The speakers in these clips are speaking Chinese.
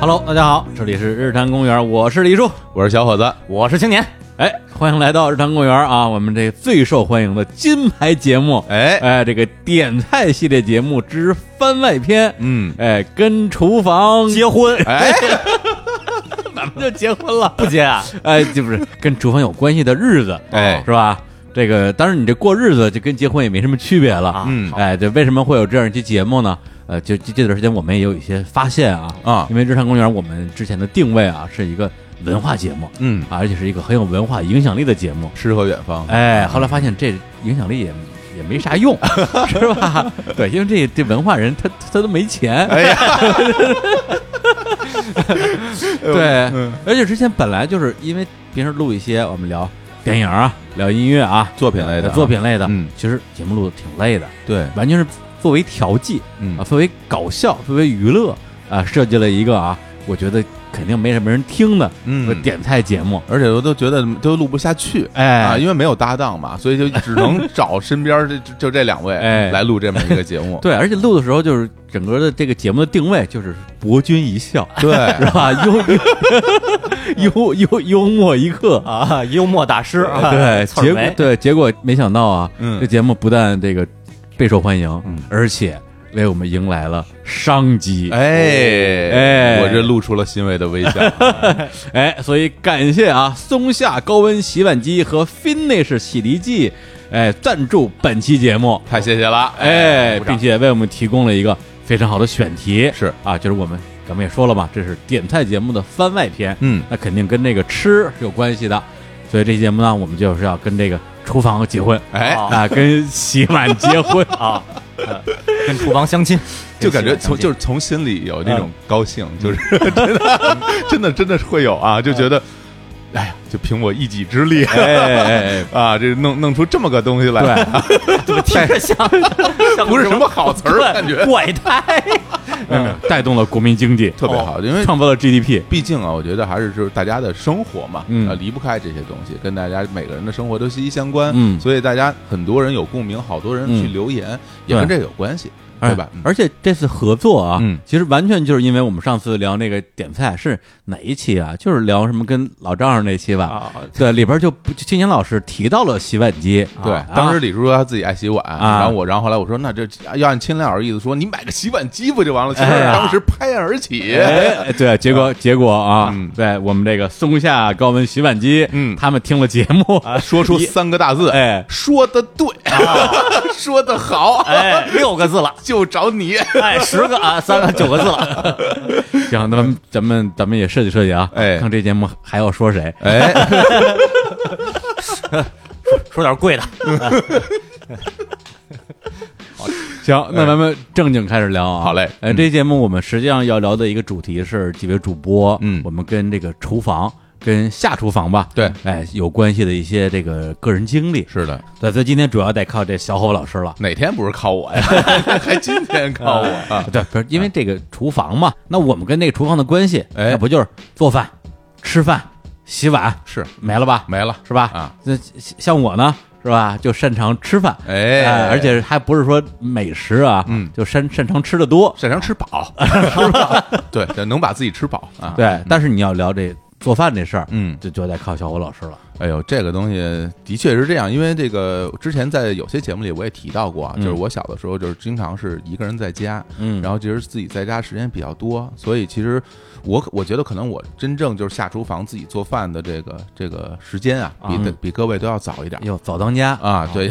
Hello，大家好，这里是日坛公园，我是李叔，我是小伙子，我是青年。哎，欢迎来到日坛公园啊！我们这最受欢迎的金牌节目，哎哎，这个点菜系列节目之番外篇，嗯哎，跟厨房结婚，哎， 咱们就结婚了，不接啊？哎，就不是跟厨房有关系的日子，哎是吧？这个当然，你这过日子就跟结婚也没什么区别了。嗯哎，对，为什么会有这样一期节目呢？呃，就这这段时间我们也有一些发现啊，啊因为日坛公园我们之前的定位啊是一个文化节目，嗯啊，而且是一个很有文化影响力的节目。诗和远方，哎，后来发现这影响力也也没啥用，是吧？对，因为这这文化人他他都没钱，哎呀，哎对，嗯而且之前本来就是因为平时录一些我们聊电影啊、聊音乐啊、作品类的啊作品类的，嗯其实节目录的挺累的，对，完全是作为调剂嗯啊，作为搞笑、作为娱乐啊，设计了一个啊，我觉得肯定没什么人听的嗯个点菜节目，而且我都觉得都录不下去。哎，啊，因为没有搭档嘛，所以就只 能找身边这就这两位哎来录这么一个节 目。对，而且录的时候就是整个的这个节目的定位就是博君一笑，对 是吧？幽幽幽幽默 一刻。啊，幽默大师啊，对，刺儿结梅果对结果没想到啊，嗯这节目不但这个备受欢迎，嗯而且为我们迎来了商机。哎哎我这露出了欣慰的微笑。 哎，所以感谢啊，松下高温洗碗机和 Finish 洗涤剂，哎，赞助本期节目。太谢谢了，哎，鼓掌并且为我们提供了一个非常好的选题，是啊，就是我们咱们也说了嘛，这是点菜节目的番外篇，嗯那肯定跟这个吃是有关系的，所以这期节目呢，我们就是要跟这个厨房结婚，哎，啊，啊，跟洗碗结 婚啊，呃跟厨房相亲，就感觉跟洗从碗相亲就是从心里有那种高兴，嗯就是 真的真的真的是会有啊，就觉得，哎呀，就凭我一己之力，哎哎， 啊，这弄弄出这么个东西来，哎怎么听着像 像不是什么好词儿，感觉怪 胎，对，嗯带动了国民经济，哦特别好，因为创造了 GDP，毕竟啊，我觉得还是就是大家的生活嘛，嗯啊，离不开这些东西，跟大家每个人的生活都息息相关，嗯所以大家很多人有共鸣，好多人去嗯哎留言，也跟这有关系，对吧？嗯而且这次合作啊，嗯其实完全就是因为我们上次聊那个点菜是哪一期啊？就是聊什么跟老丈人那期吧。啊对，里边就不青年老师提到了洗碗机，对啊，当时李叔说他自己爱洗碗，啊然后我，然后后来我说，那这要按亲老师意思说，你买个洗碗机不就完了？亲哎老师呀当时拍案而起，哎，对，结果结果啊，嗯对我们这个松下高温洗碗机，嗯他们听了节目，啊说出三个大字，哎说的对，说的好，哎，六个字了，就找你，哎，十个啊， 三个九个字了，行，那么咱们咱们也设计设计啊，哎看这节目还要说谁，哎。说点贵的， 行，那咱们正经开始聊啊。好嘞嗯呃，这期节目我们实际上要聊的一个主题是几位主播，嗯我们跟这个厨房、跟下厨房吧，对哎，有关系的一些这个个人经历。 是的，对，所以今天主要得靠这小伙老师了。哪天不是靠我呀？ 还今天靠我啊？对，不是因为这个厨房嘛，那我们跟那个厨房的关系，哎那不就是做饭、吃饭、洗碗，是没了吧？没了，是吧？啊，那像我呢，是吧？就擅长吃饭，呃哎而且还不是说美食啊，嗯就擅擅长吃的多，擅长 吃饱，对，这能把自己吃饱啊。，对。但是你要聊这做饭这事儿，嗯就就得靠小虎老师了。哎呦，这个东西的确是这样，因为这个之前在有些节目里我也提到过啊，就是我小的时候就是经常是一个人在家，嗯然后其实自己在家时间比较多，所以其实我我觉得可能我真正就是下厨房自己做饭的这个这个时间啊，比的比各位都要早一点。哟，早当家，啊，对，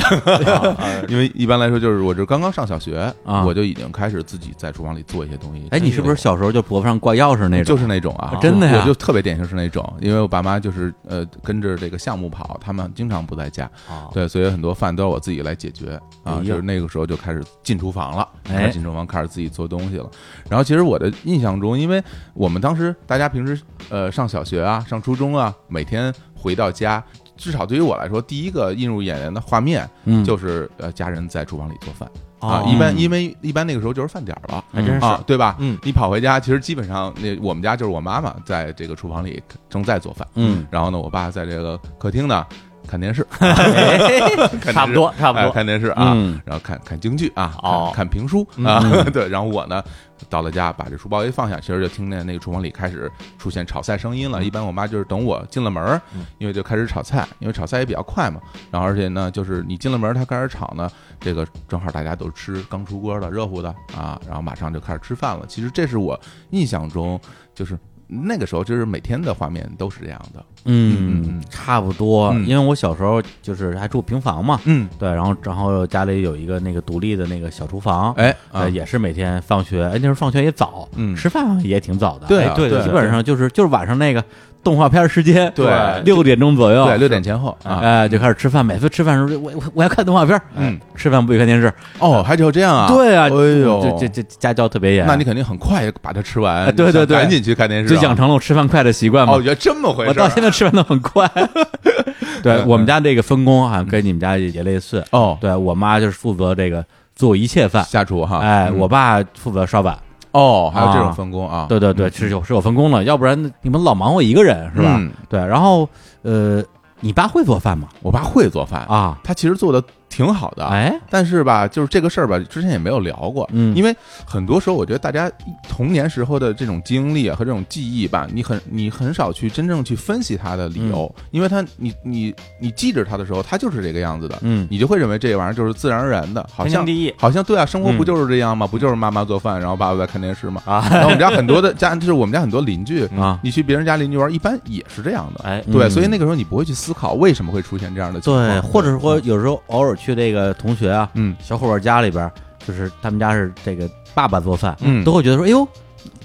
因为一般来说就是我这刚刚上小学，啊我就已经开始自己在厨房里做一些东西。哎，你是不是真小时候就脖子上挂钥匙那有就种？是那种啊啊？真的呀我就特别典型是那种，因为我爸妈就是呃跟着这个项目跑，他们经常不在家，啊对，所以很多饭都是我自己来解决哎啊。呀就是那个时候就开始进厨房了，哎开始进厨房开始自己做东西了。然后其实我的印象中，因为我们当时大家平时呃上小学啊、上初中啊，每天回到家。至少对于我来说，第一个映入眼帘的画面嗯，就是呃家人在厨房里做饭啊哦，一般因为一般那个时候就是饭点儿了。还真是啊，对吧？嗯，你跑回家，其实基本上那我们家就是我妈妈在这个厨房里正在做饭，嗯，然后呢，我爸在这个客厅呢看电视， 看电视哎差不多差不多哎看电视啊嗯，然后看看京剧啊，哦看看评书啊， 对，然后我呢。到了家，把这书包一放下，其实就听见那个厨房里开始出现炒菜声音了。一般我妈就是等我进了门儿，因为就开始炒菜，因为炒菜也比较快嘛。然后而且呢，就是你进了门儿，她开始炒呢，这个正好大家都吃刚出锅的热乎的啊，然后马上就开始吃饭了。其实这是我印象中就是那个时候，就是每天的画面都是这样的。嗯，差不多，嗯因为我小时候就是还住平房嘛，嗯，对，然后然后家里有一个那个独立的那个小厨房，哎啊呃，也是每天放学，哎，那时候放学也早，嗯吃饭好像也挺早的，对哎啊对对基本上就是就是晚上那个动画片时间，对六点钟左右，对，六点前后啊，呃哎，就开始吃饭。每次吃饭的时候，我我我要看动画片，嗯哎，吃饭不许看电视。哦，还只有这样啊？对啊，哎呦，这这这家教特别严，那你肯定很快把它吃完，哎对你想对对赶紧去看电视就啊，养成了我吃饭快的习惯嘛哦，。原来这么回我事儿到现在吃饭都很快。 对嗯我们家这个分工好像跟你们家也也类似。哦，对我妈就是负责这个做一切饭，下厨哈，哎，嗯我爸负责刷碗。哦，还有这种啊分工啊，对对对，是有是有分工了，要不然你们老忙我一个人是吧嗯？对，然后呃，你爸会做饭吗？我爸会做饭，啊，他其实做的挺好的，哎，但是吧，就是这个事儿吧，之前也没有聊过，嗯因为很多时候我觉得大家童年时候的这种经历啊和这种记忆吧，你很你很少去真正去分析它的理由，嗯因为它你你你记着它的时候，它就是这个样子的，嗯你就会认为这玩意儿就是自然而然的，好天经像地义好像对啊，生活不嗯就是这样吗？不就是妈妈做饭，然后爸爸在看电视吗？啊，然后我们家很多的家，就是我们家很多邻居，啊，你去别人家邻居玩，一般也是这样的。哎，对，嗯所以那个时候你不会去思考为什么会出现这样的情况，对，对或者是说有时候偶尔去这个同学啊、嗯小伙伴家里边儿，就是他们家是这个爸爸做饭，嗯都会觉得说，哎呦，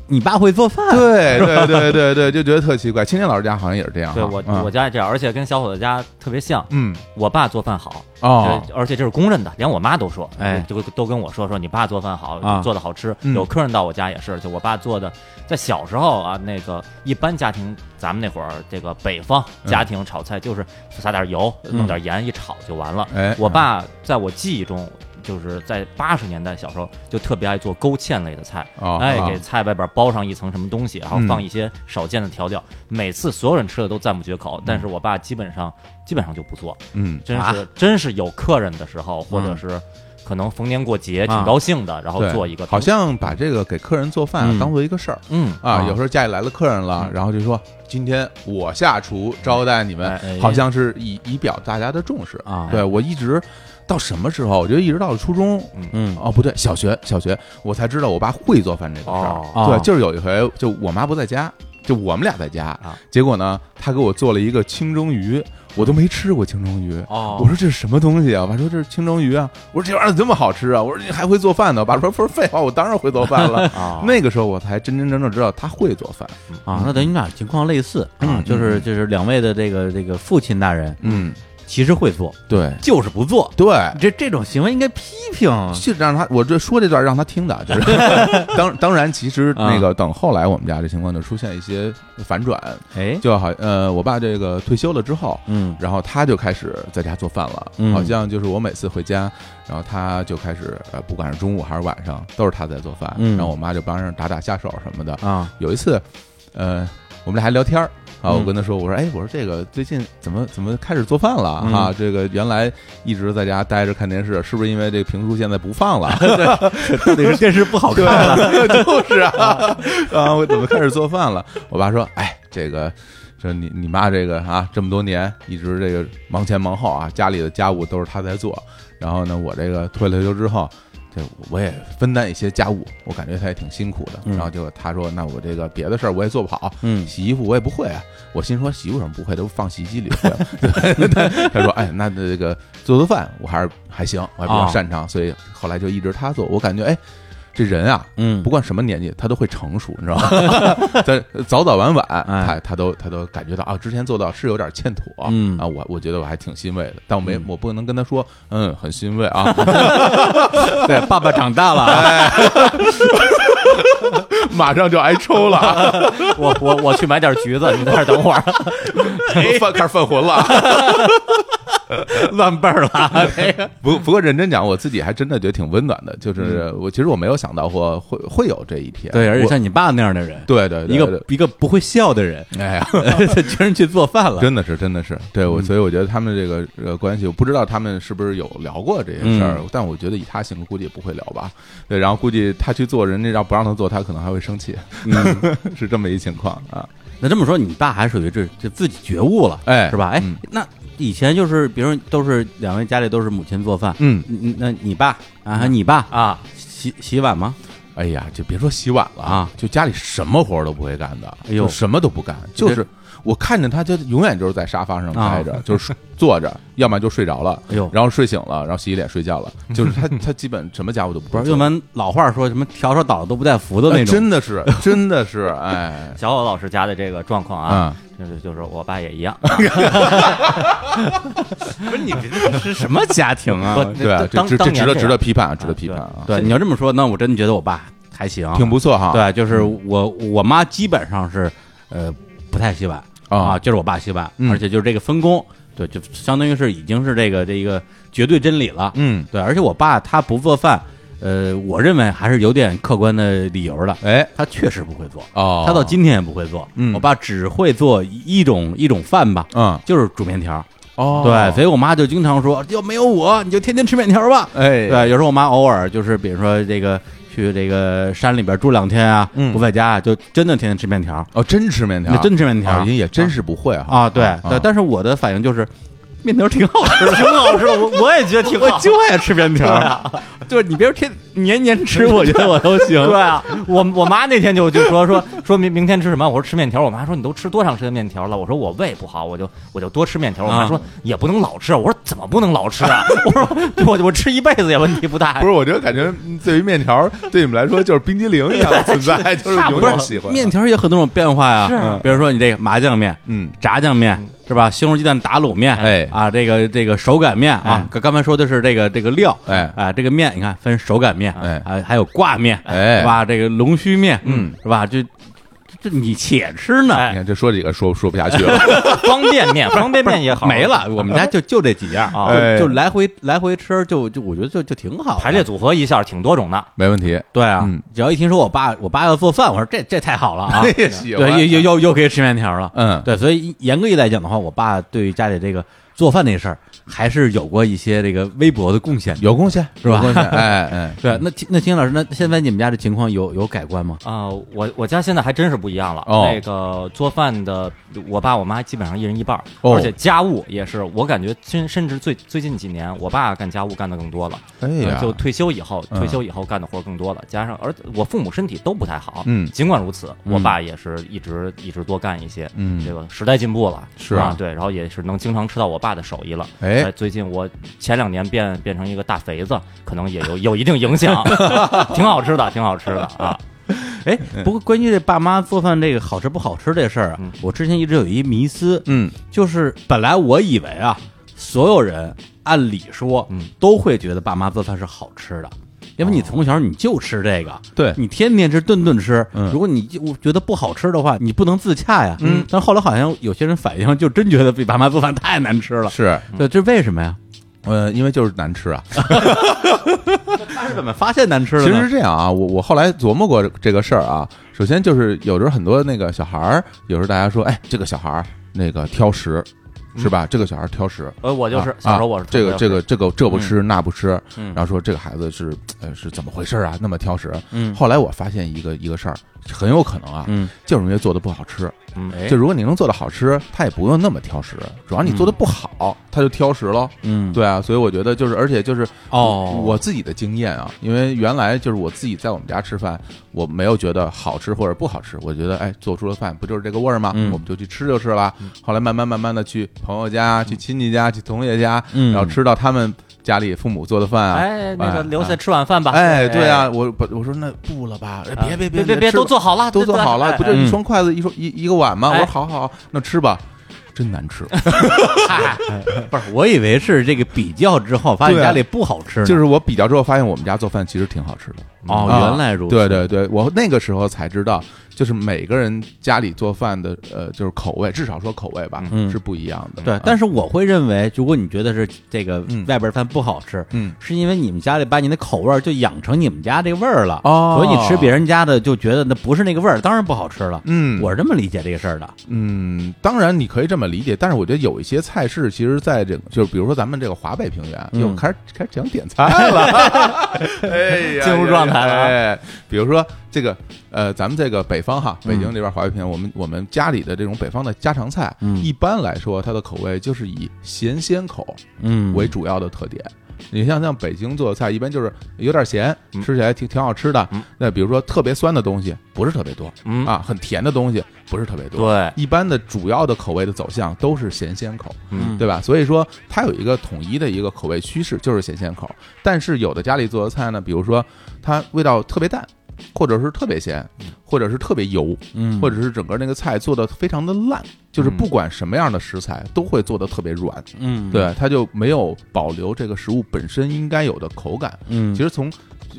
你爸会做饭。啊对对对对对，就觉得特奇怪。青年老师家好像也是这样哈，对我、嗯我家也这样，而且跟小伙子家特别像。嗯我爸做饭好，哦这而且这是公认的，连我妈都说，哎就就都跟我说说你爸做饭好，啊做的好吃。嗯有客人到我家也是，就我爸做的，在小时候啊，那个一般家庭，咱们那会儿这个北方嗯家庭炒菜就是撒点油，弄点盐一炒就完了。哎我爸在我记忆中。就是在八十年代小时候就特别爱做勾芡类的菜，哦哎，啊给菜外边包上一层什么东西，然后嗯放一些少见的调料，每次所有人吃的都赞不绝口，但是我爸基本上基本上就不做，嗯真是、啊真是有客人的时候，或者是可能逢年过节挺高兴的，然后啊对做一个，好像把这个给客人做饭啊嗯当做一个事儿嗯啊。啊有时候家里来了客人了，嗯然后就说今天我下厨招待你们哎，哎好像是以以表大家的重视啊对我一直到什么时候？我觉得一直到了初中，嗯哦，不对，小学小学我才知道我爸会做饭这个事儿。哦啊对，就是有一回，就我妈不在家，就我们俩在家，啊结果呢，她给我做了一个清蒸鱼，我都没吃过清蒸鱼。哦我说这是什么东西啊？我爸说这是清蒸鱼啊。我说这玩意儿怎么好吃啊？我说你还会做饭呢？我爸说不是废话，我当然会做饭了。啊那个时候我才真真正正知道他会做饭。啊，那等于你俩情况类似啊嗯，就是就是两位的这个这个父亲大人嗯，其实会做，对就是不做，对，这这种行为应该批评。是让他我这说这段让他听的，就是 当当然，其实那个等后来我们家这情况就出现一些反转，啊哎，就好呃，我爸这个退休了之后，嗯然后他就开始在家做饭了，嗯好像就是我每次回家，然后他就开始呃，不管是中午还是晚上，都是他在做饭，嗯然后我妈就帮着打打下手什么的。啊，有一次，呃，我们俩还聊天儿。啊，嗯我跟他说，我说，哎，我说这个最近怎么怎么开始做饭了嗯啊？这个原来一直在家待着看电视，是不是因为这个评书现在不 放了？到底是电视不好看了？对，就是啊， 啊，我怎么开始做饭了？我爸说，哎，这个。说你你妈这个啊，这么多年一直这个忙前忙后啊，家里的家务都是她在做。然后呢，我这个退了休之后，这我也分担一些家务，我感觉她也挺辛苦的。嗯然后结果她说，那我这个别的事儿我也做不好，嗯洗衣服我也不会啊。我心说洗有什么不会，都放洗衣机里 会了。对 他说，哎，那这个做做饭我还是还行，我还比较啊擅长，所以后来就一直她做。我感觉哎，这人啊，嗯不管什么年纪，他都会成熟，你知道吗？ 但早早晚晚，哎他他都他都感觉到啊，之前做到是有点欠妥，嗯啊，我我觉得我还挺欣慰的，但我没嗯我不能跟他说，嗯，很欣慰 啊，对，爸爸长大了啊，马上就挨抽了 啊， 我 我我去买点橘子，你在这儿等会儿。犯开始犯浑了啊。乱辈儿了啊，这 个不不过认真讲，我自己还真的觉得挺温暖的，就是我其实我没有想到过会会有这一天，嗯对，而且我像你爸那样的人，对对对一个一个不会笑的 人，对哎呀。他居然去做饭了， 真的是，真的是，对嗯我，所以我觉得他们这个呃关系，我不知道他们是不是有聊过这些事儿，嗯但我觉得以他性格，估计也不会聊吧。对，然后估计他去做，人家要不让他做，他可能还会生气，嗯 是这么一情况啊。那这么说，你爸还属于这这自己觉悟了，哎是吧？哎嗯，那以前就是，比如说都是两位家里都是母亲做饭，嗯，你那你爸啊，还有你爸啊，洗洗碗吗？哎呀，就别说洗碗了啊就家里什么活儿都不会干的，哎呦就什么都不干，就是我看着他，就永远就是在沙发上啊待着，就是坐着， 要么就睡着了，哎呦然后睡醒了，然后洗洗脸睡 觉了，就是他他基本什么家务都不不做是，用咱老话说什么笤帚倒都不带扶的哎那种，真 的是，真的是，哎。小欧老师家的这个状况啊，啊，就是就是我爸也一样，不是你这是什么家庭啊不？对啊，这当值这当值年得这值得样批判啊，值得啊批判啊， 对，你要这么说，那我真的觉得我爸还行，挺不错哈。对，就是嗯我我妈基本上是呃不太洗碗啊啊，就是我爸洗碗，嗯而且就是这个分工，对，就相当于是已经是这个这个绝对真理了。嗯，对，而且我爸他不做饭，呃，我认为还是有点客观的理由的，哎，他确实不会做，哦，他到今天也不会做。嗯我爸只会做一种一种饭吧。嗯就是煮面条，哦，对，所以我妈就经常说，要没有我，你就天天吃面条吧。哎，对，有时候我妈偶尔就是，比如说这个去这个山里边住两天啊，嗯不在家啊，就真的天天吃面条，哦，真吃面条，那真吃面条哦人也真是不会哈啊。对对，但是我的反应就是，面条挺好吃的，挺好吃，我我也觉得 挺我就爱吃面条，就是你别说天年年吃，我觉得我都 行。对啊，我我妈那天就就说说说明明天吃什么？我说吃面条。我妈说你都吃多长时间面条了？我说我胃不好，我就我就多吃面条。我啊妈说也不能老吃。啊我说怎么不能老吃啊？ 我说我我吃一辈子也问题不大。不是，我觉得感觉嗯对于面条对你们来说就是冰激凌一样的存在，就是差不永多远喜欢啊面，条也有很多种变化呀，是啊比如说你这个麻酱面、嗯炸酱面是吧？西红柿鸡蛋打卤面，哎啊，这个这个手擀面啊，刚刚才说的是这个这个料，哎啊，这个面你看分手擀面，哎啊，还有挂面，哎是吧？这个龙须面，嗯，是吧？这这你且吃呢，哎你看这说几个说说不下去了，方便面，方便面也好，没了，我们 家就就这几样啊哎就就来回来回吃，就就我觉得就就挺好的，排列组合一下挺多种的。没问题，对啊，嗯，只要一听说我爸我爸要做饭，我说这这太好了啊 也喜欢，啊对，又又又又可以吃面条了。嗯对，所以严格意义来讲的话，我爸对于家里这个做饭这事儿，还是有过一些这个微薄的贡献的。有贡献是吧有贡献，哎哎，对，那秦那秦老师，那现在你们家这情况有有改观吗？啊、我我家现在还真是不一样了。哦那个做饭的，我爸我妈基本上一人一半儿，哦而且家务也是，我感觉甚甚至最最近几年，我爸干家务干的更多了。哎呀，呃就退休以后，嗯退休以后干的活儿更多了，加上而我父母身体都不太好，嗯尽管如此，嗯我爸也是一直一直多干一些，嗯这个时代进步了，是啊啊，对，然后也是能经常吃到我爸的手艺了。呃哎最近我前两年变变成一个大肥子，可能也有有一定影响， 挺好吃的，挺好吃的啊，哎，嗯不过关于这爸妈做饭这个好吃不好吃这事儿啊嗯，我之前一直有一迷思，嗯就是本来我以为啊，所有人按理说嗯都会觉得爸妈做饭是好吃的，因为哦你从小你就吃这个，对你天天吃，顿顿吃。嗯如果你就觉得不好吃的话，你不能自洽呀。嗯，但后来好像有些人反映，就真觉得比爸妈做饭太难吃了。是，对，这为什么呀？呃，因为就是难吃啊，他是怎么发现难吃的其呢？实是这样啊，我我后来琢磨过这个事儿啊。首先就是有时候很多那个小孩儿，有时候大家说，哎，这个小孩儿那个挑食，是吧？这个小孩儿挑食。呃，我就是啊小时候我是啊这个这个这个这不吃那不吃，嗯然后说这个孩子是呃是怎么回事啊？那么挑食。嗯后来我发现一个一个事儿，很有可能啊，嗯，就是因为做的不好吃。嗯哎就如果你能做的好吃，他也不用那么挑食。主要你做的嗯不好，他就挑食喽。嗯，对啊，所以我觉得就是，而且就是哦我自己的经验啊，因为原来就是我自己在我们家吃饭，我没有觉得好吃或者不好吃，我觉得哎，做出了饭不就是这个味儿吗？嗯我们就去吃就是了。后来慢慢慢慢的去朋友家、去亲戚家、去同学家，嗯然后吃到他们家里父母做的饭啊。哎，那哎个留下吃晚饭吧，哎，对啊，我不我说那不了吧，哎哎，别别别别别吃都吧做好了，都对做好了，哎不就一嗯双筷子一双一一个碗吗？我哎说好好，好那吃吧。真难吃，不是，我以为是这个比较之后发现对啊家里不好吃呢，就是我比较之后发现我们家做饭其实挺好吃的。哦，啊原来如此，对对对，我那个时候才知道，就是每个人家里做饭的呃，就是口味，至少说口味吧，嗯是不一样的。啊对，但是我会认为，如果你觉得是这个嗯外边饭不好吃，嗯是因为你们家里把你的口味儿就养成你们家这味儿了，哦所以你吃别人家的就觉得那不是那个味儿，当然不好吃了。嗯我是这么理解这个事儿的。嗯，当然你可以这么理解，但是我觉得有一些菜式，其实在这个就是比如说咱们这个华北平原，嗯又开始开始讲点菜了，哎呀，进入状态了啊哎，比如说这个呃，咱们这个北方哈，北京这边华北平原，我们我们家里的这种北方的家常菜，嗯一般来说它的口味就是以咸鲜口嗯为主要的特点。你像像北京做的菜，一般就是有点咸，嗯吃起来挺挺好吃的嗯。那比如说特别酸的东西不是特别多嗯，啊，很甜的东西不是特别多。对，一般的主要的口味的走向都是咸鲜口，嗯对吧？所以说它有一个统一的一个口味趋势，就是咸鲜口。但是有的家里做的菜呢，比如说它味道特别淡，或者是特别咸，或者是特别油，嗯或者是整个那个菜做的非常的烂，就是不管什么样的食材都会做的特别软，嗯对，它就没有保留这个食物本身应该有的口感。嗯其实从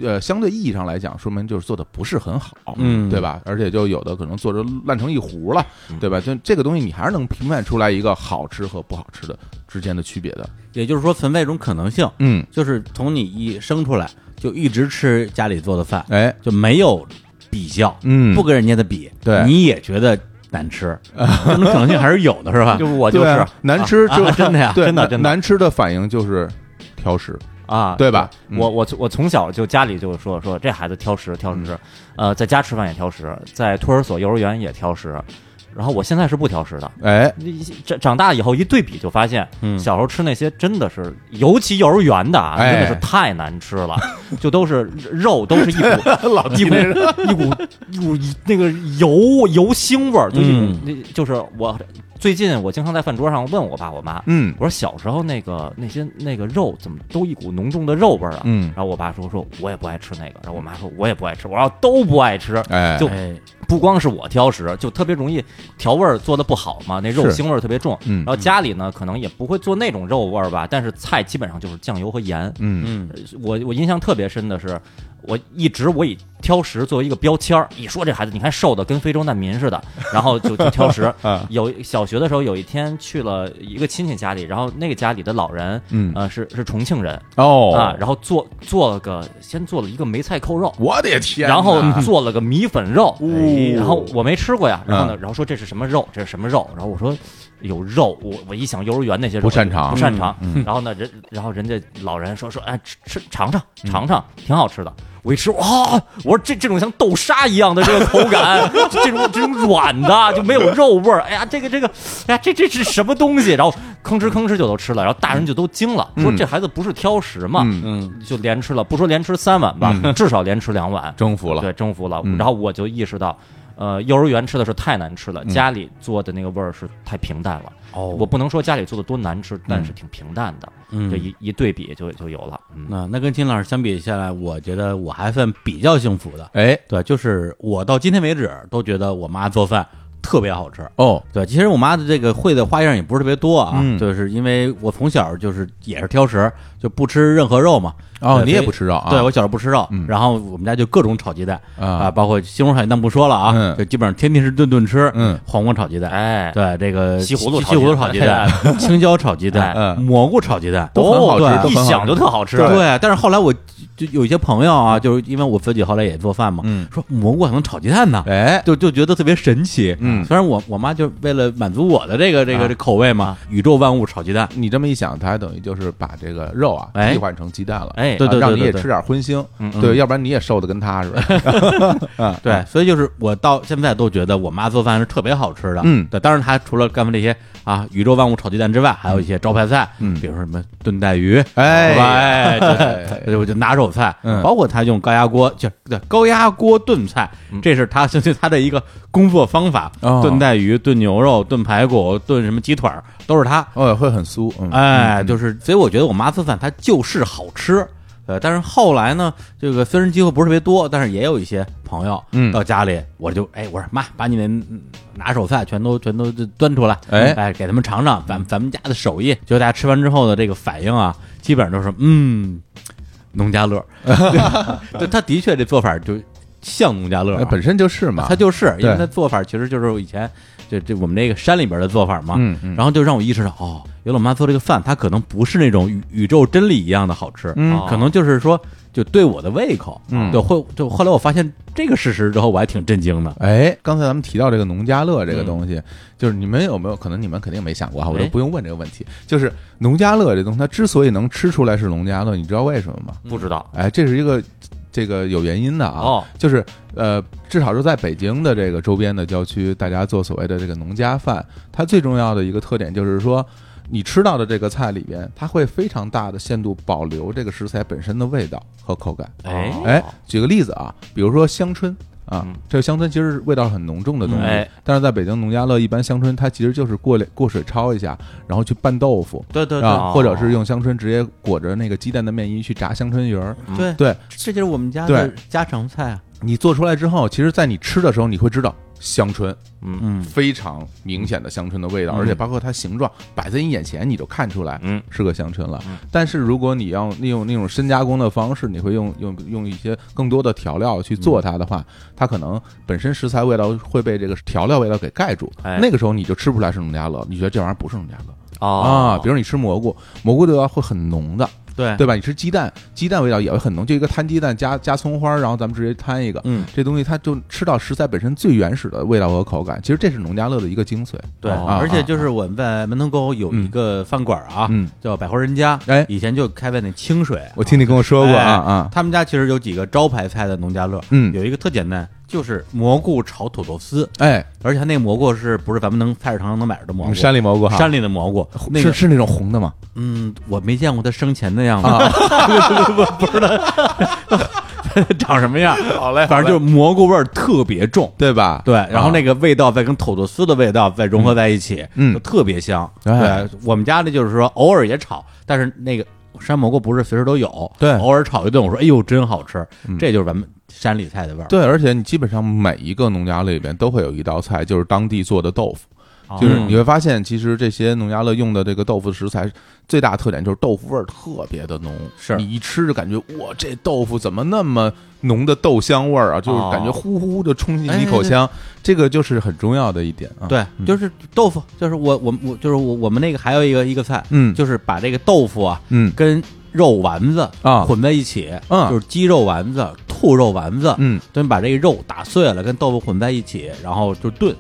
呃相对意义上来讲，说明就是做的不是很好，嗯对吧？而且就有的可能做着烂成一糊了，对吧？就这个东西，你还是能评判出来一个好吃和不好吃的之间的区别的。也就是说存在一种可能性，嗯，就是从你一生出来就一直吃家里做的饭，哎，就没有比较，嗯不跟人家的比，对你也觉得难 吃，这种可能性还是有的，是吧？就是我就对是啊难吃就啊真的呀对真的难真的难吃的反应就是挑食，啊，对吧嗯我我我从小就家里就说说这孩子挑食挑食，呃，在家吃饭也挑食，在托儿所、幼儿园也挑食，然后我现在是不挑食的。哎，你长长大以后一对比就发现，嗯小时候吃那些真的是，尤其幼儿园的啊，哎真的是太难吃了，就都是肉都是一股老一股一股一股那个油油腥味儿，就一股嗯那就是我最近我经常在饭桌上问我爸我妈，嗯我说小时候那个那些那个肉怎么都一股浓重的肉味儿啊？嗯然，后我爸说说我也不爱吃那个，然后我妈说我也不爱吃，我说都不爱吃，哎，就哎不光是我挑食，就特别容易调味儿做的不好嘛，那肉是腥味儿特别重。嗯然后家里呢可能也不会做那种肉味儿吧，但是菜基本上就是酱油和盐。嗯嗯我我印象特别深的是，我一直我以挑食作为一个标签儿，一说这孩子你看瘦的跟非洲难民似的，然后就就挑食。 啊有小学的时候有一天去了一个亲戚家里，然后那个家里的老人，嗯呃是是重庆人啊哦，，然后做做了个先做了一个梅菜扣肉，我的天哪，嗯然后做了个米粉肉，哎然后我没吃过呀，然后呢，然后说这是什么肉，这是什么肉，然后我说有肉，我我一想幼儿园那些肉不擅长嗯不擅长，嗯然后呢人然后人家老人说说哎吃吃尝尝尝尝，嗯挺好吃的。我一吃，哇、我说这这种像豆沙一样的这个口 感，这种这种软的就没有肉味儿。哎呀，这个这个，哎呀，这这是什么东西？然后吭哧吭哧就都吃了，然后大人就都惊了，说嗯这孩子不是挑食嘛，嗯嗯就连吃了，不说连吃三碗吧，至少连吃两碗。征服了，对，征服了。嗯然后我就意识到，呃，幼儿园吃的是太难吃了，家里做的那个味儿是太平淡了。嗯哦我不能说家里做的多难吃，但是挺平淡的。嗯这一一对比就就有了。嗯，那那跟秦老师相比下来，我觉得我还算比较幸福的。哎，对，就是我到今天为止都觉得我妈做饭特别好吃。哦，对，其实我妈的这个会的花样也不是特别多啊，嗯就是因为我从小就是也是挑食，就不吃任何肉嘛。哦，对你也所以不吃肉啊？对我小时候不吃肉，嗯然后我们家就各种炒鸡蛋啊包括西红柿炒鸡蛋不说了啊，嗯就基本上天天是顿顿吃。嗯黄瓜炒鸡蛋，哎，对这个西葫芦西葫芦炒鸡蛋，哎青椒炒鸡蛋，哎嗯蘑菇炒鸡蛋，都很好吃哦对都一很好吃想就特好吃。对，但是后来我就有一些朋友啊，就是因为我自己后来也做饭嘛，嗯说蘑菇还能炒鸡蛋呢，哎，就就觉得特别神奇。嗯啊虽然我我妈就为了满足我的这个这个这口味嘛，宇宙万物炒鸡蛋，你这么一想，它等于就是把这个肉啊哎替换成鸡蛋了，哎啊对对对让你对也对吃点荤腥，嗯对，要不然你也瘦的跟 它似的。啊对，啊所以就是我到现在都觉得我妈做饭是特别好吃的。嗯对，当然她除了干嘛这些啊宇宙万物炒鸡蛋之外，还有一些招牌菜，嗯比如说什么炖带鱼，哎是吧哎，哎 对对，我就拿手菜，嗯包括她用高压锅，就对高压锅炖菜，这是她相信她的一个工作方法，嗯哦炖带鱼、炖牛肉、炖排骨、炖什么鸡腿儿，都是她。哦，会很酥，嗯，哎哎，就是，所以我觉得我妈做饭它就是好吃，呃，但是后来呢，这个虽然机会不是特别多，但是也有一些朋友，嗯到家里我就哎，我说妈，把你那嗯拿手菜全都全都端出来，哎哎，给他们尝尝咱咱们家的手艺。结果大家吃完之后的这个反应啊，基本上都是嗯，农家乐， 对，他的确这做法就像农家乐啊、那哎本身就是嘛，他就是，因为对他做法其实就是我以前这这我们那个山里边的做法嘛，嗯嗯然后就让我意识到，哦，原来我妈做这个饭，它可能不是那种宇宇宙真理一样的好吃，嗯可能就是说就对我的胃口，嗯对，后就后来我发现这个事实之后，我还挺震惊的，哎，刚才咱们提到这个农家乐这个东嗯西，就是你们有没有可能你们肯定没想过哈，我就哎不用问这个问题。就是农家乐这东西，它之所以能吃出来是农家乐，你知道为什么吗？不知道哎，这是一个这个有原因的嗯啊，哦就是呃，至少是在北京的这个周边的郊区，大家做所谓的这个农家饭，它最重要的一个特点就是说。你吃到的这个菜里边，它会非常大的限度保留这个食材本身的味道和口感。啊哎哎，举个例子啊，比如说香椿啊嗯，这个香椿其实味道很浓重的东西，嗯哎但是在北京农家乐，一般香椿它其实就是过两过水焯一下，然后去拌豆腐。对对啊，哦或者是用香椿直接裹着那个鸡蛋的面衣去炸香椿鱼 儿，嗯对，对这就是我们家的的家常菜啊，你做出来之后，其实，在你吃的时候，你会知道香椿嗯嗯，非常明显的香椿的味道，而且包括它形状摆在你眼前，你就看出来嗯是个香椿了嗯。但是如果你要利用那种深加工的方式，你会用用用一些更多的调料去做它的话，嗯它可能本身食材味道会被这个调料味道给盖住哎，那个时候你就吃不出来是农家乐，你觉得这玩意儿不是农家乐啊。哦比如你吃蘑菇，蘑菇的味道会很浓的，对哎对吧？你吃鸡蛋，鸡蛋味道也会很浓，就一个摊鸡蛋加加葱花，然后咱们直接摊一个。嗯，这东西它就吃到食材本身最原始的味道和口感，其实这是农家乐的一个精髓。对，啊而且就是我们在门头沟有一个饭馆啊，嗯叫百花人家，哎以前就开在那清水，我听你跟我说过啊啊，他们家其实有几个招牌菜的农家乐，嗯哎有一个特简单，就是蘑菇炒土豆丝，哎，而且它那个蘑菇是不是咱们能菜市场上能买着的蘑菇？嗯山里蘑菇哈，山里的蘑菇，那是个是那种红的吗？嗯，我没见过它生前的样子，啊 不不不不知道 长什么样。好嘞反正就是蘑菇味儿特别重，对吧？对，然后啊那个味道再跟土豆丝的味道再融合在一起，嗯就特别香。哎对我们家呢，就是说偶尔也炒，但是那个山蘑菇不是随时都有，对嗯偶尔炒一顿，我说哎呦真好吃，这就是咱们山里菜的味儿。对，而且你基本上每一个农家乐里边都会有一道菜，就是当地做的豆腐。哦就是你会发现，其实这些农家乐用的这个豆腐食材，最大特点就是豆腐味儿特别的浓，是你一吃就感觉哇，这豆腐怎么那么浓的豆香味儿啊？就是感觉哦呼呼的冲进哎你口腔，这个就是很重要的一点啊。对，就是豆腐，就是我我我就是我我们那个还有一个一个菜，嗯就是把这个豆腐啊嗯跟肉丸子啊混在一起，嗯就是鸡肉丸子、兔肉丸子，嗯，等于把这个肉打碎了跟豆腐混在一起，然后就炖，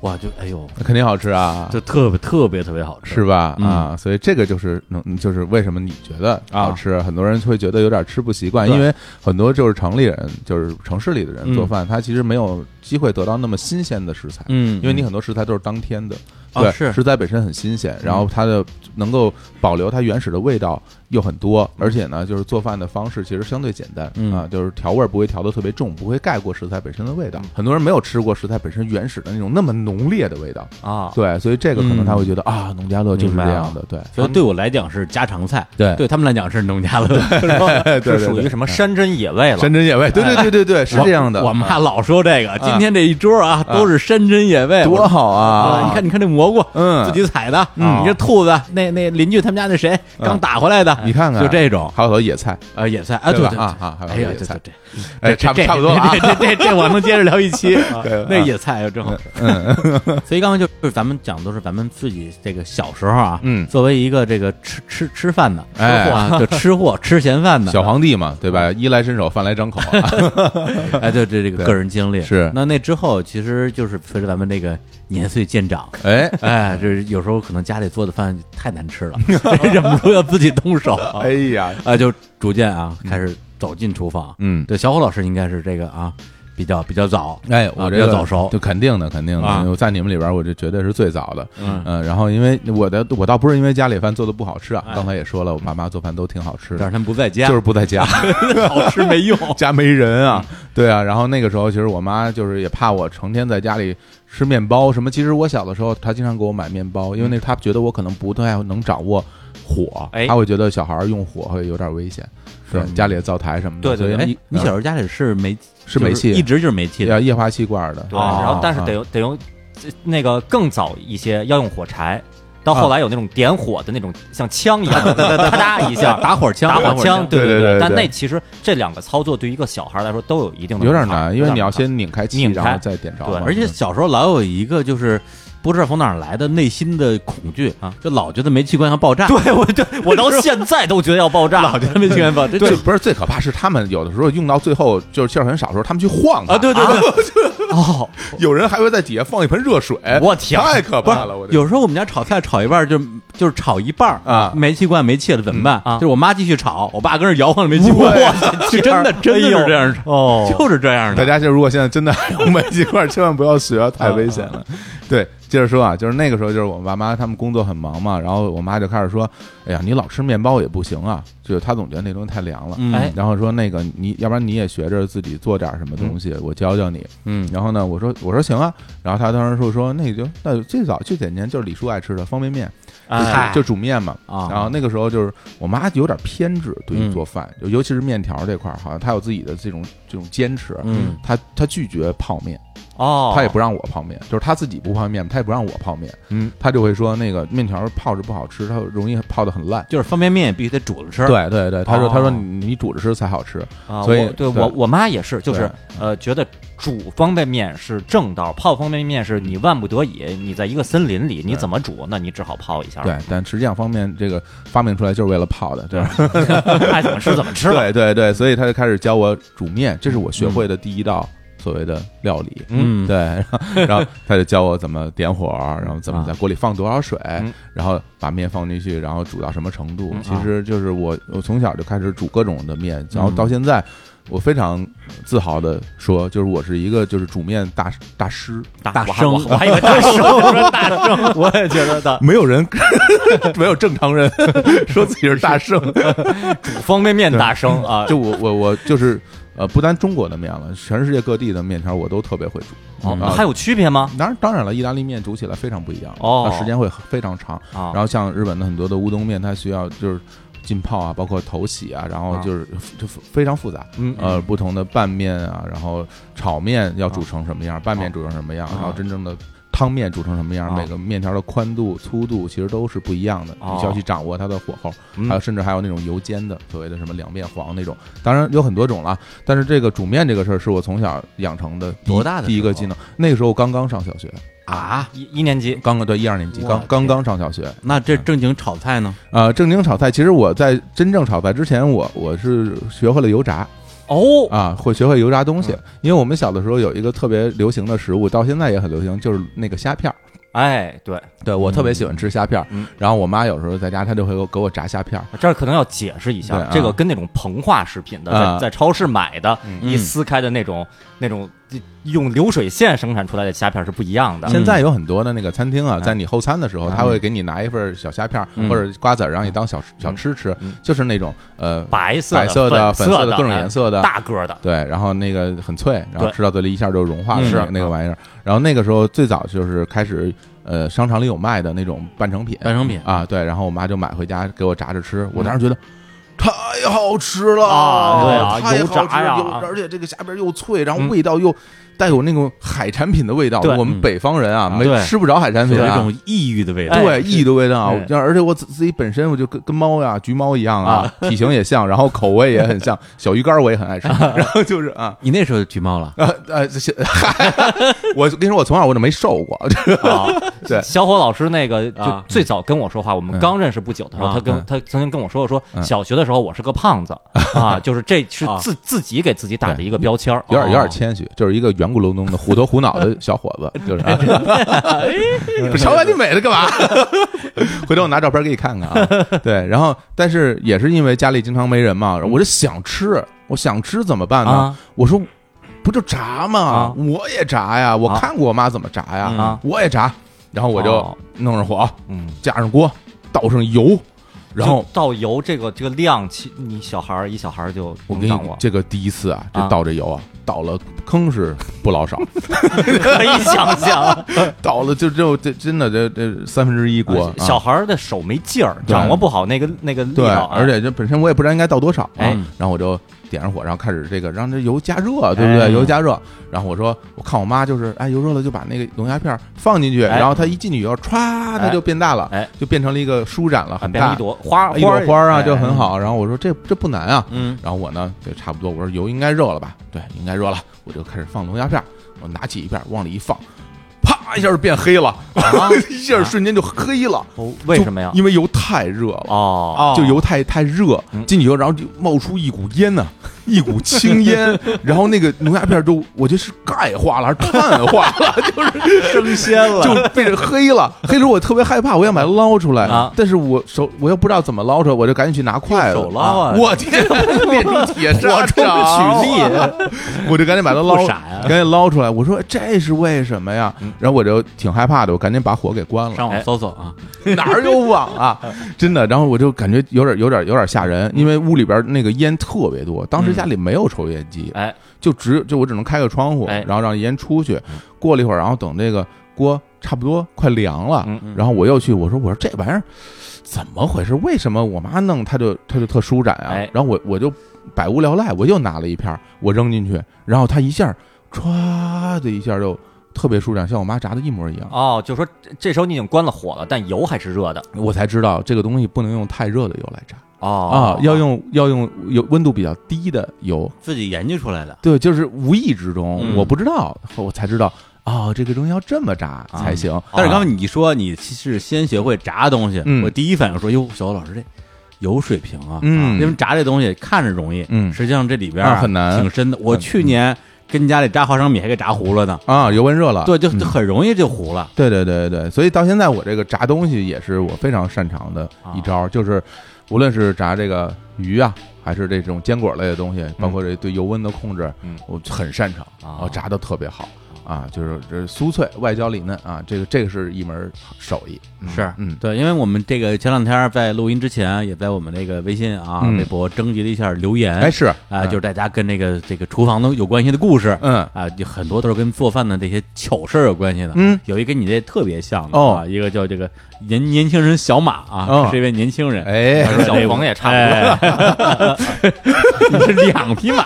哇，就哎呦，那肯定好吃啊。就特别特别特别好吃，是吧？嗯啊啊，所以这个就是能，就是为什么你觉得好吃，很多人会觉得有点吃不习惯，对因为很多就是城里人，就是城市里的人嗯做饭，他其实没有机会得到那么新鲜的食材，嗯，因为你很多食材都是当天的，啊对，是嗯食材本身很新鲜，然后它的能够保留它原始的味道又很多，而且呢，就是做饭的方式其实相对简单嗯啊，就是调味儿不会调的特别重，不会盖过食材本身的味道。嗯很多人没有吃过食材本身原始的那种那么浓烈的味道，啊对，所以这个可能他嗯会觉得啊，农家乐就是明这白样了的，对。所以对我来讲是家常菜，嗯对对他们来讲是农家乐，对对是对属于对什嗯么山珍野味了山珍野味，对对对对对，是这样的，哎嗯我我妈老说这个，今天这一桌啊都是山珍野味，多我好啊！啊！你看，你看这蘑菇，嗯自己采的，嗯你这兔子，那那邻居他们家那谁刚打回来的，嗯你看看，就这种还有好多野菜，呃野菜啊，对对吧对啊啊还有哎呀，野对菜对对，这哎，差不这差 不多啊这。这这这我能接着聊一 期，对啊那野菜又真好吃。嗯所以刚才就就是咱们讲都是咱们自己这个小时候啊，嗯作为一个这个吃吃吃饭的，哎 啊，就吃货吃闲饭的小皇帝嘛，对啊吧？衣来伸手，饭来张口 啊。哎，对对，这个对个人经历是那那之后，其实就是随着咱们这个年岁渐 长，哎， 哎，就是有时候可能家里做的饭太难吃了， 忍不住要自己动手，哎呀，啊，就逐渐啊开始走进厨房。嗯，对，小虎老师应该是这个啊，比较比较早，哎啊，我比这较个早熟就，肯定的，肯定啊的。我在你们里边，我这绝对是最早的。嗯嗯，然后因为我的，我倒不是因为家里饭做的不好吃啊，哎刚才也说了，我爸妈做饭都挺好吃但是的，他们不在家，就是不在家。 好吃没用。家没人啊，对啊。然后那个时候，其实我妈就是也怕我成天在家里吃面包什么。其实我小的时候，她经常给我买面包，因为那她觉得我可能不太能掌握火，嗯哎他会觉得小孩儿用火会有点危险，是对家里的灶台什么的，对对对所以哎，你小时候家里是煤是煤气就一直就是煤气要的，液化气罐的，啊对，啊哦然后但是得用得用这那个更早一些要用火柴，到啊后来有那种点火的那种像枪一样的， 啪嗒一下。打火枪，打打火枪，对对对对但对那其实这两个操作对于一个小孩来说都有一定的有点门槛难，因为你要有点先拧开气，拧开然后再点着嘛。嗯对而且小时候老有一个就是不知道从哪儿来的内心的恐惧啊，就老觉得煤气罐要爆炸，门 槛对我对我到现在都觉得要爆炸，老觉得煤气罐爆炸，最不是最可怕是他们有的时候用到最后就是气儿很少的时候，他们去晃它啊，对对对，哦，有人还会在底下放一盆热水，我天太可不是怕了！我，这有时候我们家炒菜炒一半儿就就是炒一半儿啊煤气罐没气了怎么办？嗯啊就是我妈继续炒，我爸跟着摇晃着煤气罐，是真的真的是这样的，哦，就是这样大的。家就如果现在真的 还有煤气罐，千万不要学，啊太危险了。对，接着说啊，就是那个时候，就是我爸妈他们工作很忙嘛，然后我妈就开始说：“哎呀，你老吃面包也不行啊，就是她总觉得那东西太凉嗯了。”嗯哎然后说那个你要不然你也学着自己做点什么东西，我教教你。嗯，然后呢，我说我说行啊，然后他当时说说那就那最早最简单就是李叔爱吃的方便面，啊哎就就煮面嘛。啊然后那个时候就是我妈有点偏执对于嗯做饭，就尤其是面条这块儿，好像她有自己的这种这种坚持。嗯她她拒绝泡面，哦，她也不让我泡面，就是她自己不泡面，她也不让我泡面。嗯，她就会说那个面条泡着不好吃，它容易泡的很烂。就是方便面也必须得煮着吃。，对对对，她说哦她说你你煮着吃才好吃。啊，所以我对对我我妈也是，就是对呃，觉得煮方便面是正道，泡方便面是你万不得已，你在一个森林里，你怎么煮，那你只好泡一下，对，但实际上方便这个发明出来就是为了泡的，对吧？ 爱怎么吃怎么吃吧。对对对，所以他就开始教我煮面，这是我学会的第一道所谓的料理。嗯对，然后然后他就教我怎么点火，然后怎么在锅里放多少水，嗯然后把面放进去，然后煮到什么程度。嗯其实就是我我从小就开始煮各种的面，然后到现在。我非常自豪的说，就是我是一个就是煮面大大师，大我还生我还我还以为 大生，我说大生，我也觉得大没有 人没有正 常人说自己是大圣，煮方便面大生啊，就我我我就是呃，不单中国的面了，全世界各地的面条我都特别会煮。哦啊还有区别吗？当然当然了，意大利面煮起来非常不一样哦那时间会非常长。啊然，后像日本的很多的乌冬面，它需要就是浸泡啊，包括头洗啊，然后就是就非常复杂。嗯呃，不同的拌面啊，然后炒面要煮成什么样，拌面煮成什么样，然后真正的。汤面煮成什么样，啊每个面条的宽度、粗度其实都是不一样的，哦你需要去掌握它的火候，嗯还有甚至还有那种油煎的，所谓的什么两面黄那种，当然有很多种了。但是这个煮面这个事儿是我从小养成的第一多大的第一个时候技能？那个时候我刚刚上小学，啊，一一年级刚刚对一二年级，我刚天刚刚上小学，那这正经炒菜呢？呃，正经炒菜，其实我在真正炒菜之前，我我是学会了油炸哦，啊，会学会油炸东西。因为我们小的时候有一个特别流行的食物，到现在也很流行，就是那个虾片儿。哎，对，对我特别喜欢吃虾片儿，嗯然后我妈有时候在家，她就会给我给我炸虾片儿。啊这儿可能要解释一对下啊，这个跟那种膨化食品的，啊在在超市买的，嗯一撕开的那种那种用流水线生产出来的虾片是不一样的。现在有很多的那个餐厅啊，嗯在你后餐的时候，他会给你拿一份小虾片儿嗯或者瓜子儿，让你当小小吃吃嗯，就是那种呃白色白色的、粉色的、各种颜色的哎，大个的，对，然后那个很脆，然后对吃到嘴里一下就融化了嗯那个是那个玩意儿。然后那个时候最早就是开始，呃，商场里有卖的那种半成品，半成品啊，对。然后我妈就买回家给我炸着吃，我当时觉得。太好吃了嗯啊对啊太油好炸吃呀油而且这个虾片又脆，然后嗯味道又带有那种海产品的味道。对我们嗯北方人啊，啊没对吃不着海产有品一啊，种异域的味道哎，对，异的味道对。就而且我自自己本身我就跟跟猫呀、橘猫一样啊，体型也像，然后口味也很像，小鱼干我也很爱 吃。然后就是啊，你那时候就橘猫了，呃呃，这些，嗨， 我跟你说，我从小我就没瘦过，啊对小伙老师那个就啊最早跟我说话，我们刚认识不久的时候，啊他嗯跟他曾经跟我说过，嗯说小学的时候我是个胖 子啊，就是这是啊自自己给自己打的一个标签儿，有点有点哦谦虚，就是一个圆咕隆咚的虎头虎脑的小伙子，就是啊。哎 不是瞧把你美的干嘛？ 回头我拿照片给你看看啊。对，然后但是也是因为家里经常没人嘛，我就想吃，我想吃怎么办呢啊？我说不就炸吗啊？我也炸呀，我啊看过我妈怎么炸呀啊，我也炸。然后我就哦弄上火，嗯，加上锅，倒上油，然后就倒油这个这个量，其你小孩儿一小孩儿就我能跟你掌握 这个第一次啊，这啊倒着油啊，倒了坑是不老少，可以想象，倒了就就这真的这这三分之一锅，啊小孩儿的手没劲儿，对掌握不好那个那个力对，道啊，而且这本身我也不知道应该倒多少，哎嗯然后我就点上火，然后开始这个让这油加热，对不对？哎油加热，然后我说我看我妈就是，哎，油热了就把那个龙虾片儿放进去，哎然后它一进去以后，歘，它就变大了，哎就变成了一个舒展了，啊很变成大一，朵花一朵花儿啊，哎就很好。然后我说这这不难啊，嗯，然后我呢就差不多，我说油应该热了吧？对，应该热了，我就开始放龙虾片儿，我拿起一片儿往里一放，啪一下就变黑了， 一下瞬间就黑了，哦啊 为什么呀就？因为油太热了。哦，就油太太热，嗯进去以后，然后就冒出一股烟呢、 一股青烟，然后那个龙虾片都，我觉得是钙化了还是碳化了，升仙了哎就变成黑 了。黑了我特别害怕，我想把它捞出来，啊但是我手我又不知道怎么捞出来，我就赶紧去拿筷子。手捞啊我 天，练出铁砂掌，力， 我就赶紧把它捞不，傻啊嗯呀赶紧捞出来。我说这是为什么呀？然后我就挺害怕的，我赶紧把火给关了。上哎网搜搜啊， 哪儿有网啊？ 真的，然后我就感觉有点、有点、有点吓人，因为屋里边那个烟特别多，当时家里没有抽烟机，哎，就只就我只能开个窗户，哎然后让烟出去。过了一会儿，然后等这个锅差不多快凉了，嗯嗯然后我又去，我说我说这玩意儿怎么回事？为什么我妈弄它就它就特舒展啊？哎然后我我就百无聊赖，我又拿了一片儿，我扔进去，然后它一下歘的一下就特别舒展，像我妈炸的一模一样。哦，就说这这时候你已经关了火了，但油还是热的我才知道这个东西不能用太热的油来炸。哦啊，要用要用有温度比较低的油，自己研究出来的，对，就是无意之中、嗯我不知道，我才知道哦，这个东西要这么炸才行。但是刚才你说你是先学会炸东西，啊嗯我第一反应说，哟，小欧老师这有水平啊，嗯因为炸这东西看着容易，嗯实际上这里边那很难挺深的。我去年跟家里炸花生米还给炸糊了呢，啊，油温热了，对，就嗯就很容易就糊了。对对对对对，所以到现在我这个炸东西也是我非常擅长的一招，就是无论是炸这个鱼啊，还是这种坚果类的东西，包括这对油温的控制，嗯我很擅长，然后哦炸的特别好啊，就是这酥脆外焦里嫩啊，这个这个是一门手艺，嗯是，嗯对，因为我们这个前两天在录音之前，也在我们那个微信啊、嗯微博征集了一下留言，哎是啊，就是是大家跟这个这个厨房的有关系的故事，嗯啊，有很多都是跟做饭的这些糗事儿有关系的。嗯，有一跟你这特别像的哦啊，一个叫这个年年轻人小马啊，哦是一位年轻人。 哎。小鹏也差不多，哎，你哎 是两匹马。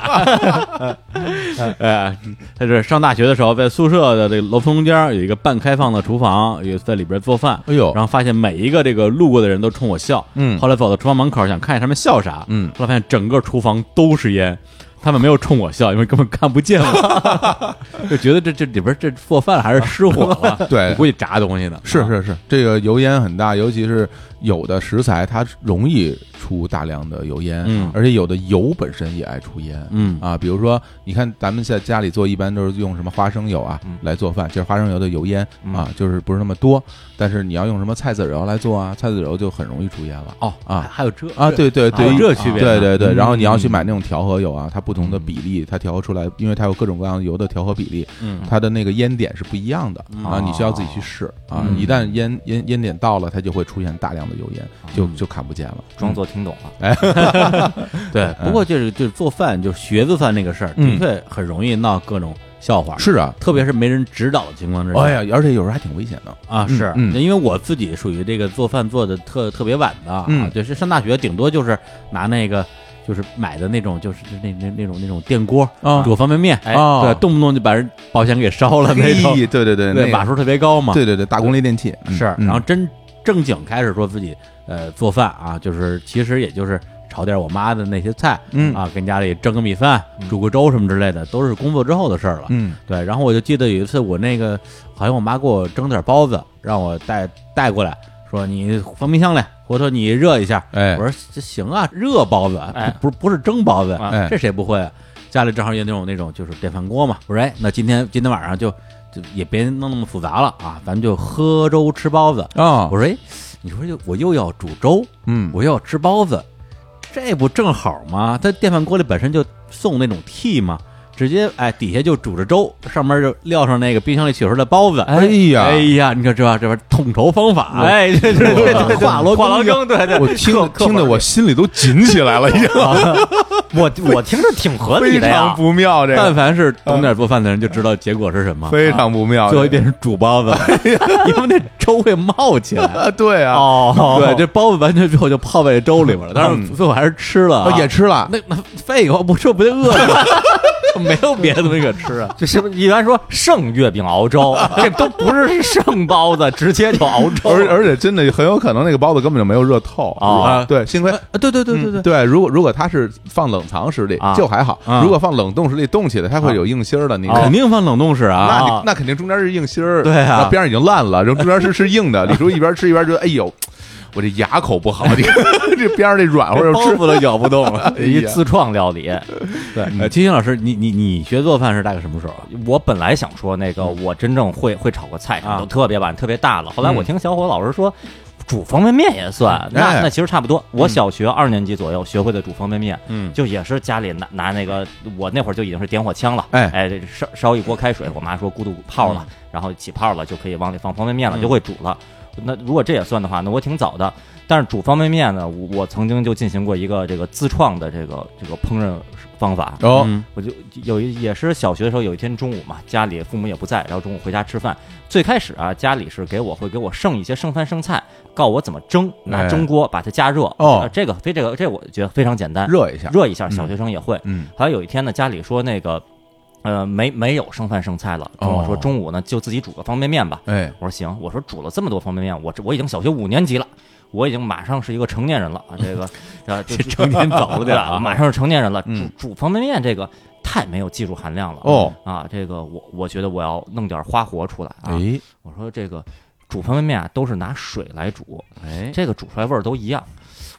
哎，他是上大学的时候，在宿舍的这个楼层中间有一个半开放的厨房，也在里边做饭。哎呦然后发现每一个这个路过的人都冲我笑。嗯后来走到厨房门口，想看一下他们笑啥。嗯后来发现整个厨房都是烟。他们没有冲我笑，因为根本看不见我， 就觉得这这里边这做饭还是失火了，对我估计炸东西呢。是是是，这个油烟很大，尤其是有的食材它容易出大量的油烟，嗯而且有的油本身也爱出烟，嗯啊，比如说你看咱们在家里做，一般都是用什么花生油啊、嗯来做饭，其实花生油的油烟、啊就是不是那么多，但是你要用什么菜籽油来做啊，菜籽油就很容易出烟了。哦啊还还有这啊，对对对，有这区别呢对对对，嗯然后你要去买那种调和油啊，它不同的比例，它调和出来，因为它有各种各样的油的调和比例，嗯它的那个烟点是不一样的啊，哦你需要自己去试啊嗯，一旦烟烟烟点到了，它就会出现大量的油烟，嗯就就看不见了。装作听懂了。 对，不过就是就是做饭，就是学做饭那个事儿，嗯的确很容易闹各种笑话，是啊，特别是没人指导的情况之下。哎呀，而且有时候还挺危险的。啊，嗯是嗯因为我自己属于这个做饭做的特特别晚的啊，嗯就是上大学顶多就是拿那个就是买的那种就是那那那种那种电锅啊煮方便面，哎哦对，动不动就把人保险给烧了那种嘿，对对对对，瓦数特别高嘛，对对对，大功率电器嗯是，嗯然后真正经开始说自己呃做饭啊，就是其实也就是炒点我妈的那些菜，嗯啊，跟家里蒸个米饭、煮个粥什么之类的，都是工作之后的事儿了。嗯对，然后我就记得有一次我那个好像我妈给我蒸点包子，让我带带过来，说你放冰箱里，回头你热一下。哎我说这行啊，热包子，哎不不是蒸包子，哎这谁不会啊？家里正好有那种那种就是电饭锅嘛。我说哎，那今天今天晚上就就也别弄那么复杂了啊，咱们就喝粥吃包子。啊我说哎，你说又我又要煮粥，嗯我又要吃包子，这不正好吗？它电饭锅里本身就送那种屉嘛，直接哎底下就煮着粥，上面就撂上那个冰箱里取出来包子。哎呀哎呀，你可知道这玩意儿统筹方啊嗯法？哎，对对对对，啊华罗华罗庚，对对，我 听课课听得本我心里都紧起来了，已经我我听着挺合理啊非的常呀，不妙，这但个凡是懂点做饭的人就知道结果是什么，非常不妙，最后一变成煮包子，哎因为那粥会冒起来。啊，对啊，哦，对，这包子完全最后就泡在粥里边了，但是最后还是吃了啊、嗯啊也吃了，那那废话，不吃不得饿着， 没有别的东西可吃啊。就是一般说剩月饼 熬粥，这都不是剩包子，直接就熬粥。而而且真的很有可能那个包子根本就没有热透哦啊 对，幸亏啊，对对对 对嗯，对，如果如果它是放冷藏室里啊就还好，啊如果放冷冻室里冻起来，它会有硬芯儿的，你肯定放冷冻室啊那你啊那肯定中间是硬芯儿，对啊那边上已经烂了，然后中间是是硬的。李叔一边吃一边觉得，哎呦，我这牙口不好，你 这边上这软和又包吃子都咬不动 了。哎一呀自创料理，呃，金星老师，你你你学做饭是大概什么时候啊？我本来想说那个嗯我真正会会炒个菜什啊么都特别晚，特别大了。后来我听小伙老师说，煮方便面也算，嗯哎那那其实差不多。我小学二年级左右学会的煮方便面，嗯就也是家里拿拿那个，我那会儿就已经是点火枪了，哎嗯哎，这烧烧一锅开水，我妈说咕嘟泡了，然后起泡了就可以往里放方便面了，就会煮了。那如果这也算的话，那我挺早的。但是煮方便面呢，我我曾经就进行过一个这个自创的这个这个烹饪方法，哦，嗯我就有一也是小学的时候，有一天中午嘛，家里父母也不在，然后中午回家吃饭。最开始啊，家里是给我会给我剩一些剩饭剩菜，告我怎么蒸，拿蒸锅把它加热。哎哦呃这个非这个这我觉得非常简单，热一下，热一下，小学生也会。嗯，还有有一天呢，家里说那个，呃，没没有剩饭剩菜了，跟我说哦中午呢就自己煮个方便面吧。哎，我说行，我说煮了这么多方便面，我这我已经小学五年级了，我已经马上是一个成年人了，啊 这个呃，这成年早了点啊， 马上是成年人了，煮嗯煮方便面这个太没有技术含量了哦啊，这个我我觉得我要弄点花活出来啊，哎，我说这个煮方便面啊都是拿水来煮，哎，这个煮出来味儿都一样。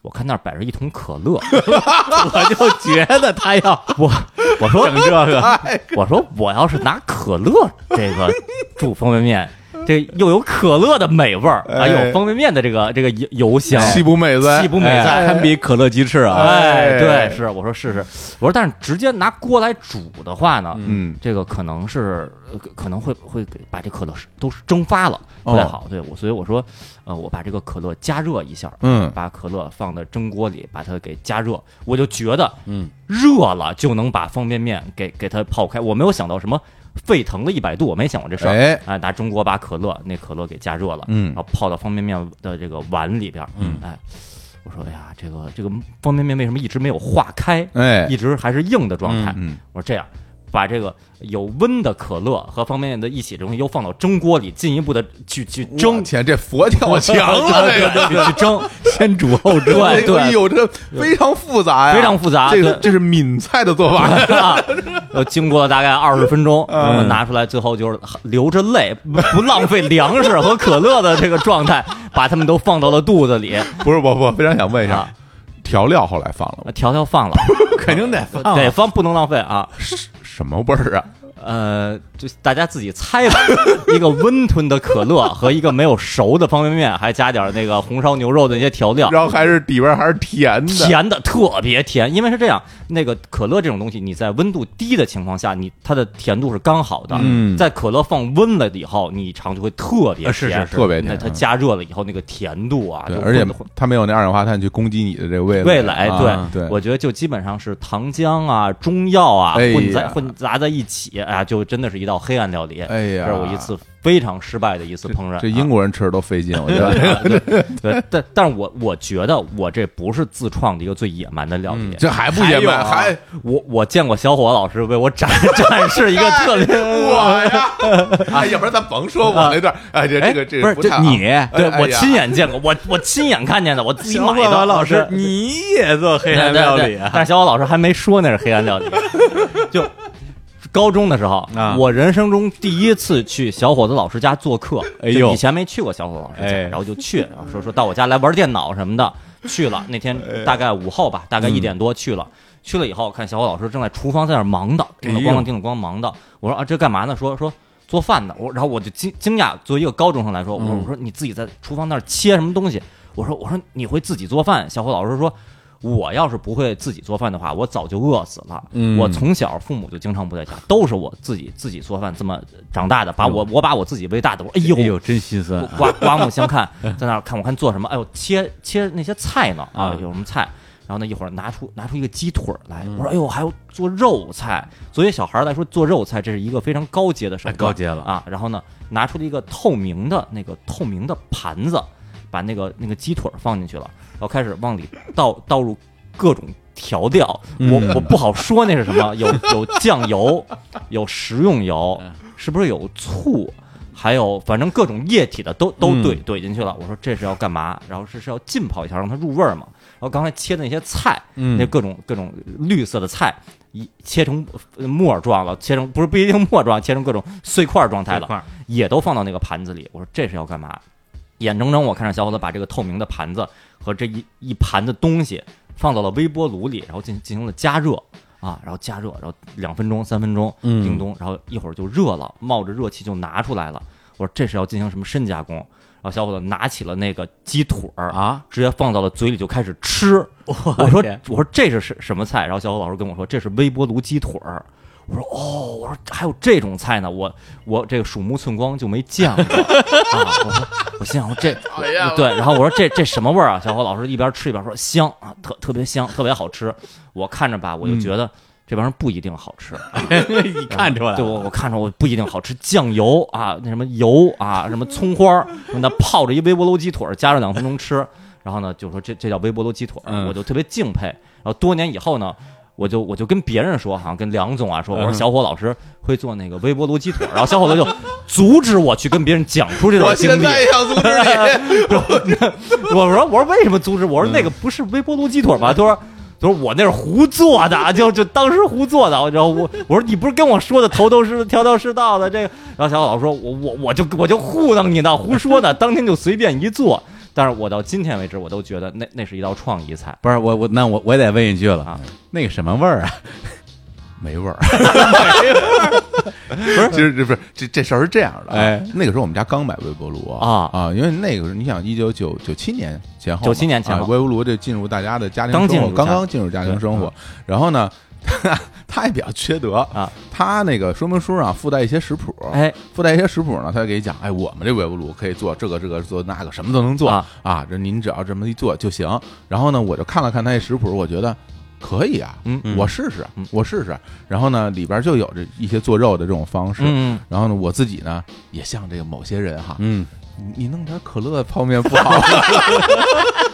我看那儿摆着一桶可乐， 我就觉得他要我我说整这个，我说我要是拿可乐这个煮方便面，这又有可乐的美味儿，哎还有方便面的这个这个油油香，西部妹子，西部美哎在。堪比可乐鸡翅啊！哎，哎对，是我说试试，我说但是直接拿锅来煮的话呢，嗯，这个可能是呃可可能会会给把这可乐是都是蒸发了，不太好。对我，所以我说，呃，我把这个可乐加热一下，嗯把可乐放到蒸锅里，把它给加热，我就觉得，嗯，热了就能把方便面给给它泡开。我没有想到什么沸腾了一百度，我没想过这事儿。哎，哎，拿蒸锅把可乐那可乐给加热了，嗯然后泡到方便面的这个碗里边，嗯，哎，我说，哎呀，这个这个方便面为什么一直没有化开，哎，一直还是硬的状态？嗯，我说这样，把这个有温的可乐和方便面的一起的东西又放到蒸锅里，进一步的去去我蒸，天，这佛 跳墙了，这个。对，去蒸，先煮后蒸， 对对哎呦，这非常复杂呀，非常复杂这个对这是闽菜的做 法，啊，呃，经过了大概二十分嗯钟，我们拿出来，最后就是流着泪，不不浪费粮食和可乐的这个状态， 把它们都放到了肚子里，不是？我我非常想问一下啊，调料后来放了吗？调 调放了，肯定得放对，方不能浪费啊，什么味儿啊？呃，就大家自己猜吧， 一个温吞的可乐和一个没有熟的方便面，还加点那个红烧牛肉的一些调料，然后还是里边还是甜的，甜的特别甜，因为是这样，那个可乐这种东西，你在温度低的情况下，你它的甜度是刚好的。嗯在可乐放温了以后，你一尝就会特别甜，啊是是是呃特别甜嗯那它加热了以后，那个甜度啊，对，就而且混混它没有那二氧化碳去攻击你的这个味味蕾，蕾，啊哎对对，我觉得就基本上是糖浆啊、中药啊哎呀混在混杂在一起啊，就真的是一道黑暗料理。哎呀这是我一次非常失败的一次烹饪。这英啊国人吃的都费劲，我觉得。对对对，但但是我我觉得我这不是自创的一个最野蛮的料理，这还不野蛮，还我我见过小伙老师为我展 展示一个特别。我 呀！哎，要不然咱甭说我那段，啊哎， 这这个这不个是太这好你对哎，呀我亲眼见过，我我亲眼看见的，我自己小买伙的。伴老师，对你也做黑暗料理啊？但是小伙老师还没说那是黑暗料理， 就高中的时候啊，我人生中第一次去小伙子老师家做客，哎呦就以前没去过小伙子老师哎家，然后就去，然后说说到我家来玩电脑什么的，去哎了。那天大概午后吧，大概一点多去了。去了以后，看小伙老师正在厨房在那儿忙的，叮了哎咣呦啷叮了咣忙的。我说啊，这干嘛呢？说说做饭呢。我然后我就惊惊讶，作为一个高中生来说，我说我说你自己在厨房那儿切什么东西？我说我说你会自己做饭？小伙老师说我要是不会自己做饭的话，我早就饿死了。嗯我从小父母就经常不在家，都是我自己自己做饭这么长大的，把我我把我自己喂大的。我哎呦，哎呦，真心酸啊！刮刮目相看， 在那儿看我看做什么，哎呦，切切那些菜呢啊啊，有什么菜？然后呢，一会儿拿出拿出一个鸡腿儿嗯来，我说哎呦，还有做肉菜。作为小孩儿来说，做肉菜这是一个非常高阶的手太段，哎高阶了啊。然后呢，拿出了一个透明的那个透明的盘子，把那个那个鸡腿儿放进去了，然后开始往里倒倒入各种调料，嗯我我不好说那是什么，有有酱油，有食用油，是不是有醋？还有，反正各种液体的都都嗯怼怼进去了。我说这是要干嘛？然后是是要浸泡一下，让它入味儿嘛。然后刚才切的那些菜，嗯那各种各种绿色的菜，一切成呃沫儿状了，切成不是不一定沫儿状，切成各种碎块儿状态了。块儿也都放到那个盘子里。我说这是要干嘛？眼睁睁我看着小伙子把这个透明的盘子和这一一盘的东西放到了微波炉里，然后进进行了加热啊，然后加热，然后两分钟、三分钟，嗯叮咚，然后一会儿就热了，冒着热气就拿出来了。我说这是要进行什么深加工？然后小伙子拿起了那个鸡腿儿，啊！ 直接放到了嘴里就开始吃。我说天我说这是什什么菜？然后小伙老师跟我说这是微波炉鸡腿儿。我说哦，我说还有这种菜呢，我我这个鼠目寸光就没见过啊！我说我心想说这对，然后我说这这什么味儿啊？小伙老师一边吃一边说香啊，特特别香，特别好吃。我看着吧，我就觉得这玩意儿不一定好吃。一看出来对了，我我看着我不一定好吃，酱油啊，那什么油啊，什么葱花儿什么的，泡着一微波炉鸡腿儿，加热两分钟吃。然后呢，就说这这叫微波炉鸡腿儿，嗯我就特别敬佩。然后多年以后呢，我就我就跟别人说，好像跟梁总啊说，我说嗯小伙老师会做那个微波炉鸡腿儿，然后小伙子就阻止我去跟别人讲出这我段经现历。在也想阻止 你，我说我说为什么阻止？我说那个不是微波炉鸡腿吗？他说。他说我那是胡做的，就就当时胡做的。然后我我说你不是跟我说的头头是条条是道的这个，然后小老师说我我我就我就糊弄你呢，胡说的，当天就随便一做。但是我到今天为止，我都觉得那那是一道创意菜。不是我我那我我也得问一句了啊，那个什么味儿啊？没 味儿，不是，其实这不是这这事儿是这样的，啊哎，那个时候我们家刚买微波炉啊啊因为那个时候你想，一九九九七年前后嘛， 97年前后啊微波炉就进入大家的家庭刚生活，进入刚家嗯刚进入家庭生活，然后呢。他他也比较缺德啊，他那个说明书上附带一些食谱，哎，附带一些食谱呢，他就给你讲，哎，我们这微波炉可以做这个这个做那个，什么都能做啊这您只要这么一做就行。然后呢，我就看了看他这食谱，我觉得可以啊，嗯我试试嗯，我试试。然后呢，里边就有这一些做肉的这种方式。嗯，然后呢，我自己呢也像这个某些人哈，嗯，你你弄点可乐泡面不好吗？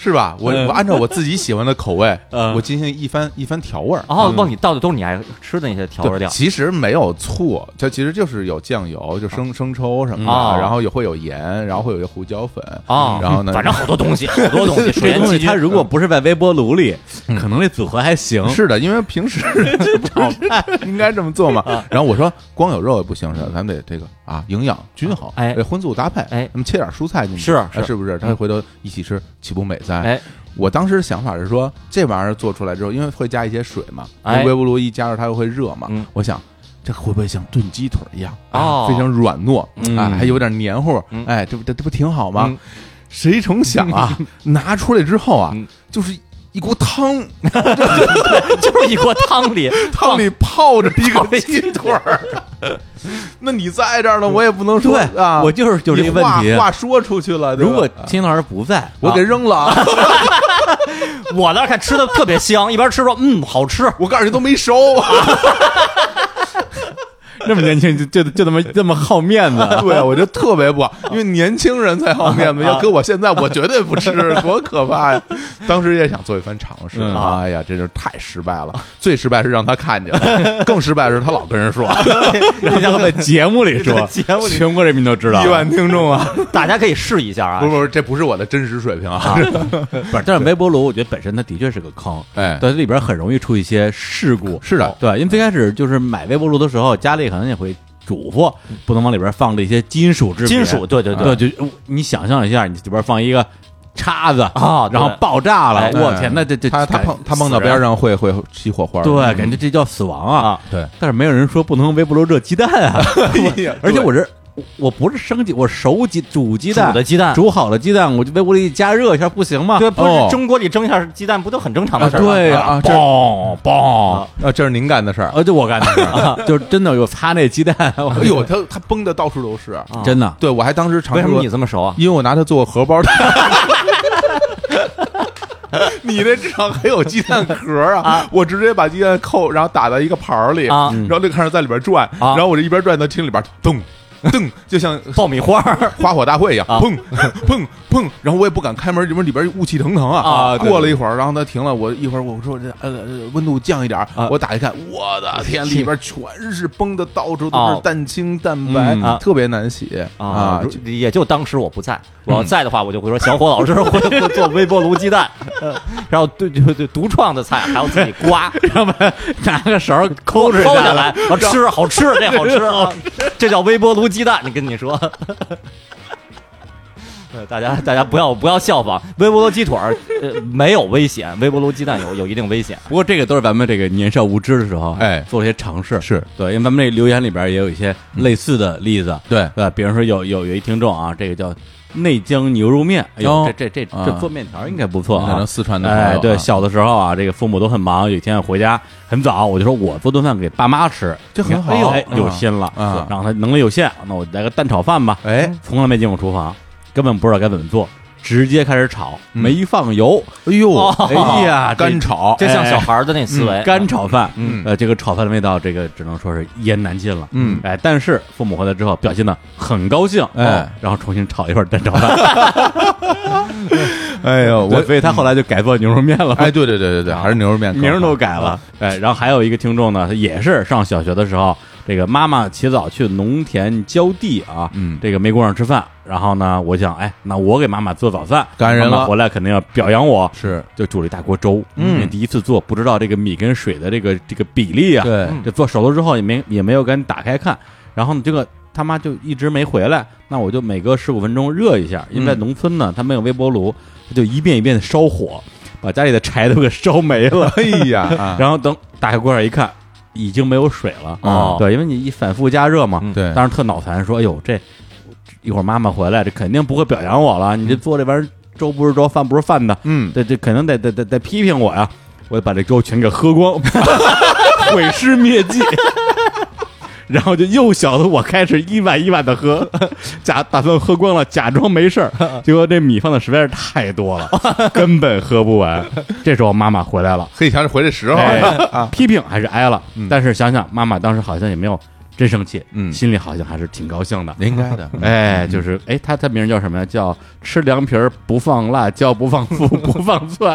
是吧？我嗯我按照我自己喜欢的口味，嗯我进行一番一番调味儿。然后往里倒的都是你爱吃的那些调哦味对，料。其实没有醋，它其实就是有酱油，就生生抽什么哦的，然后也会有盐，然后会有一胡椒粉哦然后呢，反正好多东西，好多东 西，水这源东西其它它如果不是在微波炉里，可能这组合还行。嗯是的，因为平 时不是应该这么做嘛。啊然后我说光有肉也不行，是吧咱们得这个啊，营养均衡，哎得荤素搭配，哎咱们切点蔬菜进去，是哎是嗯是不是？他回头一起吃，岂不美哉？哎，我当时想法是说，这玩意儿做出来之后，因为会加一些水嘛，因哎为微波炉一加热它又会热嘛嗯，我想。这会不会像炖鸡腿一样啊哦非常软糯，哎，还有点黏糊嗯，哎，这不这这不挺好吗嗯？谁成想 啊，拿出来之后啊嗯，就是一锅汤，就是一锅汤里汤里泡着一个鸡腿儿。 那你在这儿呢，我也不能说对啊，我就是就是这个你问话题话说出去了，对吧如果秦老师不在，我给扔了啊，我那儿看吃的特别香，一边吃说嗯好吃，我告诉你都没熟。这么年轻就就就这么这么好面子， 对，啊我觉得特别不好，因为年轻人才好面子，要搁我现在，我绝对不吃，多可怕呀！当时也想做一番尝试，嗯哎呀，这就是太失败了。最失败是让他看见了，更失败的是他老跟人说，然后在节目里说，在节目里全国人民都知道亿。万听众啊，大家可以试一下啊不是。不是，这不是我的真实水平啊，不是，但是微波炉我觉得本身它的确是个坑， 哎对，它里边很容易出一些事故。是的对，因为最开始就是买微波炉的时候，家里可能也会嘱咐，不能往里边放这些金属制品。嗯金属，对对对对，就你想象一下，你里边放一个叉子啊对然后爆炸了，哎我天，那这这他他感碰他碰到边上会会起火花，嗯死人，嗯对，感觉这叫死亡啊。对，但是没有人说不能用微波炉热鸡蛋啊， 哎呀而且我这我不是生鸡，我熟鸡煮鸡蛋，煮的鸡蛋，煮好了鸡蛋，我就微波炉里加热一下，不行吗？对，不哦是蒸锅里蒸一下鸡蛋，不都很正常的啊事儿吗？对啊，这嘣嘣，啊这是您干的事儿。呃，就我干的事儿，就是真的有擦那鸡蛋，我 哎呦，他他崩的到处都是。啊真 的，对我还当时尝为试什过么你这么熟啊？因为我拿它做荷包 蛋。你这至少还有鸡蛋壳啊！ 我直接把鸡蛋扣，然后打到一个盘儿里，嗯啊然后就开始在里边转，啊然后我这一边转，能听里边咚咚，就 像爆米花儿，花火大会一样，砰 砰砰，然后我也不敢开门，因为里边雾气腾腾啊。啊对过了一会儿，然后它停了，我一会儿我说这呃呃温度降一点儿，我打开看，我的天，里边全是崩的，到处都是哦蛋清蛋白嗯，啊特别难洗啊啊，就，也就当时我不在，我要在的话，我就会说小伙老师回去做微波炉鸡蛋，呃然后对对对，独创的菜还要自己刮，要不然拿个勺儿抠抠着下来，啊，吃好吃，这 好吃啊，这叫微波炉鸡蛋，你跟你说。呃，大家大家不要不要效仿微波炉鸡腿儿，呃，没有危险，微波炉鸡蛋有有一定危险。不过这个都是咱们这个年少无知的时候，啊哎做了些尝试。是对，因为咱们这个留言里边也有一些类似的例子，对对吧？比如说有有有一听众啊，这个叫内江牛肉面，哎呦哦，这这这啊这做面条应该不错可啊能。四川的朋友啊哎，对，小的时候啊，这个父母都很忙，有一天回家很早，我就说我做顿饭给爸妈吃，这很好哎呦哎嗯有心了。啊然后他能力有限，那我来个蛋炒饭吧。哎，从来没进过厨房，根本不知道该怎么做，直接开始炒，嗯没放油，哎呦，哎呀这干炒，这像哎小孩儿的那思维，啊干炒饭，嗯呃，这个炒饭的味道，这个只能说是一言难尽了，嗯哎，但是父母回来之后表现的很高兴，哎哦然后重新炒一份蛋炒饭， 哎呦，我对所以他后来就改做牛肉面了， 哎，对对对对对，还是牛肉面啊更好，名儿都改了，哎，然后还有一个听众呢，也是上小学的时候，这个妈妈起早去农田浇地啊，嗯这个没工夫吃饭，然后呢，我想，哎，那我给妈妈做早饭，感人了妈妈回来肯定要表扬我，是，就煮了一大锅粥，嗯因为第一次做，不知道这个米跟水的这个这个比例啊，对这做熟了之后也没也没有敢打开看，然后呢，这个他妈就一直没回来，那我就每隔十五分钟热一下，因为在嗯农村呢，他没有微波炉，他就一遍一遍的烧火，把家里的柴都给烧没了，哎呀，啊然后等打开锅盖一看，已经没有水了，哦对，因为你一反复加热嘛，嗯对，当时特脑残，说：“哎呦，这一会儿妈妈回来，这肯定不会表扬我了。你这做这玩意儿，粥不是粥，饭不是饭的， 嗯，这这肯定得得得得批评我呀！我得把这粥全给喝光， 毁尸灭迹。” 然后就幼小的我开始一碗一碗的喝，假打算喝光了，假装没事儿，结果这米放的实在是太多了， 根本喝不完。这时候妈妈回来了，黑强是回这时候哎了啊，批评还是挨了，嗯但是想想妈妈当时好像也没有真生气，嗯心里好像还是挺高兴的。应 该的，哎，就是哎，他他名叫什么呀？叫吃凉皮儿不放辣椒，不放醋，不放蒜，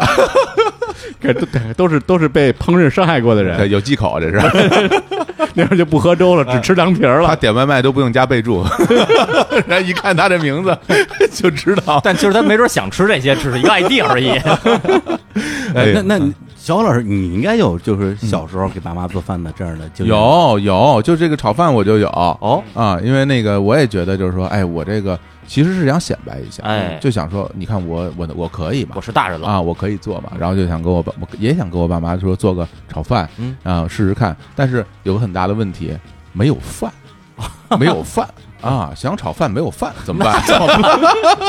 可都都是都是被烹饪伤害过的对人，有忌口这是，那时候就不喝粥了，只吃凉皮儿哎他了。点外卖都不用加备注， 人家一看他这名字 就知道，但其实他没准想吃这些，只是一个 idea 而已。哎那那你小老师，你应该有就是小时候给爸妈做饭的这样的经历，有有，就这个炒饭我就有哦，啊，因为那个我也觉得就是说，哎，我这个其实是想显摆一下，哎就想说，你看我我我可以嘛我，是大人了，啊，我可以做嘛，然后就想跟我爸，我也想跟我爸妈说做个炒饭，嗯啊，试试看，但是有个很大的问题，没有饭，没有饭啊，想炒饭没有饭怎么办？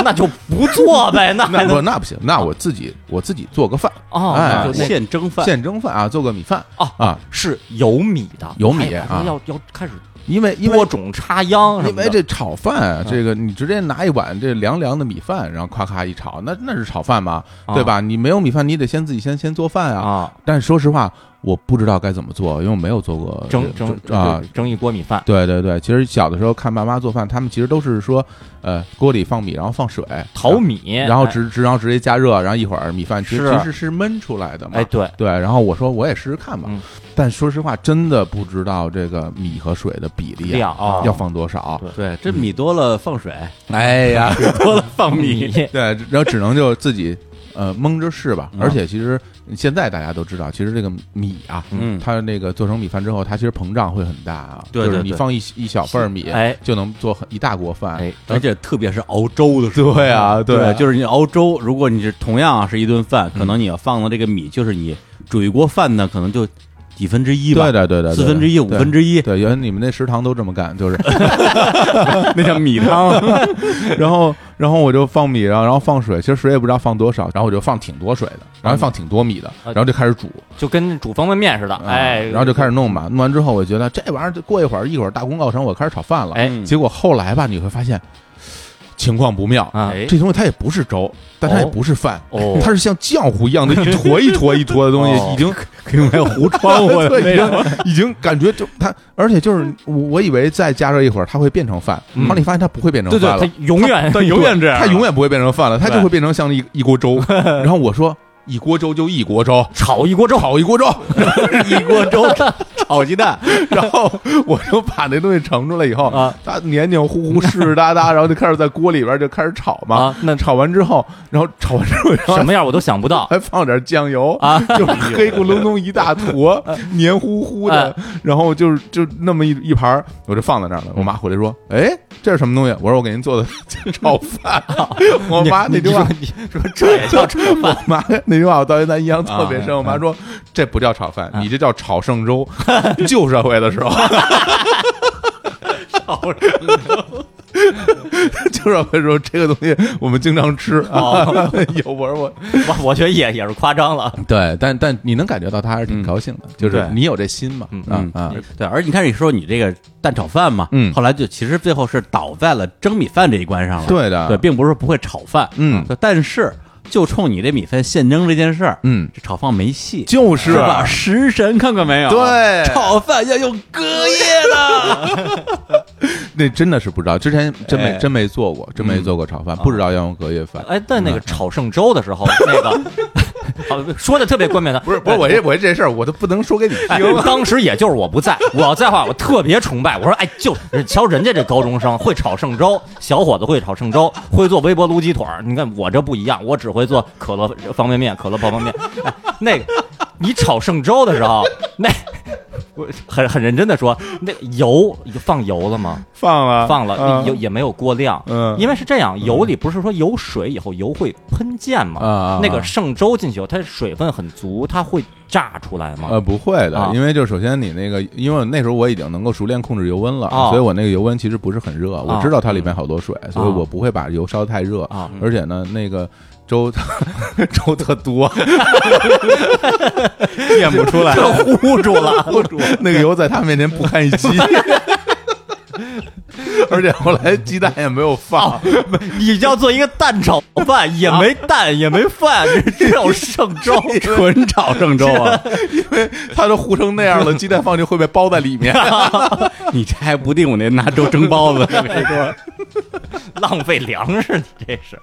那就不做呗，那还那能不那不行，那我自己我自己做个饭，哦，哎那就那啊现蒸饭，现蒸饭啊，做个米饭哦啊，是有米的，有米哎啊要要开始因为因为多种插秧什因么的，嗯为这炒饭，啊这个你直接拿一碗这凉凉的米饭，然后咔咔一炒，那那是炒饭吗？啊对吧？你没有米饭，你得先自己先先做饭啊。啊，但是说实话，我不知道该怎么做，因为我没有做过蒸蒸啊对。蒸一锅米饭，对对对，其实小的时候看爸妈做饭，他们其实都是说，呃，锅里放米，然后放水，淘米，然后直直然后直接加热，然后一会儿米饭其实是啊其实是焖出来的嘛。哎哎对，对，然后我说我也试试看吧，嗯但说实话，真的不知道这个米和水的比例啊、量啊要放多少。对，这米多了放水，哎呀，多了放米米，对，然后只能就自己呃蒙着试嗯吧。而且其实现在大家都知道，其实这个米啊，嗯它那个做成米饭之后，它其实膨胀会很大啊。对就是对你对放一一小份儿米，哎就能做很一大锅饭。哎而且特别是熬粥的时候，对啊，啊，就是你熬粥，如嗯果你是同样啊是一顿饭，可能你要放的这个米，就是你煮一锅饭呢，可能就几分之一吧，对对对对，四分之一、五分之之一，对，原来你们那食堂都这么干，就是，那叫米汤。 然后然后我就放米，啊然后然后放水，其实水也不知道放多少，然后我就放挺多水的，然后放挺多米的，然后就开始煮，就跟煮方便面似的，嗯啊哎，嗯然后就开始弄吧，弄完之后我觉得这玩意儿过一会儿一会儿大功告成，我开始炒饭了，哎结果后来吧，你会发现情况不妙，啊，这东西它也不是粥，但它也不是饭，哦它是像浆糊一样的一坨一坨一坨的东西，哦已经可以用来糊窗户的 对那已种。经已经感觉就它，而且就是我我以为再加热一会儿它会变成饭，嗯后来你发现它不会变成对对，饭了它，永 远它永远这样，它永远不会变成饭了，它就对会变成像一一锅粥。然后我说一锅粥就一锅粥，炒一锅粥，炒一 锅粥，一锅粥炒鸡蛋，然后我就把那东西盛出来以后啊，它黏黏糊糊、湿湿哒哒，然后就开始在锅里边就开始炒嘛啊。 那炒完之后，然后炒完之后，然后什么样我都想不到。还放点酱油啊，就是黑咕隆咚一大坨，黏糊糊啊的，然后就是就那么一一盘儿，我就放在那儿了。我妈回来说：“哎，这是什么东西？”我说：“我给您做的 炒饭。”我妈那句话，啊你说这也叫炒饭？我 妈那句话我到现在印象特别深。啊我妈说：“这不叫炒饭，你这叫炒剩粥。”旧社会的 时候，旧社会的时候，这个东西我们经常吃啊。有我说我我我觉得也也是夸张了。对，但但你能感觉到他还是挺高兴的，就是对你有这心嘛嗯，啊嗯啊，对，而你看你说你这个蛋炒饭嘛，嗯后来就其实最后是倒在了蒸米饭这一关上了，对的对，并不是不会炒饭，嗯，但是就冲你这米饭现蒸这件事儿，嗯这炒饭没戏，就是是啊吧？食神看看没有？对炒饭要用隔夜的，那真的是不知道，之前真没哎真没做过，真没做过炒饭，不知道要用隔夜饭。哎，在那个炒剩粥的时候，那个 哦说的特别冠冕堂，不是不是，我这我这事儿我都不能说给你哎听。当时也就是我不在，我要在的话，我特别崇拜。我说，哎，就瞧人家这高中生会炒剩粥，小伙子会炒剩粥，会做微波炉鸡腿儿。你看我这不一样，我只会做可乐方便面、可乐泡方便面。哎，那个你炒剩粥的时候，那我很很认真的说，那个油放油了吗？放了放了，嗯也也没有过量。嗯因为是这样，油里不是说有水以后油会喷溅啊啊吗啊？那个剩粥进去以后，它水分很足，它会炸出来吗？呃，不会的啊，因为就是首先你那个，因为我那时候我已经能够熟练控制油温了，哦所以我那个油温其实不是很热，我知道它里面好多水，所以啊我不会把油烧得太热，啊而且呢，那个粥粥特 多，念不出来，糊住 了。那个油在他面前不堪一击。 而且后来鸡蛋也没有放， 你要做一个蛋炒饭，也没蛋，也没饭， 只有剩粥。纯炒郑州啊！它都糊成那样了，鸡蛋放进去会被包在里面。你这还不定我那拿粥蒸 包子，别说，浪费粮食，你这是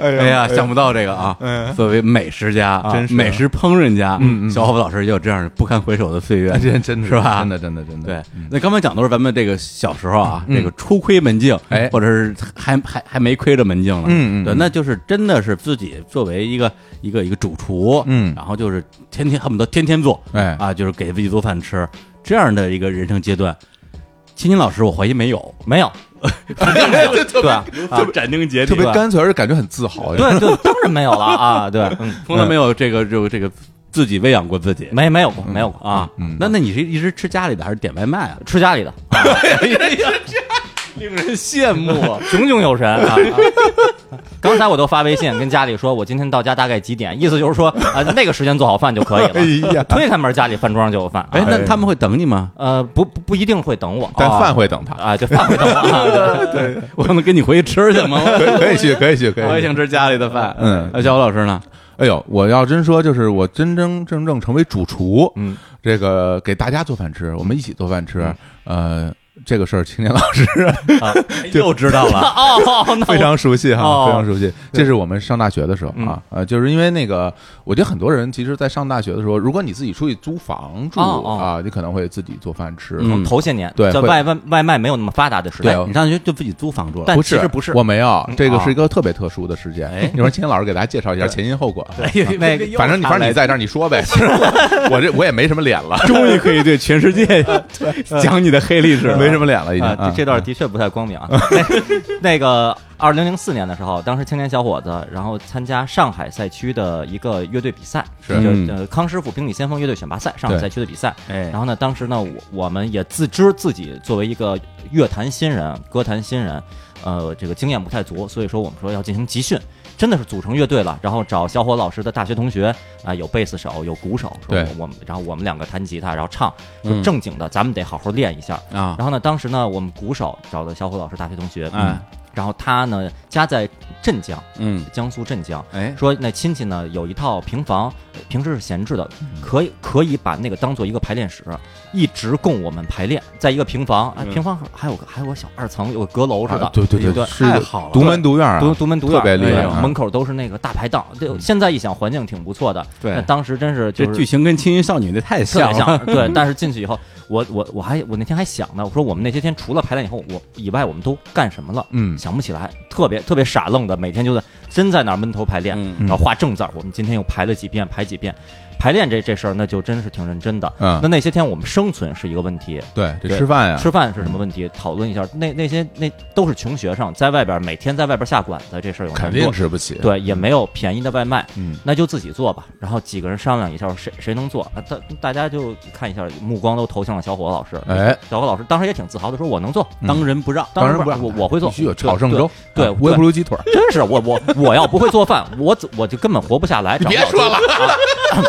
哎哎呀，想不到这个啊！嗯作为美食家、啊啊真是嗯美食烹饪家，小伙子老师也有这样不堪回首的岁月， 真真的是吧真的真的真的。对，嗯那刚才讲都是咱们这个小时候啊，这个初窥门径，哎或者是还还还没窥着门径呢，嗯嗯对，嗯那就是真的是自己作为一个一个一个主厨，嗯然后就是天天恨不得天天做，哎啊，就是给自己做饭吃这样的一个人生阶段，青青老师，我怀疑没 有，没有， 对吧？啊，斩钉截特铁，别对吧干脆，而且感觉很自豪。对对，当然没有了 啊，对，嗯，从来没有这个这个这个自己喂养过自己没没有过，嗯没有过啊啊，那那你是一直吃家里的还是点外卖啊？吃家里的， 令人羡嗯慕啊！ 炯炯有 神啊。啊刚才我都发微信跟家里说，我今天到家大概几点，意思就 是说啊，那个时间做好饭就可以哎了。呀，推开门，家里饭桌上就有饭。哎啊，那他们会等你吗？呃，不不不一定会等我， 但啊饭会等他，啊，对，饭会等我 啊。对对对我能跟你回去吃去吗？可以可以去，可以去，我可也以去。想吃家里的饭。嗯那小虎老师呢？哎呦，我要真说，就是我真真正正成为主厨，嗯，这个给大家做饭吃，我们一起做饭吃，嗯呃，这个事儿，青年老师哎又知道 了，哦，那我非常熟悉哈，哦嗯非常熟悉。这是我们上大学的时候啊，呃，就是因为那个，我觉得很多人其实，在上大学的时候，如果你自己出去租房住哦哦啊，你可能会自己做饭吃。嗯头些年，对在会外外外卖没有那么发达的时代对，哎你上学就自己租房住了。但不其实不是我没有，这个啊是一个特别特殊的事件。哎一会儿青年老师给大家介绍一下前因后果。对，对那个反正你 反正你在这儿，你说 呗，我这我也没什么脸了。终于可以对全世界 讲你的黑历史了。没什么脸了，已经。啊，这啊这段的确不太光 明啊。那那个二零零四年的时候，当时青年小伙子然后参加上海赛区的一个乐队比赛，是就是嗯呃康师傅兵力先锋乐队选拔赛上海赛区的比赛。哎然后呢，当时呢，我我们也自知自己作为一个乐坛新人、歌坛新人，呃，这个经验不太足，所以说我们说要进行集训，真的是组成乐队了，然后找小伙老师的大学同学啊、有贝斯手，有鼓手，说对我我们，然后我们两个弹吉他，然后唱，说嗯正经的，咱们得好好练一下。啊，然后呢，当时呢，我们鼓手找的小虎老师大学同学，嗯哎，然后他呢家在镇江，嗯，江苏镇江， 哎，说那亲戚呢有一套平房，平时是闲置的，嗯可以可以把那个当做一个排练室，一直供我们排练，在一个平房，哎，平房还有个还有个小二层，有个阁楼似的嗯啊，对对有对，个哎是太好了独门独院啊，独独门独院，特别厉害对啊嗯门口都是那个大排档，对，现在一想环境挺不错的，对那当时真是就这是剧情跟《青音少女》那太特别了，啊像，对。但是进去以后，我我我还我那天还想呢，我说我们那些天除了排练以后我以外，我们都干什么了？嗯，想不起来，特别特别傻愣的，每天就在真在那儿闷头排练，嗯然后画正字儿。我们今天又排了几遍，排几遍，排练这这事儿那就真是挺认真的。嗯那那些天我们生存是一个问题，对，这对吃饭呀，吃饭是什么问题？讨论一下。那那些那都是穷学生，在外边每天在外边下馆子，这事儿有难肯度定嗯吃不起。对，也没有便宜的外卖，嗯，那就自己做吧。然后几个人商量一下，谁谁能做，啊大大家就看一下，目光都投向了小伙老师。哎，小伙老师当时也挺自豪的说：“我能做，嗯当仁不让，当然然不让我我会做，必须有炒剩对粥，对啊对微波炉鸡 腿儿。真是我我我要不会做饭，我怎我就根本活不下来。你别找不说到了工作啊，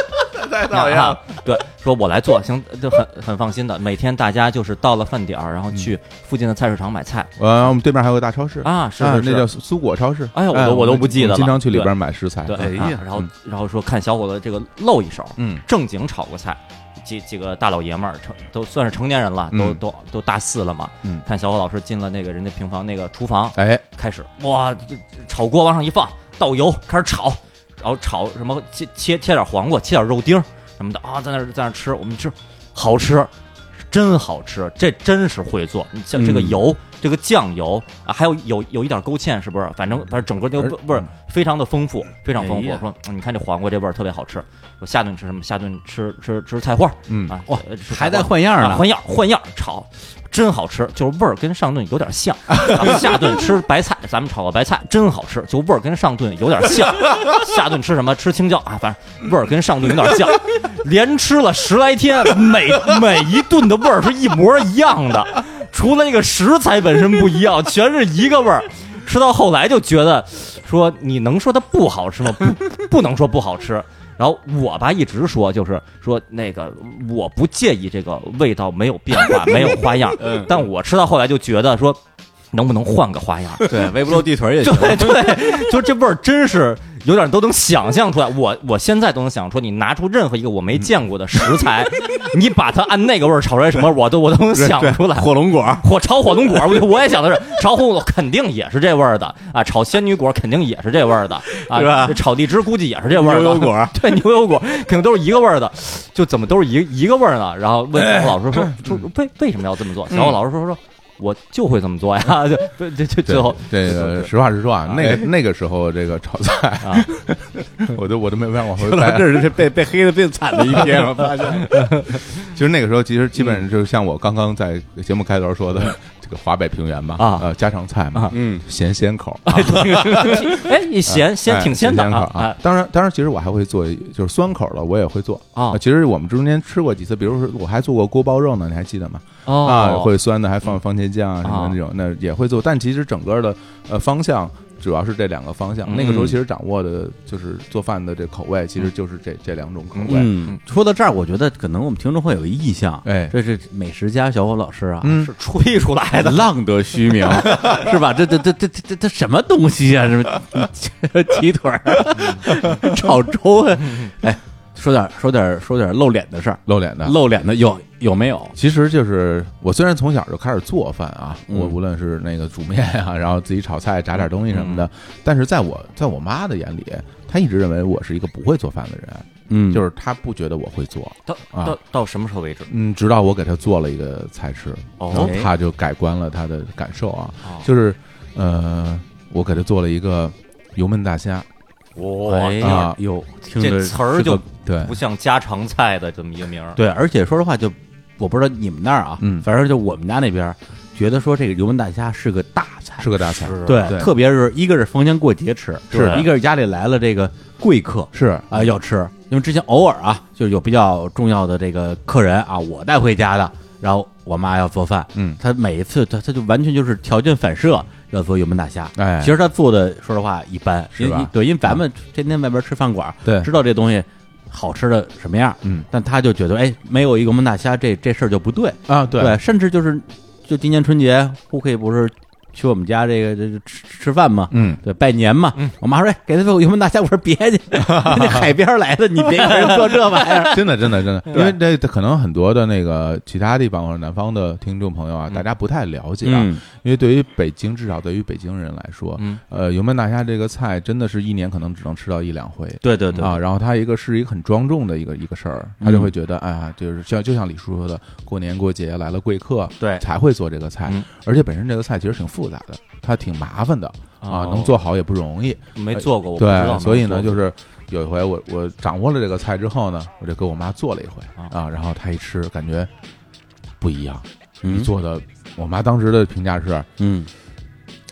太那啊，对，说我来做，行，就很很放心的。每天大家就是到了饭点儿，然后去附近的菜市场买菜呃，我们对面还有个大超市，啊，是啊是那叫是，苏苏果超市。哎呀我都我都们不记得了经常去里边买食材。对，哎啊呀然后然后说看小伙子这个露一手，嗯，正经炒过菜，几几个大老爷们儿成都算是成年人了，都、嗯都都大四了嘛。嗯看小伙老师进了那个人家平房那个厨房，哎，开始哇，这这炒锅往上一放，倒油开始炒，然后炒什么切切切点黄瓜，切点肉丁儿什么的啊，在那儿在那儿吃，我们吃，好吃，真好吃，这真是会做。你像这个嗯油，这个酱油啊，还有有有一点勾芡，是不是？反正反正整个那个而味儿非常的丰富，非常丰富。嗯哎呀我说嗯你看这黄瓜这味儿特别好吃，我下顿吃什么？下顿吃吃吃菜花儿嗯，啊，哇呃吃还菜花在儿换样啊呢，换样换样炒，真好吃，就是味儿跟上顿有 点像。然后下顿吃白菜，咱们炒个白菜真好吃，就味儿跟上顿有点 像。下顿吃什么？吃青椒啊，反正味儿跟上顿 有点像。连吃了十来天，每每一顿的味儿是一模一样的，除了那个食材本身不一样，全是一个味儿。吃到后来就觉得，说你能说它不好吃吗？不，不能说不好吃。然后我吧一直说，就是说那个我不介意这个味道没有变化，没有花样。但我吃到后来就觉得说，能不能换个花样？对，微波炉地腿也行，对对，就这味儿真是有点都能想象出来。我我现在都能想出，你拿出任何一个我没见过的食材，你把它按那个味儿炒出来什么，我都我都能想出来。火龙果，火炒火龙果，我我也想的是，炒火龙果肯定也是这味儿的啊，炒仙女果肯定也是这味儿的啊，是吧炒荔枝估计也是这味儿的，牛油果 对，牛油果肯定都是一个味儿的，就怎么都是一一个味儿呢？然后问小伙老师说，说说为为什么要这么做？小伙老师说说。我就会这么做呀， 就就就最后对这个实话实说啊，那个那个时候这个炒菜哎啊， 我都我都没办法往回 说到掰这。儿，这被被黑的最惨的一 天，我发现。其实那个时候，其实基本嗯上就是像我刚刚在节目开头说的， 这个华北平原嘛，啊呃，家常菜嘛啊，嗯，咸鲜口，啊 哎，你咸哎鲜挺咸鲜的口啊当然，当然，其实我还会做，就是酸口的我也会做啊其实我们中间吃过几次，比如说我还做过锅包肉呢，你还记得吗？哦啊，会酸的，还放番茄酱啊什么啊那种，那也会做。但其实整个的呃方向主要是这两个方向。那个时候嗯其实掌握的就是做饭的这口味，嗯其实就是这这两种口味。嗯，说到这儿，我觉得可能我们听众会有个意向，哎这是美食家小伙老师啊，嗯是吹出来的，浪得虚 名，是吧？这这这这这这这什么东西啊？什么 鸡腿儿、炒粥啊？哎，说点说点说点露脸的事儿，露脸的，露脸的有有没有？其实就是我虽然从小就开始做饭啊，嗯我无论是那个煮面啊， 然后自己炒菜、炸点东西什么的，但是在我在我妈的眼里，她一直认为我是一个不会做饭的人，嗯就是是她不觉得我会做。到啊到到什么时候为止？嗯，直到我给她做了一个菜吃，哦然后她就改观了她的感受啊。哦就是呃，我给他做了一个油焖大虾，哦哇哎呀呀，有听着这词儿是个就对不像家常菜的这么一个名儿。对，而且说实话，就我不知道你们那儿啊，嗯反正就我们家那边儿，觉得说这个油焖大虾是个大菜，是个大菜，对，对啊特别是一个是逢年过节吃，是一个是家里来了这个贵客是啊、要吃，因为之前偶尔啊，就是有比较重要的这个客人啊，我带回家的，然后我妈要做饭，嗯她每一次她她就完全就是条件反射要做油焖大虾，哎其实她做的说实话一般，是吧嗯因对，因为咱们天天外边吃饭馆，对知道这东西好吃的什么样，嗯但她就觉得哎，没有一个油焖大虾这这事儿就不对，啊，对，甚至就是就今年春节，胡可以不是去我们家这个这这吃吃饭吗？嗯，对，拜年嘛。我妈说：“哎，给他做个油焖大虾。”我说：“别 去，那海边来的，你别给人做这玩意儿。真的，真的，真的，因为这可能很多的那个其他地方或者南方的听众朋友嗯啊，大家不太了解啊，嗯因为对于北京，至少对于北京人来说，嗯呃，油焖大虾这个菜真的是一年可能只能吃到一两回”。对对对啊，然后它一个是一个很庄重的一个一个事儿，嗯他就会觉得，哎呀，就是像就像李叔说的，过年过节来了贵客，对才会做这个菜嗯，而且本身这个菜其实挺复杂的，它挺麻烦的啊，哦能做好也不容易，没做过，我不知道对，能所以做呢，过就是有一回我我掌握了这个菜之后呢，我就给我妈做了一回啊啊，然后她一吃感觉不一样，你嗯做的，我妈当时的评价是，嗯，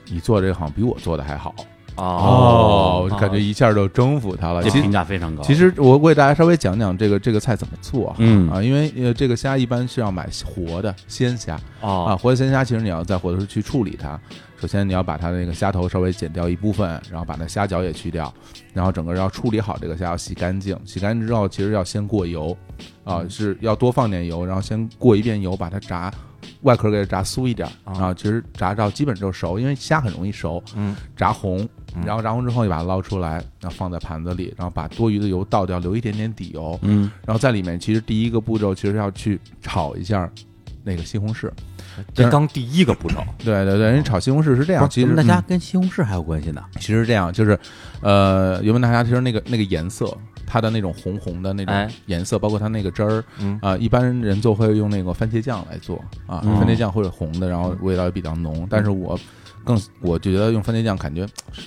你做这个好像比我做的还好啊哦啊我，就感觉一下就征服她了。这啊其评实价非常高。其实我我给大家稍微讲讲这个这个菜怎么做啊，嗯啊，因为呃这个虾一般是要买活的鲜虾，啊，哦活的鲜虾其实你要在活的时候去处理它，首先你要把它那个虾头稍微剪掉一部分，然后把那虾脚也去掉，然后整个要处理好这个虾，要洗干净。洗干净之后，其实要先过油，嗯啊，是要多放点油，然后先过一遍油，把它炸。外壳给它炸酥一点，啊然后其实炸到基本就熟，因为虾很容易熟，嗯，炸红，嗯然后炸红之后你把它捞出来，然后放在盘子里，然后把多余的油倒掉，留一点点底油，嗯，然后在里面其实第一个步骤其实要去炒一下那个西红柿，这刚第一个步骤，对对对，人炒西红柿是这样，不是其油实焖大虾嗯跟西红柿还有关系呢。其实这样就是，呃，油焖大虾其实那个那个颜色，它的那种红红的那哎种颜色，包括它那个汁儿嗯啊、一般人做会用那个番茄酱来做啊，嗯番茄酱或者红的，然后味道也比较浓，但是我更我觉得用番茄酱感觉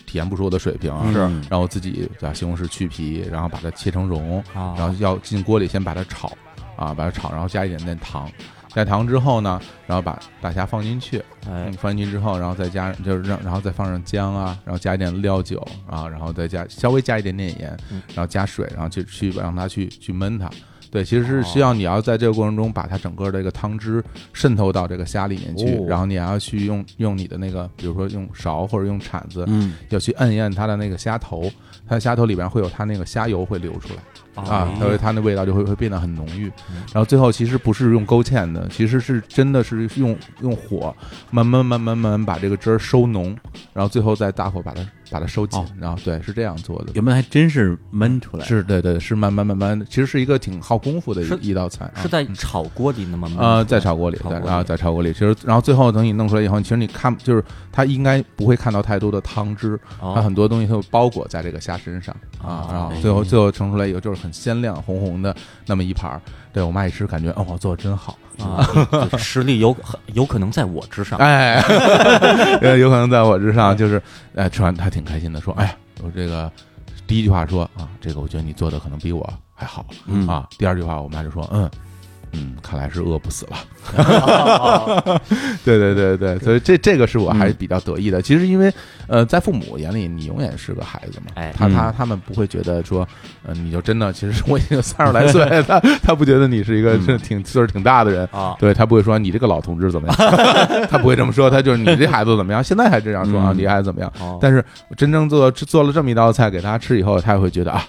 体验不出我的水平啊，是然后我自己把西红柿去皮，然后把它切成蓉，啊然后要进锅里先把它炒啊，把它炒，然后加一点点糖。加糖之后呢，然后把大虾放进去，哎嗯，放进去之后，然后再加就是让然后再放上姜啊，然后加一点料酒啊，然后再加稍微加一点点盐嗯，然后加水，然后去去让它去去焖它。对，其实是哦需要你要在这个过程中把它整个的一个汤汁渗透到这个虾里面去，哦然后你还要去用用你的那个，比如说用勺或者用铲子，嗯，要去摁一摁它的那个虾头，它的虾头里边会有它那个虾油会流出来。哦啊，它会它那味道就会会变得很浓郁。嗯然后最后其实不是用勾芡的，其实是真的是用用火慢慢慢慢慢慢把这个汁儿收浓，然后最后再大火把它把它收紧。哦然后对，是这样做的。油焖还真是焖出来。是啊对对，是慢慢慢慢，其实是一个挺耗功夫的是一一道菜啊。是在炒锅里那么焖呃，出在来炒锅里，炒在锅啊，里在炒锅里。其实，然后最后等你弄出来以后，其实你看，就是它应该不会看到太多的汤汁，它哦很多东西它会包裹在这个虾身上啊哦，然后哎最后最后盛出来以后就是很鲜亮红红的那么一盘儿。对我妈一吃，感觉哦，我做的真好，啊，就实力有有可能在我之啊 上，哎，呃有可能在我之上，就是哎，吃完她挺开心的，说哎，我这个第一句话说啊，这个我觉得你做的可能比我还好嗯啊。第二句话我妈就说嗯。嗯，看来是饿不死了。哦对对对对，所以这这个是我还是比较得意的。其实因为呃，在父母眼里，你永远是个孩子嘛，哎他他嗯他们不会觉得说，呃，你就真的，其实我已经三十来岁，他他不觉得你是一个是挺岁数挺大的人。啊，对他不会说你这个老同志怎么样，他不会这么说，他就是你这孩子怎么样，现在还这样说啊，嗯你孩子怎么样？哦但是真正做做了这么一道菜给大家吃以后，他也会觉得啊，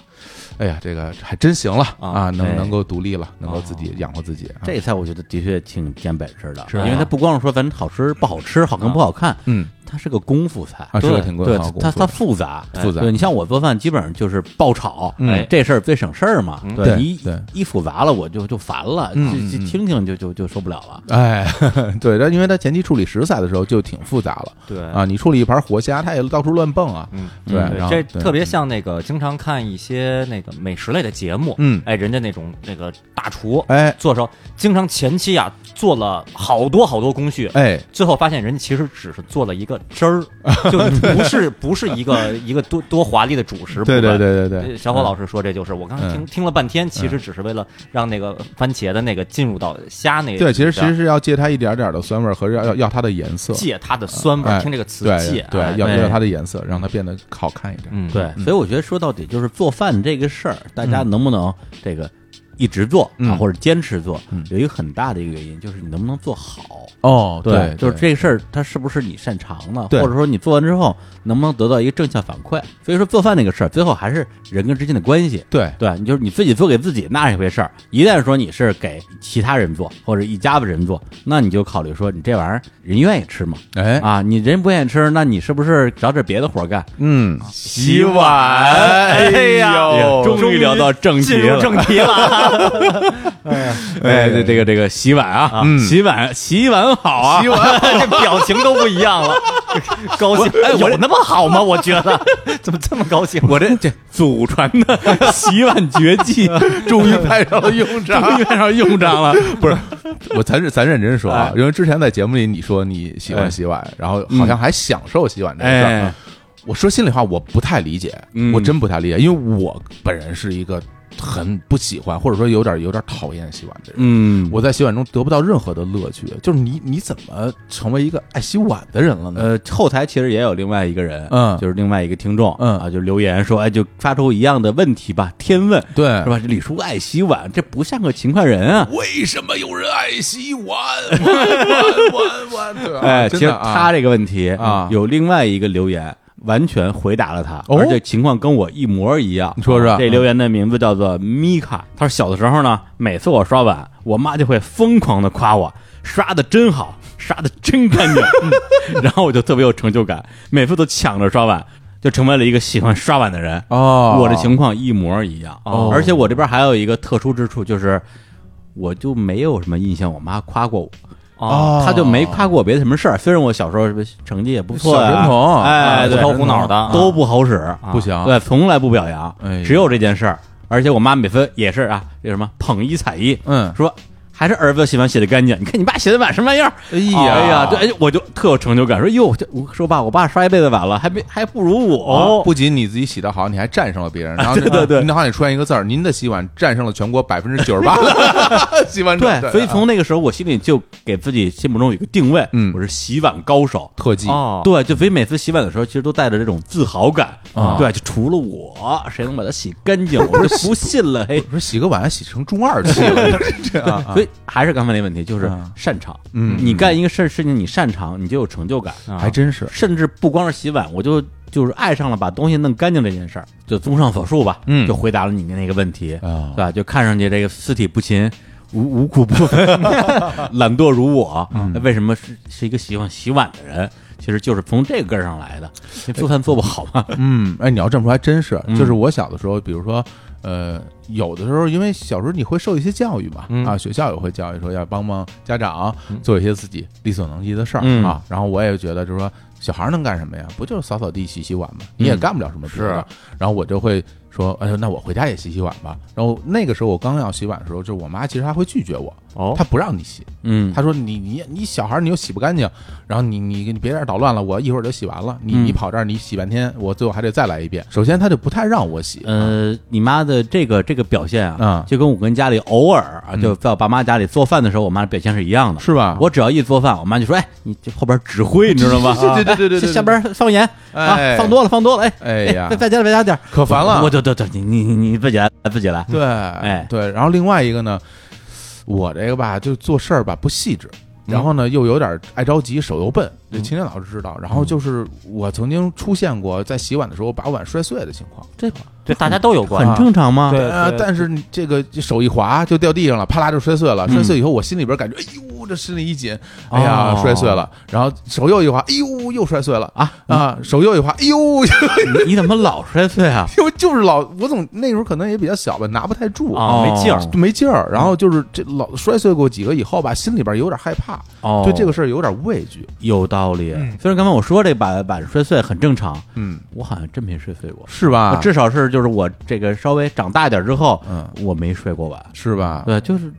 哎呀，这个还真行了啊啊，能对能够独立了，能够自己哦养活自己。啊这菜我觉得的确挺见本事的，啊是因为它不光是说咱好吃不好吃、好看不好看，嗯它是个功夫菜啊，是个对挺功对好功它夫它复杂复杂对你像我做饭，基本上就是爆炒，嗯哎这事儿最省事儿嘛。嗯对你一对一复杂了，我就就烦了，就嗯就嗯听听就就就受不了了。哎， 对，但因为它前期处理食材的时候就挺复杂了对啊，你处理一盘活虾，它也到处乱蹦啊，嗯，对，嗯然后这对特别像那个经常看一些那个美食类的节目，嗯哎，人家那种那个大厨哎做时候，经常前期啊做了好多好多工序，哎，最后发现人家其实只是做了一个个汁 儿，就不是不是一个一个多多华丽的主食。对对不管。呃对对对，小伙老师说这就是我刚才嗯听听了半天，其实只是为了让那个番茄的那个进入到虾那嗯对，其实里其边实是要借它一点点的酸味儿和要要要它的颜色，借它的酸味儿，哎听这个词对借，对哎，要对要它的颜色，让它变得好看一点。嗯对，所以我觉得说到底就是做饭这个事儿，大家能不能这个一直做啊，嗯或者坚持做嗯，有一个很大的一个原因就是你能不能做好。哦，就是这个事儿，它是不是你擅长的，对或者说你做完之后能不能得到一个正向反馈？所以说做饭那个事儿，最后还是人跟之间的关系。对对，你就是你自己做给自己那是一回事儿，一旦说你是给其他人做或者一家子人做，那你就考虑说你这玩意儿人愿意吃吗？对，哎，啊，你人不愿意吃，那你是不是找点别的活儿干？嗯，洗碗，哎呦终于聊到正题进入了。正题了。哎，这这个这个洗碗啊，嗯洗碗洗碗好啊，洗碗 这表情都不一样了，高兴哎哎有那么好吗？我觉得怎么这么高兴？我这这祖传的 洗碗绝 技终于派上了用场，终于派上用场了。 不是，我咱是咱认真说哎啊，因为之前在节目里你说你喜欢洗碗，然后好像还享受洗碗这个事儿哎。我说心里话，我不太理解，嗯我真不太理解，因为我本人是一个很不喜欢，或者说有点有点讨厌洗碗的人。嗯，我在洗碗中得不到任何的乐趣，就是你你怎么成为一个爱洗碗的人了呢？呃，后台其实也有另外一个人，嗯就是另外一个听众，嗯啊，就留言说，哎，就发出一样的问题吧，天问，对是吧？这李叔爱洗碗，这不像个勤快人啊。为什么有人爱洗碗？ 碗碗碗碗，对吧哎，其真实的啊他这个问题啊有另外一个留言完全回答了他，哦而且情况跟我一模一样。啊你说说这留言的名字叫做米卡，他说小的时候呢，每次我刷碗，我妈就会疯狂的夸我，刷的真好，刷的真干净， 嗯然后我就特别有成就感，每次都抢着刷碗。就成为了一个喜欢刷碗的人哦我的情况一模一样、哦而且我这边还有一个特殊之处，就是我就没有什么印象，我妈夸过我，哦他就没夸过我别的什么事儿。虽然我小时候成绩也不错呀，小神童哎，啊对小烧糊脑的都不好使，不行啊对，从来不表扬哎，只有这件事儿。而且我妈每次也是啊，这什么捧一踩一，嗯说还是儿子洗碗洗的干净。你看你爸洗的碗什么玩意儿？哎呀，呀哎呀，对，哎我就特有成就感，说哟，这我说爸，我爸刷一辈子碗了，还没还啊不如哦，我。不仅你自己洗得好，你还战胜了别人。然后对对对您好像也出现一个字儿，您的洗碗战胜了全国百分之九十八的洗碗者。对，啊所以从那个时候，我心里就给自己心目中有个定位，嗯我是洗碗高手。特技，哦，对，就所以每次洗碗的时候，其实都带着这种自豪感。啊对，就除了我，谁能把它洗干 净？我就不信了，嘿。我说洗个碗洗成中二气了，这样啊所以还是刚才那问题，就是啊擅长。嗯你干一个事儿事情，你擅长，你就有成就感。啊还真是。甚至不光是洗碗，我就就是爱上了把东西弄干净这件事儿。就综上所述吧，嗯就回答了你的那个问题，啊对吧？就看上去这个四体不勤。无无骨不分， 懒惰如我，嗯为什么是是一个喜欢洗碗的人？其实就是从这个根儿上来的。你做饭做不好吗？嗯，哎，你要这么说还真是，就是我小的时候，比如说，呃，有的时候因为小时候你会受一些教育嘛，啊，学校也会教育说要帮帮家长做一些自己力所能及的事儿、嗯啊。然后我也觉得就是说，小孩儿能干什么呀？不就是扫扫地、洗洗碗吗？你也干不了什么别的。然后我就会说，哎呦，那我回家也洗洗碗吧。然后那个时候我刚要洗碗的时候，就是我妈其实她会拒绝我，哦她不让你洗，嗯，他说你你你小孩儿你又洗不干净，然后你你你别在这儿捣乱了，我一会儿就洗完了，你嗯你跑这儿你洗半天，我最后还得再来一遍。首先他就不太让我洗，呃，你妈的这个这个表现啊嗯，就跟我跟家里偶尔啊，就在我爸妈家里做饭的时候，我妈的表现是一样的。是吧？我只要一做饭，我妈就说：“哎，你这后边指挥，你知道吗？对对对对对哎对下边放盐啊，哎放多了，放多了，哎哎呀再再加点，再加点，可烦了我就对对，你你你你自己来，自己来。对，哎对。然后另外一个呢，我这个吧，就做事儿吧不细致，然后嗯呢又有点爱着急，手又笨，这青年老师知道。然后就是我曾经出现过在洗碗的时候把碗摔碎的情况，这对，大家都有很关。正常吗？呃对啊，但是你这个手一滑就掉地上了，啪啦就摔碎了。摔碎以后，我心里边感觉，哎呦，这心里一紧，哎呀，哦摔碎了。然后手又一滑，哎呦，又摔碎了啊啊！手又一滑，哎呦， 你你怎么老摔碎啊？就就是老，我总那时候可能也比较小吧，拿不太住啊，没劲儿哦就没劲儿。然后就是这老摔碎过几个以后吧，心里边有点害怕，哦，对这个事儿有点畏惧。有道理。虽然刚才我说这把碗摔碎很正常，嗯，我好像真没摔碎过。是吧？至少是就是我这个稍微长大一点之后，嗯我没摔过碗。是吧？对，就是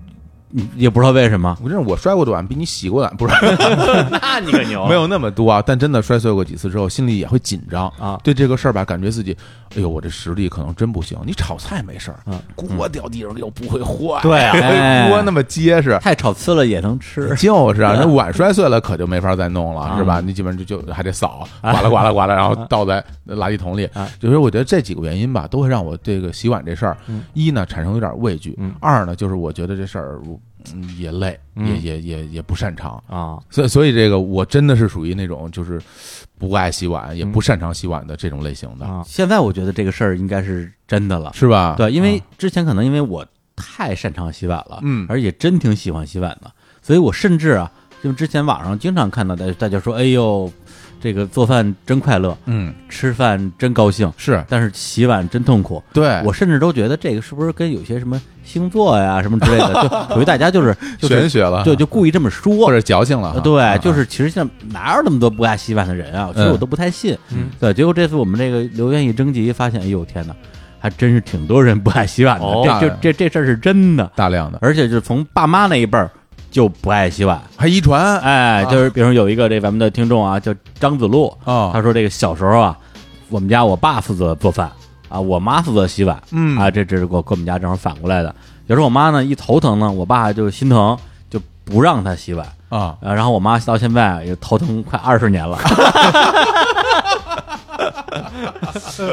你也不知道为什么。我真是我摔过的碗比你洗过的碗不是 那你可牛没有那么多啊，但真的摔碎过几次之后，心里也会紧张啊对这个事儿吧，感觉自己，哎呦，我这实力可能真不行。你炒菜没事儿嗯，锅掉地上又不会坏， 对啊哎锅那么结 实，太炒次了也能吃，就是啊，那碗摔碎了可就没法再弄了，嗯是吧？你基本上就就还得 扫，刮啦刮啦刮啦，然后倒在垃圾桶里啊。就是我觉得这几个原因吧，都会让我这个洗碗这事儿嗯，一呢产生有点畏惧嗯，二呢就是我觉得这事儿嗯也累，也嗯也也也不擅长。啊，所以所以这个我真的是属于那种就是不爱洗碗，嗯也不擅长洗碗的这种类型的，啊现在我觉得这个事儿应该是真的了，是吧？对，因为之前可能因为我太擅长洗碗了，啊嗯而且真挺喜欢洗碗的，所以我甚至啊，就之前网上经常看到大大家说，哎呦，这个做饭真快乐，嗯，吃饭真高兴，是但是洗碗真痛苦。对，我甚至都觉得这个是不是跟有些什么星座呀什么之类的，就属于大家就是就玄是学啊了，对，就故意这么说，或者矫情了哈，呃对，就啊是其实现在哪有那么多不爱洗碗的人啊？其实嗯我都不太信。嗯对，结果这次我们这个留言一征集，发现，哎呦天哪，还真是挺多人不爱洗碗的。哦这这这这事儿是真的，大量的，而且是从爸妈那一辈儿就不爱洗碗。还遗传哎，就是比如说有一个这咱们的听众啊，叫张子路，啊哦他说这个小时候啊，我们家我爸负责做饭啊，我妈负责洗碗，嗯啊，这这是给我给我们家正好反过来的。有时候我妈呢一头疼呢，我爸就心疼，就不让她洗碗。啊，呃，然后我妈到现在也头疼快二十年了，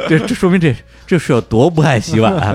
这这说明这这是有多不爱洗碗、啊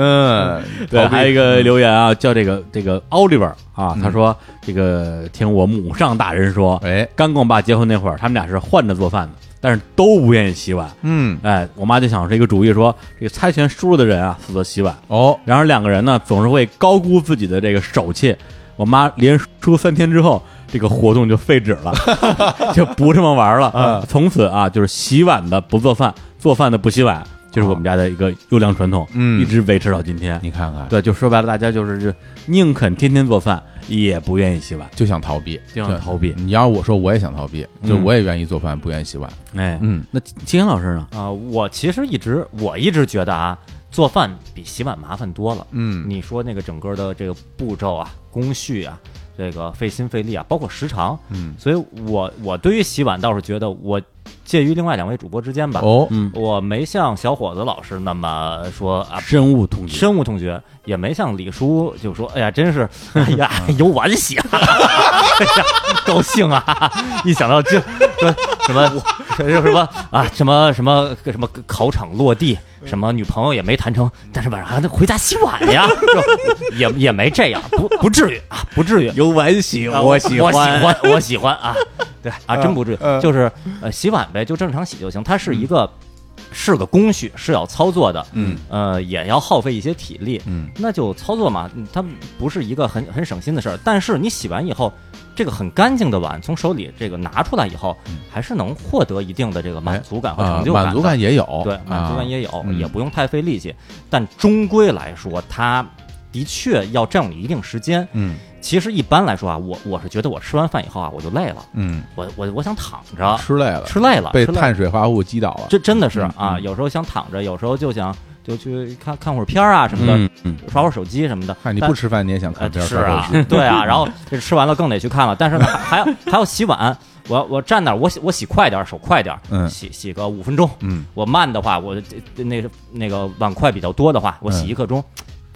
嗯，对，逃避还有一个留言啊，叫这个这个 Oliver 啊，他说这个听我母上大人说，嗯哎，刚跟我爸结婚那会儿，他们俩是换着做饭的，但是都不愿意洗碗。嗯，哎，我妈就想出一个主意说，这个猜拳输了的人啊负责洗碗，哦，然后两个人呢总是会高估自己的这个手气。我妈连输三天之后，这个活动就废止了， 就不这么玩了。从此啊，就是洗碗的不做饭，做饭的不洗碗，就是我们家的一个优良传统，嗯一直维持到今天。你看看，对，就说白了，大家就是就宁肯天天做饭，也不愿意洗碗，就想逃避，就想逃避对。你要我说，我也想逃避，就嗯我也愿意做饭，不愿意洗碗。哎，嗯，那金老师呢？啊，我其实一直我一直觉得啊，做饭比洗碗麻烦多了。嗯，你说那个整个的这个步骤啊、工序啊，这个费心费力啊，包括时长，嗯，所以我我对于洗碗倒是觉得我介于另外两位主播之间吧，哦，嗯，我没像小伙子老师那么说啊。深恶痛绝。深恶痛绝，也没像李叔就说：“哎呀，真是，哎呀，有碗洗啊， 哎呀，高兴啊！ 一想到这，说什么什么啊，什么什么什么考场落地，什么女朋友也没谈成，但是晚上还得回家洗碗呀， 就也也没这样，不不至于啊，不至于。有碗洗， 啊我喜喜我欢。欢，我喜欢啊！对啊，嗯真不至于，就是呃，洗碗呗，就正常洗就行。它是一个、是个工序，是要操作的，嗯，呃，也要耗费一些体力，嗯，那就操作嘛，嗯它不是一个很很省心的事儿。但是你洗完以后，这个很干净的碗从手里这个拿出来以后，还是能获得一定的这个满足感和嗯啊成就感的、满足感也有，对，满足感啊也有，嗯也不用太费力气。但终归来说，它的确要占你一定时间。嗯其实一般来说啊，我我是觉得我吃完饭以后啊，我就累了，嗯，我我我想躺着，吃累了，吃累了，被吃累碳水化合物击倒了。这真的是啊，嗯有时候想躺着，有时候就想就去看看会儿片儿啊什么的，嗯嗯，刷会儿手机什么的。看你但不吃饭，你也想看呃片儿是刷啊手机， 对啊，然后这吃完了更得去看了，但是呢还要还要洗碗，我我站那儿，我洗我洗快点儿，手快点儿，嗯洗洗个五分钟，嗯，我慢的话，我这那个那个碗筷比较多的话，嗯我洗一刻钟，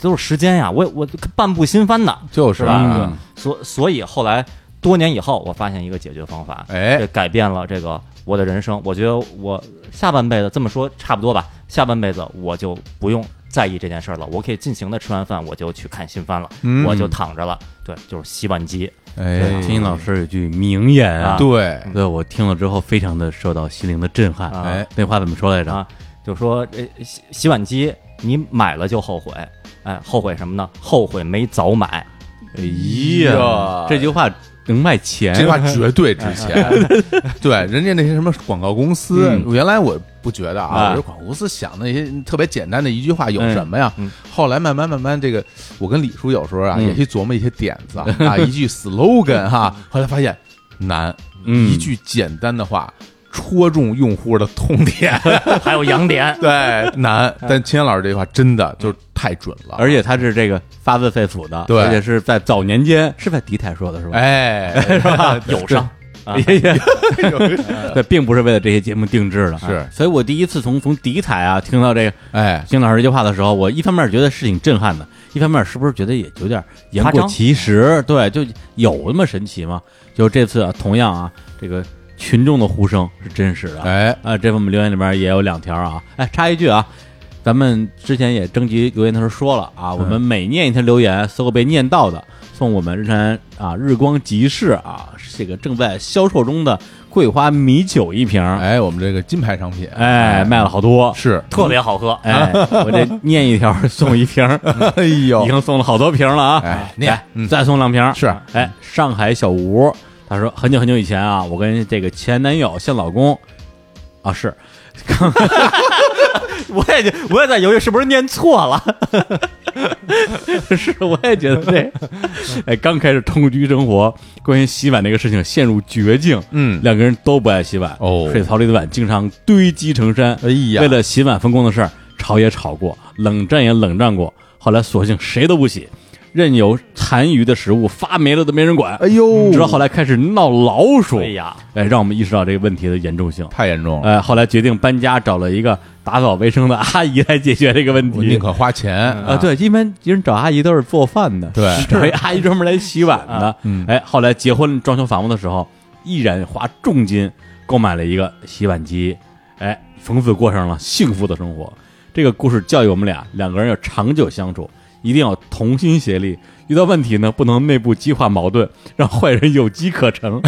都是时间呀，我我半步新翻的，就是是吧啊，所所以后来多年以后，我发现一个解决方法，嗯这哎，改变了这个我的人生。我觉得我下半辈子这么说差不多吧，下半辈子我就不用在意这件事儿了，我可以尽情的吃完饭我就去看新番了，嗯我就躺着了。对，就是洗碗机。哎，金老师有句名言啊，对，哎嗯对，我听了之后非常的受到心灵的震撼。啊哎，那话怎么说来着？啊，就说这洗洗碗机你买了就后悔，哎，后悔什么呢？后悔没早买。哎呀这句话能卖钱。这句话绝 对值钱。对，人家那些什么广告公司，嗯原来我不觉得啊，哎我觉得广告公司想那些特别简单的一句话有什么呀？嗯嗯后来慢慢慢慢，这个我跟李叔有时候啊、嗯也去琢磨一些点子啊，嗯啊一句 slogan 哈、后来发现难，嗯一句简单的话。戳中用户的痛点。还 有洋点，对，难。但秦岩老师这句话真的就是太准了，而且他是这个发自肺腑的，对而且是在早年间是在敌台说的是吧？哎，有伤。也也，对，并不是为了这些节目定制的，哎是所以我第一次从从敌台啊听到这个 哎，邢老师这句话的时候，我一方面觉得是挺震撼的，一方面是不是觉得也有点言夸过张其实？对，就有那么神奇吗？就这次、啊、同样啊，这个群众的呼声是真实的。哎，啊，这份我们留言里边也有两条啊。哎，插一句啊，咱们之前也征集留言的时候说了啊，我们每念一条留言，所有被念到的，送我们日产啊日光集市啊这个正在销售中的桂花米酒一瓶。哎，我们这个金牌商品，哎，卖了好多，是，特别好喝，哎，我这念一条送一瓶儿，哎呦已，经送了好多瓶儿了啊！哎念来嗯再送两瓶儿是哎，上海小吴他说很久很久以前啊，我跟这个前男友现老公啊是 我也就我也在犹豫是不是念错了。 是，我也觉得这，哎，刚开始同居生活，关于洗碗这个事情陷入绝境，嗯，两个人都不爱洗碗，哦水槽里的碗经常堆积成山，哎呀为了洗碗分工的事儿，吵也吵过，冷战也冷战过，后来索性谁都不洗，任由残余的食物发霉了都没人管，哎呦，直到后来开始闹老鼠，哎呀，哎，让我们意识到这个问题的严重性。太严重了，哎，后来决定搬家，找了一个打扫卫生的阿姨来解决这个问题。我宁可花钱啊，，对，一般人找阿姨都是做饭的，对 找一阿姨专门来洗碗的。嗯哎，后来结婚装修房屋的时候，毅然花重金购买了一个洗碗机，哎，从此过上了幸福的生活。这个故事教育我们俩，两个人要长久相处，一定要同心协力。遇到问题呢，不能内部激化矛盾，让坏人有机可 乘。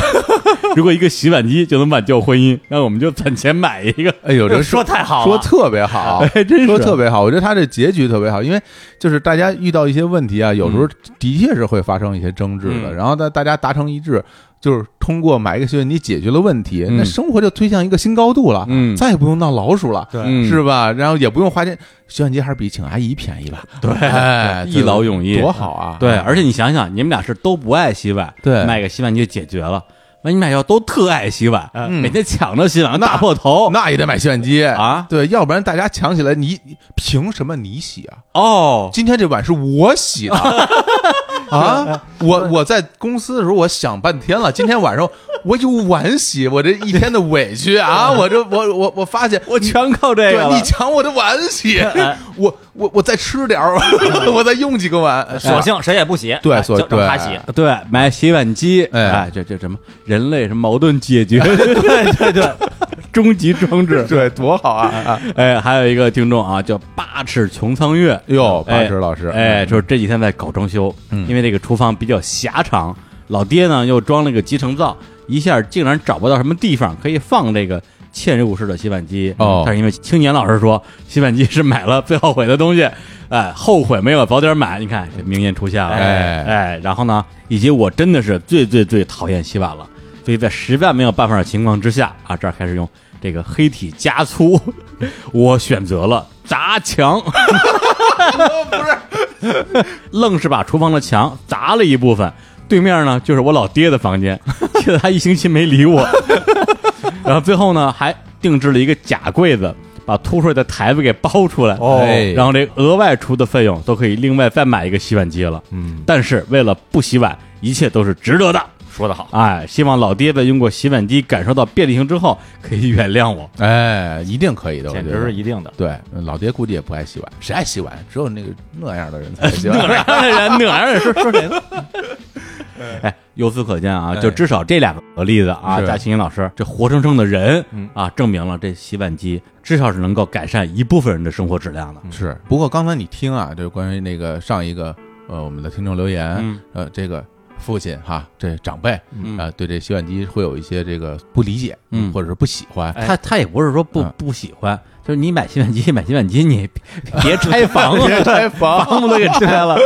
如果一个洗碗机就能挽救婚姻，那我们就攒钱买一个。哎呦，这说太啊好说了，特别好，哎，真是说特别好，我觉得他这结局特别好，因为就是大家遇到一些问题啊，有时候的确是会发生一些争执的，嗯然后大大家达成一致，就是通过买一个洗碗机解决了问题，嗯那生活就推向一个新高度了，嗯再也不用闹老鼠了，嗯是吧？然后也不用花钱，洗碗机还是比请阿姨便宜吧？对，哎，一劳永逸，多好啊！对，而且你想想，你们俩是都不爱洗碗，对买个洗碗机就解决了。那你们俩要都特爱洗碗，嗯每天抢着洗碗，那大破头哦那也得买洗碗机啊！对，要不然大家抢起来，你你凭什么你洗啊？哦，今天这碗是我洗 的啊！我我在公司的时候，我想半天了，今天晚上我有碗洗，我这一天的委屈 啊！我这我我我发现我全靠这个对了你。抢我的碗 洗，我我我再吃点儿，嗯我再用几个碗，索性谁也不洗，对哎索就让他对洗，对，买洗碗机，哎哎，这这什么人类什么矛盾解决，对对对， 终极装置。对，多好啊！啊 哎，还有一个听众啊，叫八尺穹苍月，哟，哎八尺老师，哎，就是这几天在搞装修，嗯因为这个厨房比较狭长，老爹呢又装了个集成灶，一下竟然找不到什么地方可以放这个嵌入式的洗碗机。哦但是因为青年老师说洗碗机是买了最后悔的东西，哎，后悔没有早点买。你看这名言出现了，哎哎，然后呢，以及我真的是最最最讨厌洗碗了，所以在实在没有办法的情况之下啊，这儿开始用这个黑体加粗， 我选择了砸墙。愣是把厨房的墙砸了一部分。对面呢，就是我老爹的房 间，记得他一星期没理我。然后最后呢，还定制了一个假柜子，把凸出来的台子给包出来。哦哎然后这额外出的费用都可以另外再买一个洗碗机了。嗯，但是为了不洗碗，一切都是值得的。说的好，哎，希望老爹在用过洗碗机感受到便利性之后，可以原谅我。哎，一定可以的，我觉嗯简得直是一定的。对，老爹估计也不爱洗碗，谁爱洗碗？只有那个那样的人才爱洗 碗。人哪儿说说谁呢？ 哎，由此可见啊，哎就至少这两个例子啊，是加秦英老师这活生生的人嗯啊，证明了这洗碗机至少是能够改善一部分人的生活质量的。是，不过刚才你听啊，就是关于那个上一个呃我们的听众留言，嗯呃这个父亲哈，这长辈啊、嗯呃对这洗碗机会有一些这个不理解，嗯或者是不喜欢。 哎他他也不是说不呃嗯不喜欢，就是你买洗碗机买洗碗机，你别别拆房 别了，拆 房，房子都给拆 了。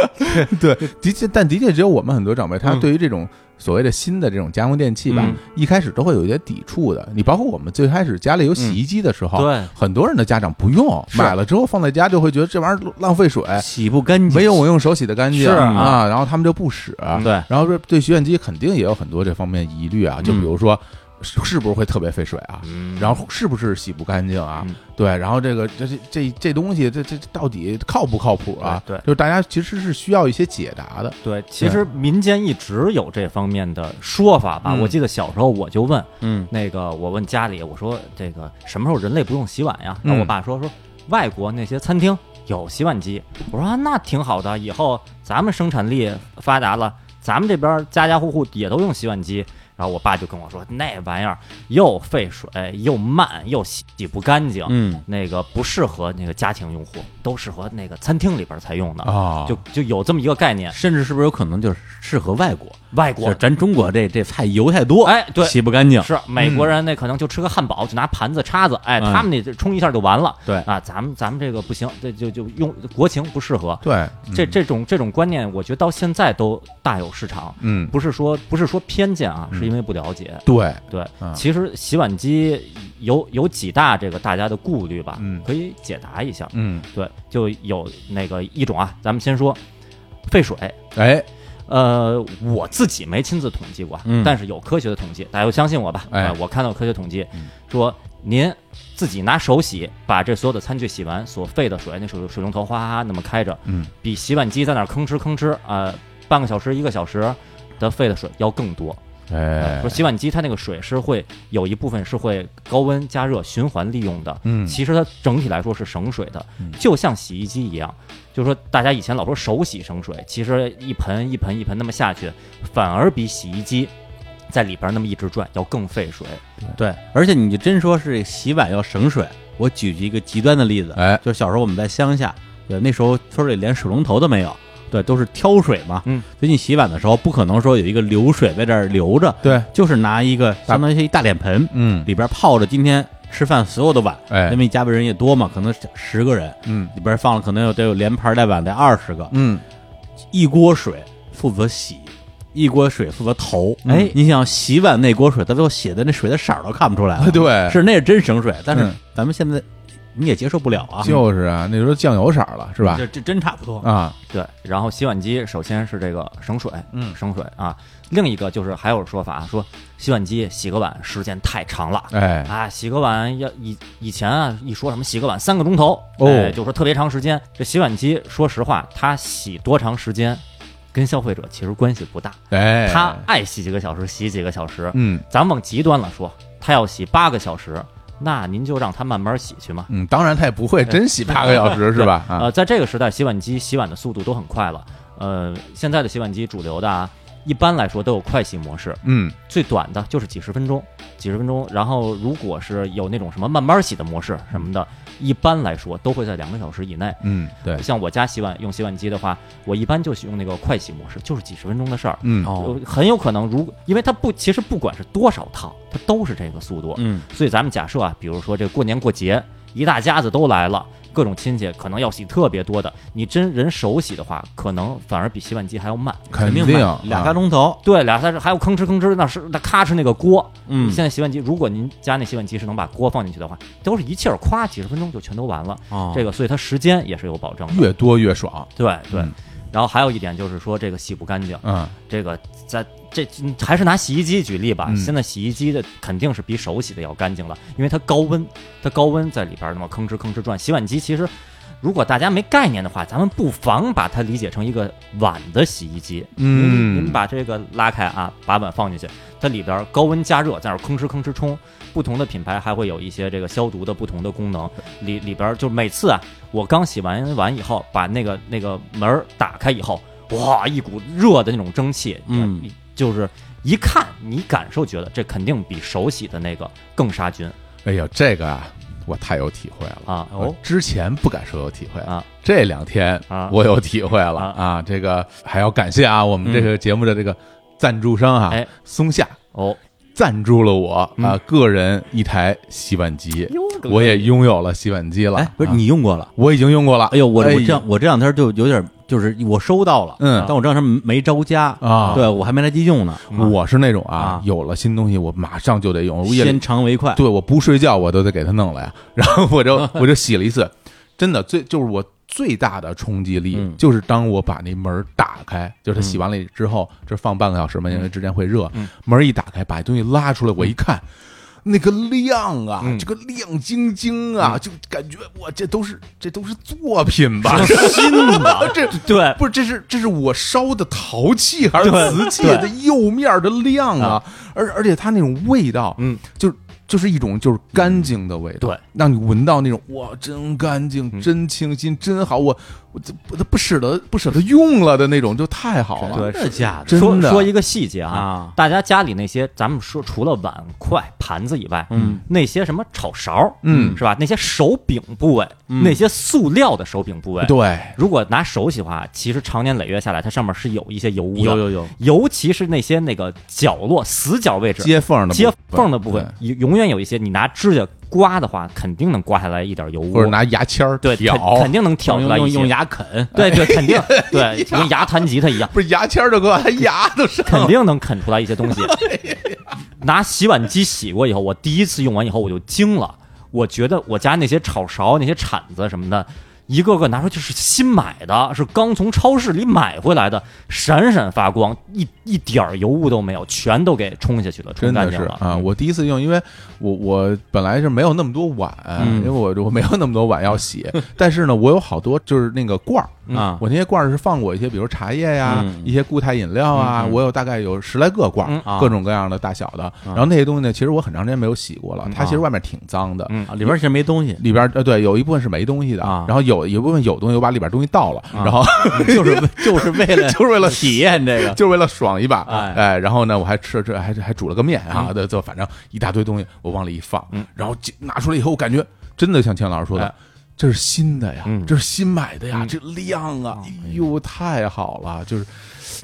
对，的确，但的确只有我们很多长辈，他对于这种所谓的新的这种家用电器吧，嗯一开始都会有一些抵触的。你包括我们最开始家里有洗衣机的时候，嗯对很多人的家长不用，买了之后放在家就会觉得这玩意儿浪费 水，洗不干净，哎没有我用手洗的干净是啊啊，然后他们就不使。对然后说对洗碗机肯定也有很多这方面疑虑啊，就比如说。是是不是会特别费水啊？嗯然后是不是洗不干净啊？对，然后这个这这这这东西，这这这到底靠不靠谱啊？对对就是大家其实是需要一些解答的。对，其实民间一直有这方面的说法吧。嗯我记得小时候我就问，嗯，那个我问家里，我说这个什么时候人类不用洗碗呀？嗯然后我爸说说外国那些餐厅有洗碗机，我说啊那挺好的，以后咱们生产力发达了，咱们这边家家户户也都用洗碗机。然后我爸就跟我说，那玩意儿又费水又慢又洗不干净，嗯，那个不适合那个家庭用户，都适合那个餐厅里边才用的，啊就就有这么一个概念。甚至是不是有可能就是适合外国？外国就是咱中国这这菜油太多，哎对洗不干净。是美国人那可能就吃个汉堡，就拿盘子、叉子，哎，嗯他们那就冲一下就完了。对啊，咱们咱们这个不行，这就就用国情不适合。对，这这种这种观念，我觉得到现在都大有市场，嗯，嗯不是说不是说偏见啊，是因为不了解。对，对嗯，其实洗碗机有有几大这个大家的顾虑吧嗯，可以解答一下。嗯，对，就有那个一种啊，咱们先说废水，哎呃，我自己没亲自统计过，嗯但是有科学的统计，大家就相信我吧。哎啊我看到科学统计、说，您自己拿手洗，把这所有的餐具洗完，所费的水，那水水龙头哗哗哗那么开着，嗯，比洗碗机在那儿吭哧吭哧，呃，半个小时一个小时的费的水要更多。哎，说洗碗机它那个水是会有一部分是会高温加热循环利用的，嗯其实它整体来说是省水的，就像洗衣机一样，就是说大家以前老说手洗省水，其实一盆一盆一盆那么下去，反而比洗衣机在里边那么一直转要更费水。对，而且你真说是洗碗要省水，我举一个极端的例子，哎，就是小时候我们在乡下，对，那时候村里连水龙头都没有，对，都是挑水嘛。嗯，所以你洗碗的时候不可能说有一个流水在这儿流着，对，就是拿一个大相当于是一大脸盆，嗯里边泡着今天吃饭所有的碗，哎因为一家里人也多嘛，可能十个人，嗯里边放了可能有得有连盘带碗得二十个，嗯，一锅水负责洗，一锅水负责投。嗯哎你想洗碗那锅水，到最后洗的那水的色儿都看不出来了。 对，是那是真省水，但是嗯咱们现在你也接受不了啊，就是啊，那时候酱油色儿了，是吧这？这真差不多。啊，对，然后洗碗机首先是这个省水，嗯省水啊。另一个就是还有说法说洗碗机洗个碗时间太长了，哎，啊，洗个碗要以以前啊一说什么洗个碗三个钟头，哦哎就说特别长时间。这洗碗机说实话，它洗多长时间，跟消费者其实关系不大，哎，他爱洗几个小时洗几个小时。嗯咱往极端了说，他要洗八个小时，那您就让他慢慢洗去嘛。嗯，当然他也不会真洗八个小时，是吧？啊，呃，在这个时代，洗碗机洗碗的速度都很快了。呃，现在的洗碗机主流的啊，一般来说都有快洗模式，嗯最短的就是几十分钟，几十分钟。然后如果是有那种什么慢慢洗的模式什么的，一般来说都会在两个小时以内。嗯，对，像我家洗碗用洗碗机的话，我一般就使用那个快洗模式，就是几十分钟的事儿。嗯哦，呃很有可能如，因为它不，其实不管是多少趟，它都是这个速度。嗯，所以咱们假设啊，比如说这过年过节，一大家子都来了，各种亲戚可能要洗特别多的，你真人手洗的话，可能反而比洗碗机还要慢。肯定定慢俩仨啊钟头。对，俩仨是还有吭哧吭哧，那是那咔哧那个锅。嗯现在洗碗机，如果您家那洗碗机是能把锅放进去的话，都是一气儿夸几十分钟就全都完了。哦这个，所以它时间也是有保证的。越多越爽，对对嗯。然后还有一点就是说，这个洗不干净。嗯，这个在这嗯还是拿洗衣机举例吧嗯。现在洗衣机的肯定是比手洗的要干净了，因为它高温，它高温在里边儿那么吭哧吭哧转。洗碗机其实，如果大家没概念的话，咱们不妨把它理解成一个碗的洗衣机。嗯您您把这个拉开啊，把碗放进去，它里边儿高温加热，在那儿吭哧吭哧冲。不同的品牌还会有一些这个消毒的不同的功能，里里边儿就每次啊，我刚洗完碗以后，把那个那个门儿打开以后，哇，一股热的那种蒸汽，嗯你，就是一看你感受觉得这肯定比手洗的那个更杀菌哎呦，这个啊，我太有体会了。啊。我之前不敢说有体会啊，这两天啊我有体会了啊啊！这个还要感谢啊，我们这个节目的这个赞助商啊哎，松下哦，赞助了我啊，个人一台洗碗机，我也拥有了洗碗机了。哎，不是啊，你用过了？我已经用过了。哎呦，我哎我这样我这两天就有点就是我收到了，嗯但我这两天没着家啊对我还没来得及用呢。我是那种啊啊，有了新东西我马上就得用，我夜里先尝为快。 对，我不睡觉我都得给他弄了呀。然后我就我就洗了一次，真的最就是我最大的冲击力嗯就是当我把那门儿打开，就是它洗完了之后，这放半个小嗯时嘛，因为之前会热，门儿一打开，把东西拉出来，我一看。嗯那个亮啊，这个亮晶晶啊，就感觉哇，这都是这都是作 品吧？新的，这对不是，这是这是我烧的陶器还 是瓷器的釉面的亮啊，而而且它那种味道，嗯，就就是一种就是干净的味道，对，嗯让你闻到那种哇，真干净，真清新，真好，我我这不不舍得不舍得用了的那种，就太好了，真的假的？真说的说一个细节啊啊，大家家里那些，咱们说除了碗筷、盘子以外，嗯，那些什么炒勺，嗯是吧？那些手柄部位，那些塑料的手柄部位，对，如果拿手洗的话，其实常年累月下来，它上面是有一些油污的，有有有，尤其是那些那个角落死角位置、接缝的接缝的部分对，永永远有一些，你拿指甲刮的话，肯定能刮下来一点油污，或者拿牙签儿对肯挑，肯定能挑出用来用一些用，牙啃，对对，肯定对，跟牙弹吉他一样。不是牙签儿的哥，他牙都上肯定能啃出来一 些东西。哎拿洗碗机洗过以后，我第一次用完以后我就惊了，我觉得我家那些炒勺、那些铲子什么的，一个个拿出去是新买的，是刚从超市里买回来的，闪闪发光，一一点儿油污都没有，全都给冲下去了，冲真干的净是了嗯啊！我第一次用，因为我我本来是没有那么多碗，嗯因为我我没有那么多碗要洗， 但是呢，我有好多就是那个罐儿啊嗯我那些罐儿是放过一些，比如茶叶呀、一些固态饮料啊，我有大概有十来个罐儿，啊各种各样的大小的。然后那些东西呢，其实我很长时间没有洗过了，它其实外面挺脏的，嗯啊里边其实没东西，里边儿呃对，有一部分是没东西的，啊然后有有一部分有东西，我把里边东西倒了，然后 就是为就是为了嗯就是为了体验这个，就是为了爽一把，哎哎，然后呢，我还吃这还还煮了个面嗯啊，对，就反正一大堆东西我往里一放，然后就拿出来以后，我感觉真的像钱老师说的哎，这是新的呀，嗯这是新买的呀，这亮啊，哎呦，太好了，就是。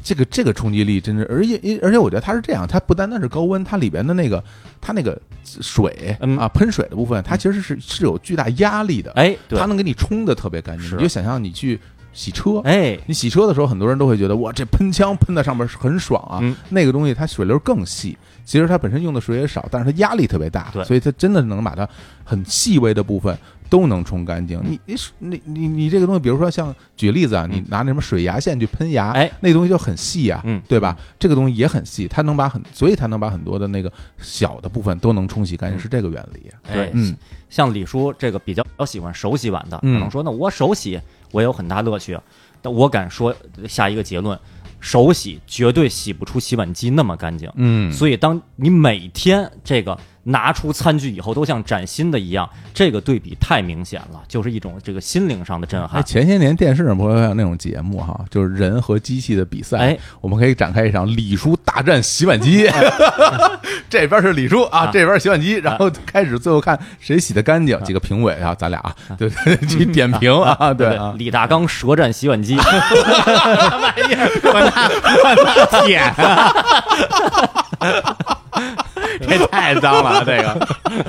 这个这个冲击力真是，而且而且我觉得它是这样，它不单单是高温，它里边的那个它那个水、嗯啊喷水的部分，它其实是是有巨大压力的，哎，对它，能给你冲的特别干净。是你就想象你去洗车，哎，你洗车的时候，很多人都会觉得哇，这喷枪喷在上面是很爽啊。嗯那个东西它水流更细，其实它本身用的水也少，但是它压力特别大，对所以它真的能把它很细微的部分都能冲干净。嗯你你你你你这个东西，比如说像举例子啊，你拿那什么水牙线去喷牙，哎，那东西就很细啊，嗯对吧？这个东西也很细，它能把很，所以它能把很多的那个小的部分都能冲洗干净，是这个原理。嗯对，嗯像李叔这个比较喜欢手洗碗的，可嗯能说那我手洗我也有很大乐趣，但我敢说下一个结论，手洗绝对洗不出洗碗机那么干净。嗯，所以，当你每天这个拿出餐具以后，都像崭新的一样，这个对比太明显了，就是一种这个心灵上的震哎，撼。前些年电视上不会有那种节目哈，就是人和机器的比赛，哎我们可以展开一场李叔大战洗碗机， 这边是李叔啊，啊这边洗碗机，然后开始最后看谁洗的干净，几个评委啊，咱俩啊，对对，去点评啊，对对啊，李大刚舌战洗 碗机，舔，这太脏了，这个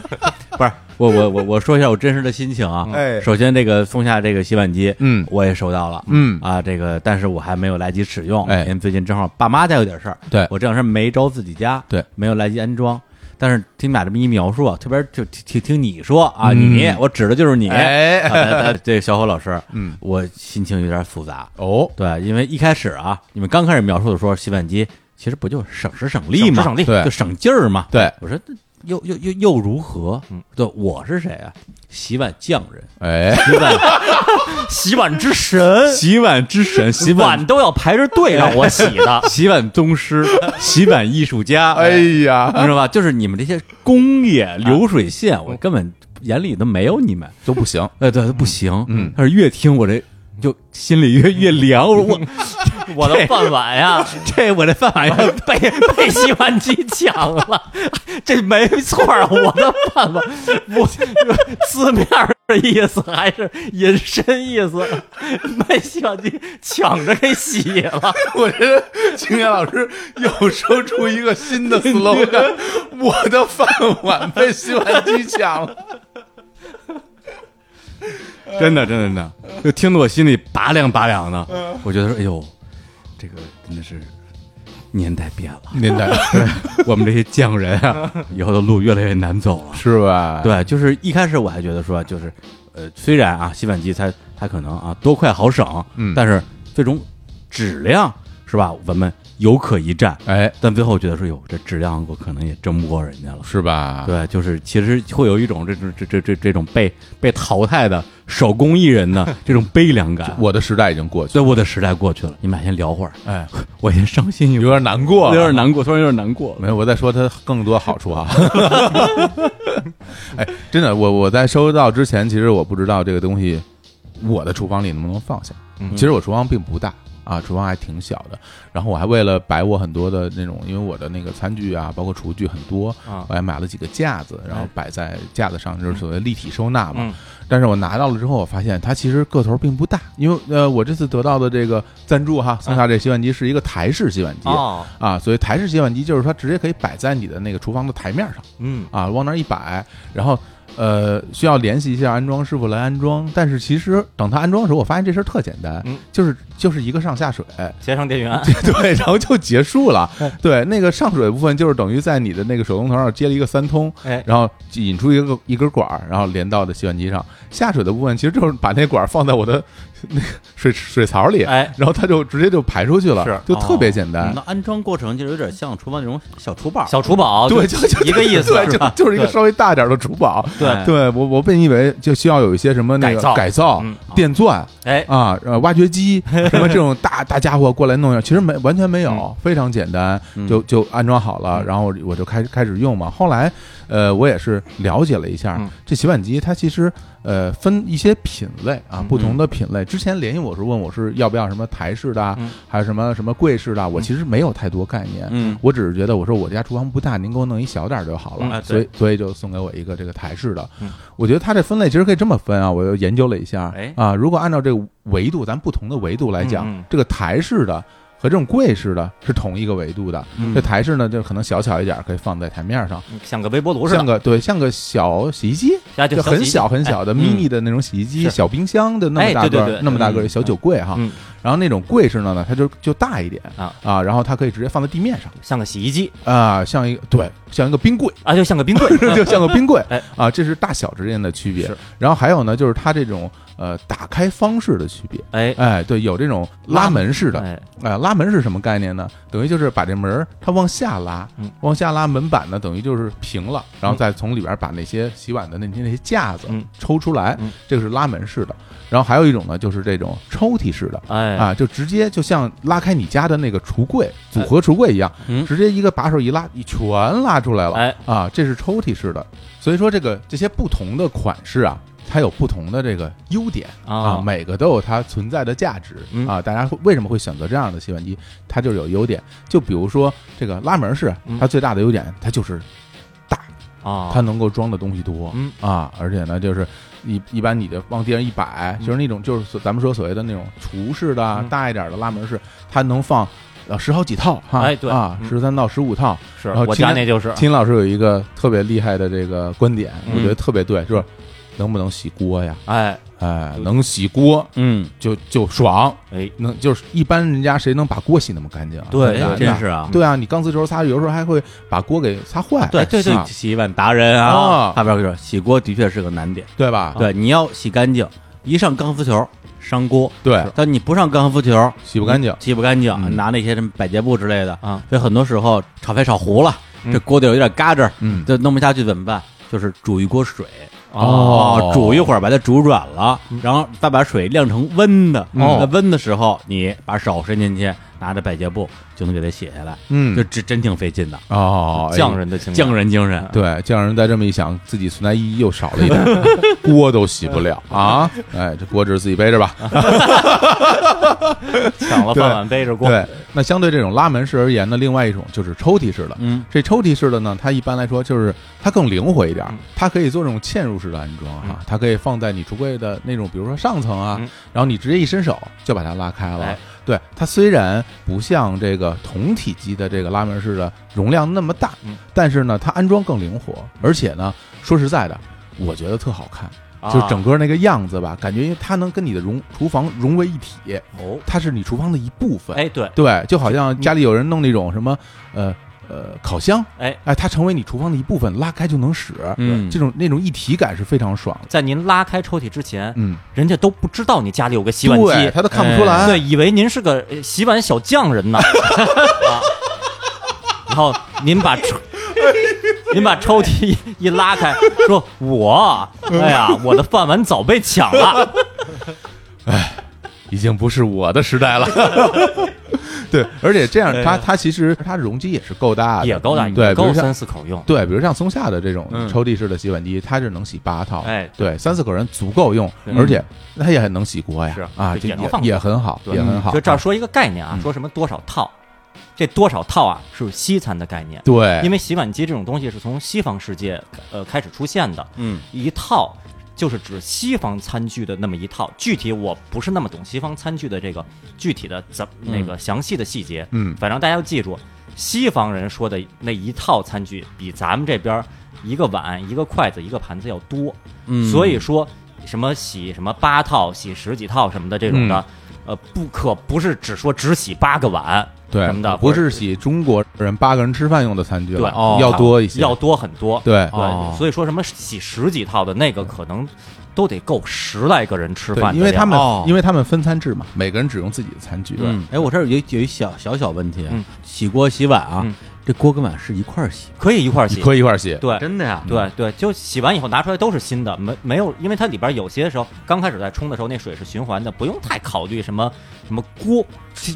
不是。我我我我说一下我真实的心情啊，哎首先这个松下这个洗碗机，嗯我也收到了，嗯啊，这个但是我还没有来及使用，哎因为最近正好爸妈家有点事儿，对我这两天没着自己家，对没有来及安装，但是听你俩这么一描述啊，特别就听听听你说啊，你我指的就是你，嗯哎啊来来这个小伙老师，嗯，我心情有点复杂， 哦，对，因为一开始啊，你们刚开始描述的说洗碗机其实不就是省时省力嘛，省时省力对就省劲儿嘛。对嗯我说这又又又又如何？对，我是谁啊？洗碗匠人，哎，洗 碗洗碗之神，洗碗之神，洗碗碗。都要排着队让我洗的 洗碗宗师，洗碗艺术家，哎呀，啊你知道吧？就是你们这些工业流水线，我根本眼里都没有你们。都不行，哎，对，不行，嗯嗯但是越听我这就心里越越凉，我说 我我的饭碗呀，这我这饭哎碗要 被被洗碗机抢了， 这没错儿，我的饭 碗，我字面儿的意思还是引申意思， 被洗碗机抢着给洗了。 我觉得青年老师又说出一个新 的 slogan，我的饭碗被洗碗机抢了。 真的，真的，真 的，就听得我心里拔凉拔凉的。嗯我觉得说，哎呦，这个真的是年代变了， 您的我们这些匠人啊，以后的路越来越难走了。 嗯是吧？对，就是一开始我还觉得说，就是呃，虽然啊，洗碗机它它可能啊多快好省，嗯但是最终质量是吧？我们有可一战，哎，但最后觉得说哟，这质量我可能也争不过人家了。是啊吧？对，就是其实会有一种这种这这这这种被被淘汰的手工艺人 的这种悲凉感。我的时代已经过去所以我的时代过去了，你们俩先聊会儿， 了，哎，我先伤心一会有儿，点难过，有点难过，突然有点难过了。没有，我在说它更多好处啊。 哎，真的，我我在收到之前，其实我不知道这个东西，我的厨房里能不能放下。其实我厨房并不大啊，厨房还挺小的。然后我还为了摆我很多的那种，因为我的那个餐具啊，包括厨具很多，啊我还买了几个架子，然后摆在架子上，就是所谓立体收纳嘛嗯。但是我拿到了之后，我发现它其实个头并不大，因为呃，我这次得到的这个赞助哈，松下这洗碗机是一个台式洗碗机。哦，啊，所以台式洗碗机就是它直接可以摆在你的那个厨房的台面上嗯啊，往那儿一摆，然后呃需要联系一下安装师傅来安装。但是其实等他安装的时候，我发现这事儿特简单，嗯就是就是一个上下水， 接上电源，对，然后就结束了。哎对，那个上水部分就是等于在你的那个手龙头上接了一个三通，哎，然后引出一个一根管儿，然后连到的洗碗机上。下水的部分其实就是把那管儿放在我的 那个水水槽里，哎然后它就直接就排出去了，是哦嗯就特别简单。那安装过程就是有点像厨房那种小厨宝，小厨宝，对，就就就一个意思，对，是就吧？就是一个对稍微大点儿的厨宝。对对我我本以为就需要有一些什么那个改造改造嗯、电钻哎，啊、呃挖 掘机什么这种大大家伙过来弄一下，其实没完全没有，嗯非常简单，就就安装好了，然后我就开始开始用嘛。后来呃，我也是了解了一下嗯这洗碗机，它其实呃分一些品类啊，嗯不同的品类。之前联系我是问我是要不要什么台式的啊嗯，还有什么什么柜式的啊，我其实没有太多概念，嗯，我只是觉得，我说我家厨房不大，您给我弄一小点儿就好了，嗯哎对所以所以就送给我一个这个台式的。嗯我觉得它这分类其实可以这么分啊，我又研究了一下，哎啊，如果按照这个维度，咱不同的维度来讲，嗯嗯这个台式的。和这种柜式的是同一个维度的，嗯这台式呢就可能小巧一点，可以放在台面上，像个微波炉似像的，个对像个小洗衣机，啊就很小很小的嗯 mini 的那种洗衣机，哎是小冰箱的那么哎大对个对儿对那么大个儿嗯小酒柜哈，嗯然后那种柜式的呢，它就就大一点啊啊，然后它可以直接放在地面上。像个洗衣机啊，像一个对，像一个冰柜，啊，就像个冰棍， 就像个冰柜哎啊，这是大小之间的区别是。然后还有呢，就是它这种呃打开方式的区别。哎，哎，对，有这种拉门式的，哎，哎，拉门是什么概念呢？等于就是把这门儿它往下拉嗯，往下拉，门板呢等于就是平了，然后嗯再从里边把那些洗碗的那些那些架子嗯抽出来嗯，这个是拉门式的。然后还有一种呢，就是这种抽屉式的，哎，啊，就直接就像拉开你家的那个橱柜组合橱柜一样，嗯直接一个把手一拉，一全拉出来了。哎啊，这是抽屉式的，所以说这个这些不同的款式啊。它有不同的这个优点啊，啊每个都有它存在的价值嗯啊。大家会为什么会选择这样的洗碗机？它就是有优点。就比如说这个拉门式嗯，它最大的优点它就是啊，它能够装的东西多，嗯啊，而且呢，就是一一般你就往地上一摆，就是那种就是所咱们说所谓的那种厨式的啊嗯大一点的拉门式，它能放呃十好几套哈，哎对啊，嗯十三到十五套。是然后我今家天 那就是秦老师有一个特别厉害的这个观点，我嗯觉得特别对，就是能不能洗锅呀？哎哎，就能洗锅嗯，就就爽，哎，能就是一般人家谁能把锅洗那么干净啊？对吧哎真是啊，对啊，你钢丝球擦，有时候还会把锅给擦坏，哎对对对啊洗碗达人啊哎啊，他边儿就说洗锅的确是个难点，啊对吧？对，你要洗干净，一上钢丝球伤锅，对，但你不上钢丝球洗不干净。洗不干净，嗯拿那些什么百洁布之类的啊，所以很多时候炒菜炒糊了，嗯这锅底有点嘎吱，嗯就弄不下去怎么办？就是煮一锅水。哦煮一会儿把它煮软了，嗯然后再把水晾成温的。哦那温的时候，你把手伸进去，拿着百洁布就能给它洗下来。嗯这这真挺费劲的，哦，哎匠人的情匠人人精神。对，匠人再这么一想，自己存在意义又少了 一点，锅都洗不了啊！哎，这锅只自己背着吧。抢了饭碗背着锅，对，那相对这种拉门式而言呢，另外一种就是抽屉式的。嗯，这抽屉式的呢，它一般来说就是它更灵活一点儿嗯，它可以做这种嵌入式的安装嗯啊，它可以放在你橱柜的那种，比如说上层啊嗯，然后你直接一伸手就把它拉开了哎。对，它虽然不像这个同体积的这个拉门式的容量那么大嗯，但是呢，它安装更灵活，而且呢，说实在的，我觉得特好看。啊就整个那个样子吧，感觉因为它能跟你的容厨房融为一体，哦，它是你厨房的一部分。哎对，对，就好像家里有人弄那种什么呃呃烤箱，哎，哎，它成为你厨房的一部分，拉开就能使，嗯这种那种一体感是非常爽的。在您拉开抽屉之前，嗯，人家都不知道你家里有个洗碗对，机，哎他都看不出来。对，以为您是个呃洗碗小匠 人呢。啊然后您 把抽，您把抽屉一一拉开，说：“我，嗯哎呀，我的饭碗早被抢了。 已经不是我的时代了。 对，而且这样，它它其实它容积也是够大”的，哎也够大，嗯对，也比如够像三四口用。对，比如像松下的这种嗯抽屉式的洗碗机，它是能洗八套，哎对，三四口人足够用，而且它也很能洗锅呀，是啊，对这也能放嗯也很好，也很好，就这儿说一个概念啊嗯，说什么多少套，这多少套啊是西餐的概念，对，因为为洗碗机这种东西是从西方世界呃开始出现的，嗯，一套就是指西方餐具的那么一套，具体我不是那么懂西方餐具的这个具体的怎那个详细的细节，嗯反正大家要记住，西方人说的那一套餐具比咱们这边儿一个碗、一个筷子、一个盘子要多，嗯所以说什么洗什么八套、洗十几套什么的这种嗯的，呃，不可不是只说只洗八个碗对什么的，不或者是洗中国人八个人吃饭用的餐具了，对哦要多一些，要多很多，对对，哦所以说什么洗十几套的那个可能都得够十来个人吃对，饭的量，因为他们哦因为他们分餐制嘛，每个人只用自己的餐具，嗯哎，我这儿有一有一小小小问题啊嗯，洗锅洗碗啊嗯，这锅跟碗是一块儿洗，可以一块儿你洗，可以一块儿洗，对。真的呀，对对，就洗完以后拿出来都是新的，没没有，因为它里边有些时候刚开始在冲的时候，那水是循环的，不用太考虑什么什么锅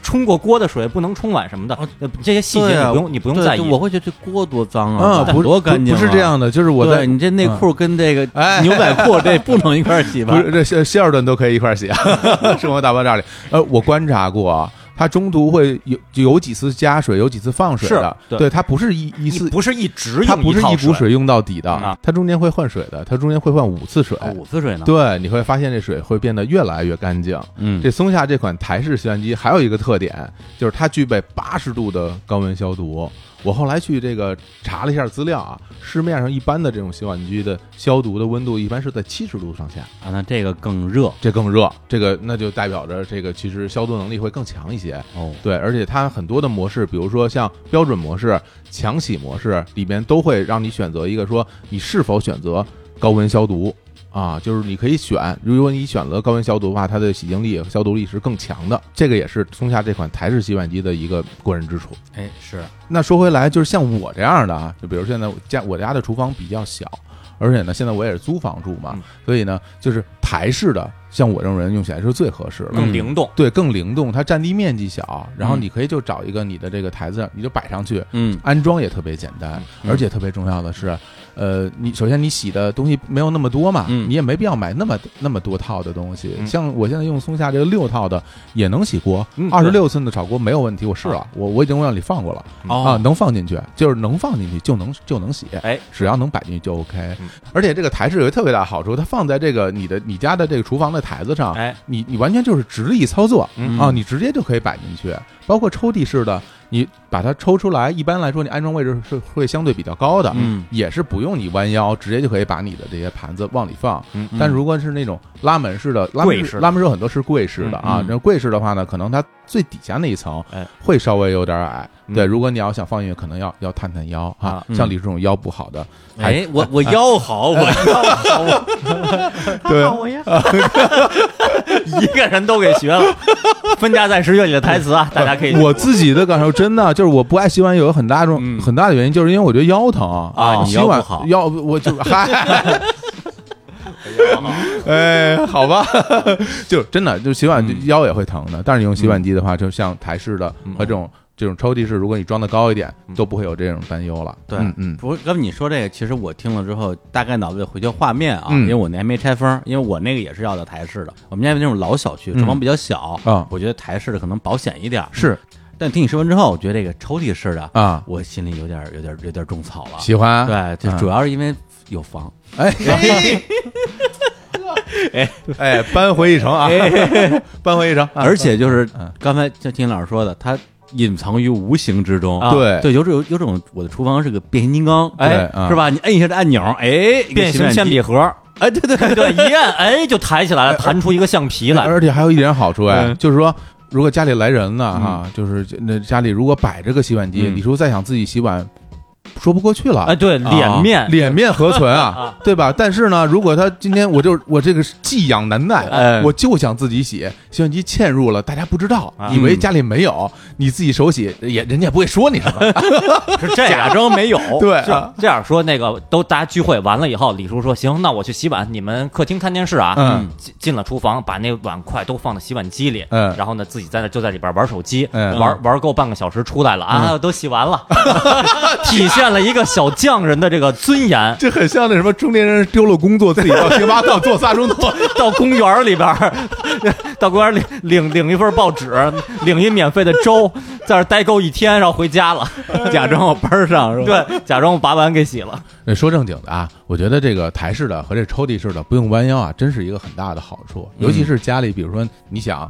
冲过锅的水不能冲碗什么哦哦的，呃这些细对节啊你不用你不用对在意就。我会觉得这锅多脏啊，啊，不是多干净，不是这。样的，就是我我在对你这内裤跟这个哎牛仔裤这不能一块儿洗吧 不？是这希希尔顿都可以一块儿洗啊，《生活大爆炸》里，呃，我观察过啊，它中途会有有几次加水，有几次放水的，是对对，它不是一一你次，不是一直它用不是套一股水用到底嗯的啊，它中间会换水的，它中间会换五次水。哦五次水呢？对，你会发现这水会变得越来越干净。嗯，这松下这款台式洗碗机还有一个特点，就是它具备八十度的高温消毒。我后来去这个查了一下资料啊，市面上一般的这种洗碗机的消毒的温度一般是在七十度上下。啊，那这个更热这更热，这个那就代表着这个其实消毒能力会更强一些。哦。对，而且它很多的模式，比如说像标准模式、强洗模式里边都会让你选择一个说你是否选择高温消毒啊，就是你可以选，如果你选择高温消毒的话，它的洗净力、消毒力是更强的。这个也是松下这款台式洗碗机的一个过人之处。哎，是那说回来，就是像我这样的啊，就比如现在我家我家的厨房比较小，而且呢，现在我也是租房住嘛，嗯所以呢，就是台式的，像我这种人用起来是最合适的。更灵动。对，更灵动，它占地面积小，然后嗯你可以就找一个你的这个台子，你就摆上去，嗯安装也特别简单，嗯而且特别重要的是，呃，你首先你洗的东西没有那么多嘛，嗯你也没必要买那么那么多套的东西。嗯像我现在用松下这个六套的也能洗锅嗯，啊二十六寸的炒锅没有问题，我试了，我我已经往里放过了。啊，哦，能放进去，就是能放进去就能就能洗，哎，只要能摆进去就 OK 嗯。而且这个台式有一个特别大的好处，它放在这个你的你家的这个厨房的台子上，哎，你你完全就是直立操作嗯啊，你直接就可以摆进去。包括抽屉式的，你把它抽出来，一般来说你安装位置是会相对比较高的，嗯也是不用你弯腰，直接就可以把你的这些盘子往里放。嗯但如果是那种拉门式的，拉门柜式式的拉门式有很多是柜式的啊嗯嗯，那柜式的话呢，可能它最底下那一层哎会稍微有点矮。嗯对，如果你要想放音乐，可能要要探探腰啊啊。嗯像你这种腰不好的，还哎，我我腰好，我腰好，我对， 一个人都给学了，《分家在十月》里的台词啊，大家可以 我自己的感受真的就是我不爱洗碗，有很大种、嗯很大的原因，就是因为我觉得腰疼啊你洗腰碗不好腰我就嗨， 哎，好吧，就真的就洗碗就腰也会疼的。但是你用洗碗机的话，就像台式的和这种这种抽屉式，如果你装的高一点，都不会有这种担忧了。对嗯嗯，不是，刚才你说这个，其实我听了之后，大概脑子里回到画面啊，嗯因为我那还没拆封，因为我那个也是要的台式的。我们家那种老小区，厨房比较小嗯啊我觉得台式的可能保险一点。是但听你说完之后，我觉得这个抽屉式的，啊，我心里有点有点有点种草了。喜欢对，就嗯主要是因为有房，哎哎哎，搬回一城啊，搬回一城，啊而且就是嗯刚才像听老师说的，它隐藏于无形之中。啊对对，有种有有种，我的厨房是个变形金刚，对哎啊，是吧？你摁一下这按钮，哎，一个变洗形碗机铅笔，盒，哎，对对对对，一按，哎，就抬起来了，弹出一个橡皮来。而且还有一点好处哎，就是说。如果家里来人了哈，就是那家里如果摆着个洗碗机，嗯李叔再想自己洗碗，说不过去了。哎，对，脸面，呃脸面何存 啊，对吧？但是呢，如果他今天我就我这个寄养难 耐，哎我就想自己洗，洗碗机嵌入了，大家不知道，啊以为家里没有，你自己手洗也人家也不会说你什么，是这假样。装没有， 对是啊，这样说，那个都大家聚会完了以后，李叔说：“行，那我去洗碗，你们客厅看电视啊。嗯进进了厨房，把那碗筷都放到洗碗机里，嗯然后呢，自己在那就在里边玩手机，嗯玩玩够半个小时出来了啊，都洗完 了，体现了一个小匠人的这个尊严。 这很像那什么中年人丢了工作，自己到星巴克做仨钟头，到公园里边儿， 到公园里领领一份报纸，领一免费的粥，在那儿待够一天，然后回家了。哎假装我班上是吧？对，假装我把碗给洗了。呃，说正经的啊，我觉得这个台式的和这抽屉式的不用弯腰啊，真是一个很大的好处。尤嗯其是家里，比如说你想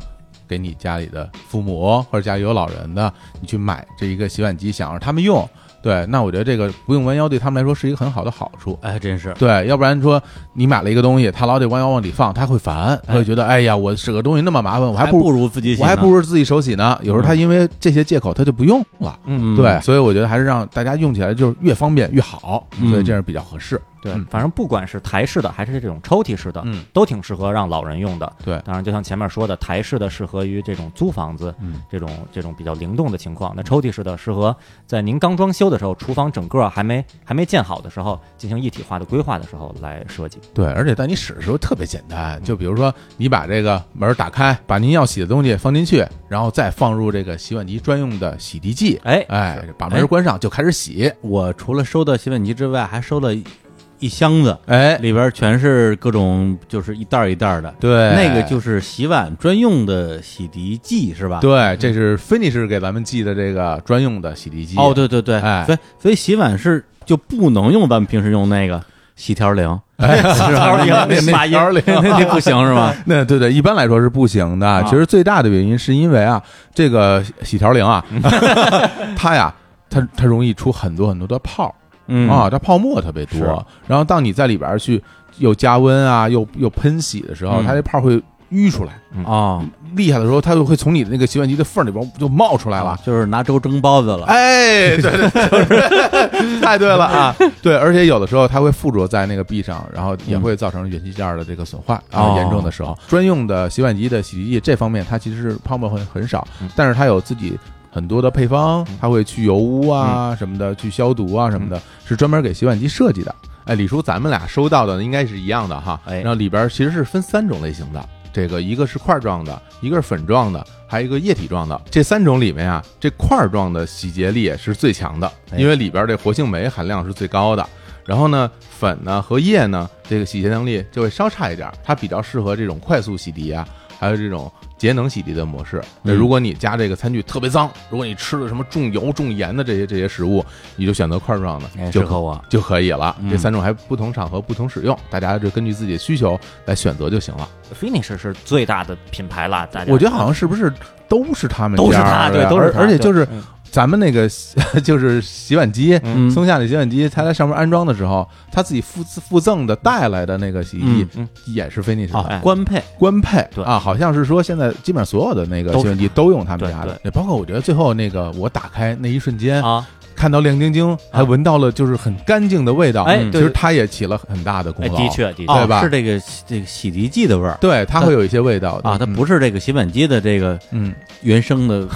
给你家里的父母或者家里有老人的，你去买这一个洗碗机，想让他们用，对，那我觉得这个不用弯腰对他们来说是一个很好的好处。哎，真是，对，要不然说你买了一个东西，他老得弯腰往里放，他会烦，他会觉得哎呀，我这个东西那么麻烦，我还哎还不如不如自己洗我呢还不如自己手洗呢。有时候他因为这些借口，他就不用了。嗯对，所以我觉得还是让大家用起来就是越方便越好，嗯所以这样比较合适。对嗯，反正不管是台式的还是这种抽屉式的，嗯，都挺适合让老人用的。对当然就像前面说的，台式的适合于这种租房子，嗯，这种这种比较灵动的情况。那抽屉式的适合在您刚装修的时候，厨房整个还没还没建好的时候，进行一体化的规划的时候来设计。对，而且在你使的时候特别简嗯单，就比如说你把这个门打开，把您要洗的东西放进去，然后再放入这个洗碗机专用的洗涤剂，哎，哎，把门关上就开始洗，我除了收到洗碗机之外，还收了一一箱子，哎，里边全是各种，就是一袋儿一袋儿的。对，那个就是洗碗专用的洗涤剂是吧？。对，这是芬尼士给咱们寄的这个专用的洗涤剂。哦，，对对对，哎所以所以洗碗是就不能用咱们平时用那个洗条灵， 是哎那条儿里那那不 行是吧？那对对，一般来说是不行啊的。其实最大的原因是因为啊，这个洗条灵啊，嗯 它呀，它它容易出很多很多的泡儿。嗯啊，，它泡沫特别是多。然后当你在里边儿去又加温啊，又又喷洗的时候，嗯它这泡会淤出来。嗯哦，厉害的时候，它就会从你的那个洗碗机的缝儿里边儿就冒出来了。就是拿粥蒸包子了。哎，对对，就是、太对了啊！对，而且有的时候它会附着在那个壁上，然后也会造成元器件儿的这个损坏啊。嗯哦严重的时候，专用的洗碗机的洗涤剂这方面，它其实是泡沫很很少，嗯但是它有自己。很多的配方，它会去油污嗯啊什么的，去消毒啊什么的，是专门给洗碗机设计的。哎，李叔，咱们俩收到的应该是一样的哈。哎然后里边其实是分三种类型的，这个一个是块状的，一个是粉状的，还有一个液体状的。这三种里面啊，这块状的洗洁力是最强的，哎因为里边这活性酶含量是最高的。然后呢，粉呢和液呢，这个洗洁能力就会稍差一点，它比较适合这种快速洗涤啊，还有这种节能洗涤的模式。那嗯如果你家这个餐具特别脏，如果你吃了什么重油重盐的这些这些食物，你就选择块状的，哎就适合我就可啊以了。嗯这三种还不同场合不同使用，大家就根据自己的需求来选择就行了。 Finish 是最大的品牌了，大家我觉得好像是不是都是他们都是家他，的对，呀都是而他，而且对就是嗯咱们那个 就是洗碗机，嗯松下的洗碗机，它在上面安装的时候，它自己附附赠的带来的那个洗衣嗯机也是菲尼士的啊，官配官配对啊，好像是说现在基本上所有的那个都洗是碗机都用他们家对的，也包括我觉得最后那个我打开那一瞬间，啊，看到亮晶晶，还闻到了就是很干净的味道，哎嗯其对实它也起了很大的功哎，劳，的，确的确，对吧哦是这个这个洗涤剂的味儿对，它会有一些味道的啊，它嗯不是这个洗碗机的这个嗯原生的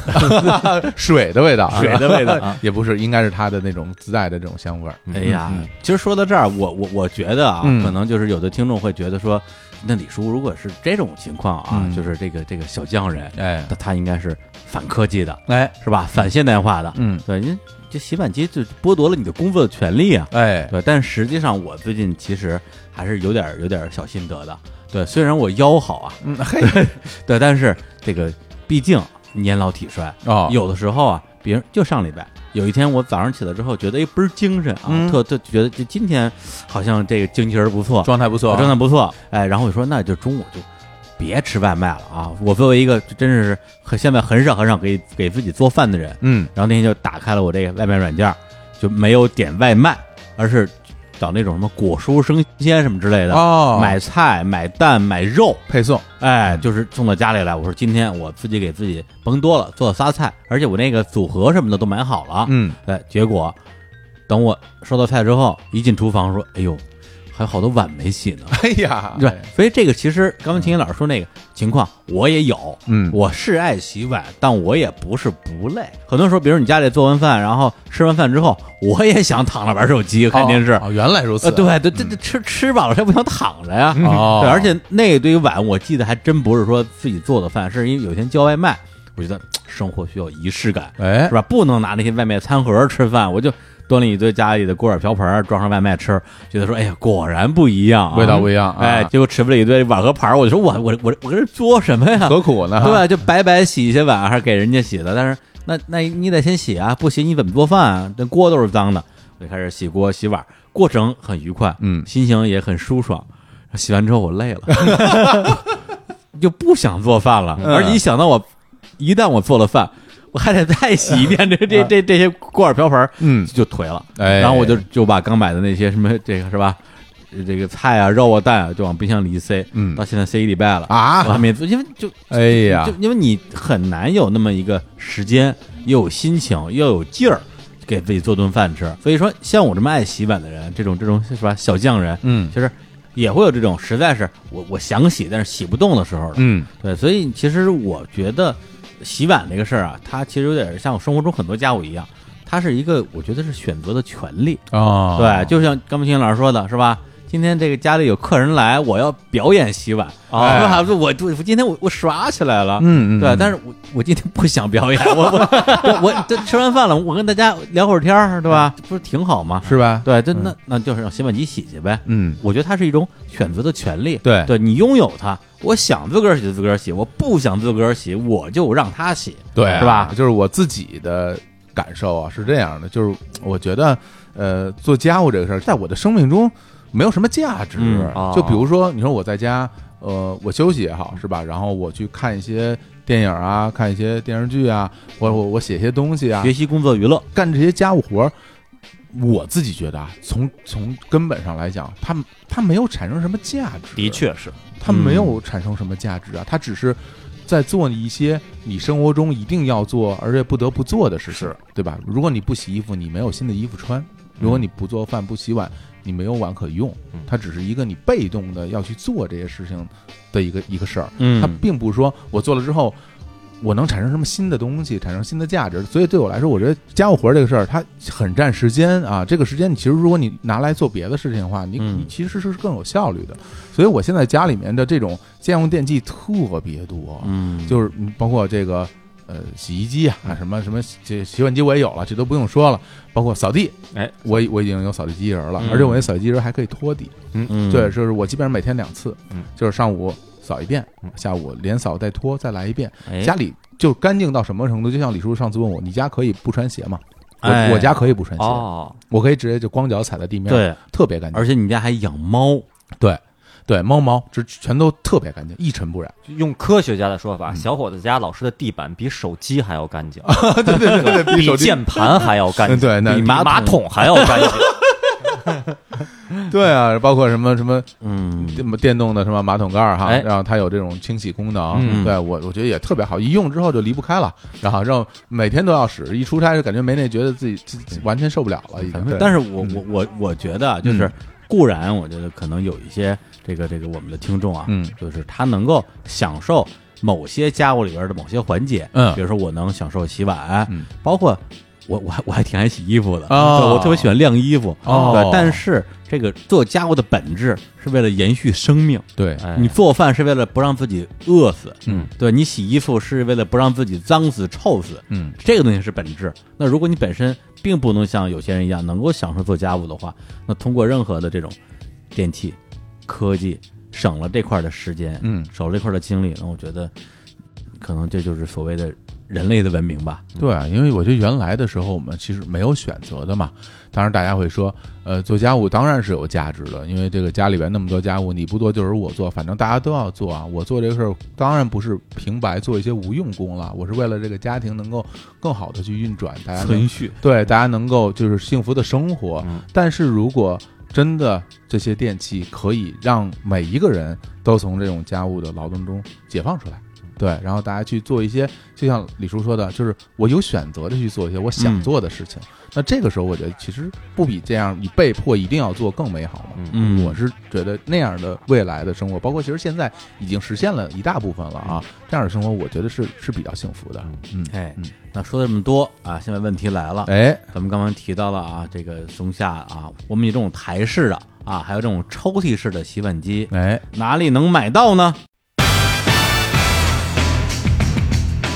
水的味道，啊水的味道。啊 也不是，应该是它的那种自带的这种香味儿。哎呀，其实说到这儿，我我我觉得啊，嗯可能就是有的听众会觉得说，那李叔如果是这种情况啊，嗯就是这个这个小匠人，哎那他应该是反科技的，哎是吧？反现代化的，嗯对，因为这洗碗机就剥夺了你的工作的权利啊。哎对，但实际上我最近其实还是有点有点小心得的。对，虽然我腰好啊， 嗯嘿对，但是这个毕竟年老体衰，哦有的时候啊，比如就上礼拜有一天，我早上起来之后觉得哎倍儿精神啊，嗯特特觉得就今天好像这个精气神儿不错，状态不错，状态不错，哎，然后我说那就中午就别吃外卖了啊！我作为一个真是很现在很少很少给给自己做饭的人，嗯然后那天就打开了我这个外卖软件儿，就没有点外卖，而是找那种什么果蔬生鲜什么之类的，哦买菜、买蛋、买肉，配送，哎，就是送到家里来。我说今天我自己给自己甭多了，做了仨菜，而且我那个组合什么的都买好了。嗯，哎，结果等我收到菜之后，一进厨房说：“哎呦，还有好多碗没洗呢。”哎呀，对，所以这个其实刚刚秦岩老师说那个情况，我也有，嗯我是爱洗碗，但我也不是不累。很多时候，比如你家里做完饭，然后吃完饭之后，我也想躺着玩手机、看电视。哦，哦原来如呃，此，对对对，对吃吃饱了谁不想躺着呀？哦对，而且那堆碗我记得还真不是说自己做的饭，是因为有一天叫外卖，我觉得嘖生活需要仪式感，哎是吧？不能拿那些外面餐盒吃饭，我就端了一堆家里的锅碗瓢盆装上外卖吃，觉得说，哎呀，果然不一样、啊，味道不一样啊哎，结果吃不了一堆碗和盘儿，我就说我我我我跟这作什么呀？何苦呢？对，就白白洗一些碗，还是给人家洗的。但是那那你得先洗啊，不洗你怎么做饭啊？那锅都是脏的，我就开始洗锅洗碗，过程很愉快，嗯心情也很舒爽。洗完之后我累了， 就不想做饭了，嗯而且一想到我，一旦我做了饭。我还得再洗一遍这 这这这些锅碗瓢盆，啊嗯就颓了。哎然后我就就把刚买的那些什么这个是吧，这个菜啊、肉啊、蛋啊，就往冰箱里一塞。嗯到现在塞一礼拜了，我还啊，没做，因为就哎呀就，因为你很难有那么一个时间，又有心情，又有劲儿，给自己做顿饭吃。所以说，像我这么爱洗碗的人，这种这种是吧小匠人，嗯其实也会有这种实在是我我想洗，但是洗不动的时候了。嗯，对，所以其实我觉得洗碗这个事儿啊，它其实有点像我生活中很多家务一样，它是一个我觉得是选择的权利。哦，对，就像刚才秦老师说的是吧？今天这个家里有客人来，我要表演洗碗，哎是吧？我我我今天我我耍起来了，嗯嗯对嗯，但是我我今天不想表演，我我我我这吃完饭了，我跟大家聊会儿天儿，对吧？嗯不是挺好吗？是吧？对，就那那就是让洗碗机洗去呗。嗯，我觉得它是一种选择的权利，对对你拥有它，我想自个儿洗就自个儿洗，我不想自个儿洗我就让他洗，对啊，是吧？就是我自己的感受啊，是这样的，就是我觉得，呃，做家务这个事儿，在我的生命中没有什么价值。嗯哦就比如说，你说我在家，呃，我休息也好，是吧？然后我去看一些电影啊，看一些电视剧啊，或者我我写一些东西啊，学习、工作、娱乐，干这些家务活儿，我自己觉得啊，从从根本上来讲，它它没有产生什么价值，的，确是，它没有产生什么价值啊，它只是在做一些你生活中一定要做而且不得不做的事情，对吧？如果你不洗衣服，你没有新的衣服穿；如果你不做饭、不洗碗，你没有碗可用嗯。它只是一个你被动的要去做这些事情的一个一个事儿，嗯它并不是说我做了之后。我能产生什么新的东西，产生新的价值，所以对我来说，我觉得家务活儿这个事儿，它很占时间啊。这个时间，你其实如果你拿来做别的事情的话，你嗯你其实是更有效率的。所以我现在家里面的这种家用电器特别多，啊嗯，就是包括这个呃洗衣机啊，什么什么这洗碗机我也有了，这都不用说了。包括扫地，哎，我我已经有扫地机器人了，嗯而且我那扫地机器人还可以拖地。嗯对，就是我基本上每天两次，嗯就是上午扫一遍嗯，下午连扫带拖再来一遍，哎家里就干净到什么程度？就像李叔上次问我，你家可以不穿鞋吗？我、哎我家可以不穿鞋，哦，我可以直接就光脚踩在地面，，对，特别干净。而且你家还养猫，对，对，猫毛这全都特别干净，一尘不染。用科学家的说嗯法，小伙子家老师的地板比手机还要 干净，对对对对，比手机键盘还要干嗯 净，对那比马桶还要干净。对啊，包括什么什么嗯，电电动的什么马桶盖儿哈，哎然后它有这种清洗功能，嗯对我我觉得也特别好，一用之后就离不开了，然后让每天都要使，一出差就感觉没那觉得自己自己完全受不了了，已经。但是是我我我我觉得啊，就是嗯固然，我觉得可能有一些这个这个我们的听众啊，嗯就是他能够享受某些家务里边的某些环节，嗯比如说我能享受洗碗，嗯包括我我还 我还挺爱洗衣服的，哦对我特别喜欢晾衣服，哦对，但是这个做家务的本质是为了延续生命。对， 哎你做饭是为了不让自己饿死，嗯，对你洗衣服是为了不让自己脏死、臭死，嗯，这个东西是本质。那如果你本身并不能像有些人一样能够享受做家务的话，那通过任何的这种电器、科技，省了这块的时间，嗯省了这块的精力，那我觉得可能这就是所谓的人类的文明吧。对啊，因为我觉得原来的时候我们其实没有选择的嘛。当然，大家会说，呃，做家务当然是有价值的，因为这个家里边那么多家务，你不做就是我做，反正大家都要做啊。我做这个事儿当然不是平白做一些无用功了，我是为了这个家庭能够更好哎的去运转，大家能续，嗯对大家能够就是幸福的生活。但是如果真的这些电器可以让每一个人都从这种家务的劳动中解放出来。嗯对，然后大家去做一些，就像李叔说的，就是我有选择的去做一些我想嗯做的事情。那这个时候，我觉得其实不比这样你被迫一定要做更美好嘛。嗯，我是觉得那样的未来的生活，包括其实现在已经实现了一大部分了啊，这样的生活我觉得是是比较幸福的。嗯，嗯哎嗯，那说了这么多啊，现在问题来了，哎，咱们刚刚提到了啊，这个松下啊，我们有这种台式的啊，还有这种抽屉式的洗碗机，哎，哪里能买到呢？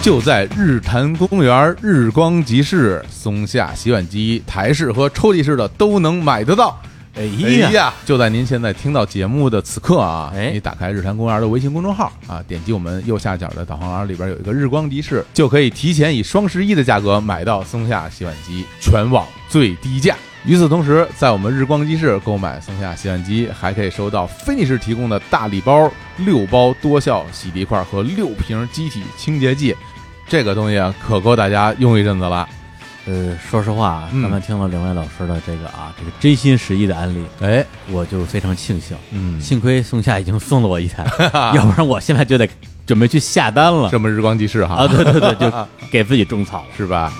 就在日坛公园日光集市，松下洗碗机台式和抽屉式的都能买得到。哎哎呀，呀，就在您现在听到节目的此刻啊，哎你打开日坛公园的微信公众号啊，点击我们右下角的导航栏里边有一个日光集市，就可以提前以双十一的价格买到松下洗碗机全网最低价。与此同时，在我们日光集市购买松下洗碗机，还可以收到菲尼士提供的大礼包、六包多效洗涤块和六瓶机体清洁剂。这个东西啊，可够大家用一阵子了。呃，说实话，啊，嗯刚才听了两位老师的这个啊，这个真心实意的案例，哎，我就非常庆幸，嗯，幸亏松下已经送了我一台，要不然我现在就得准备去下单了这么日光集市哈，啊！对对对，就给自己种草了。是吧？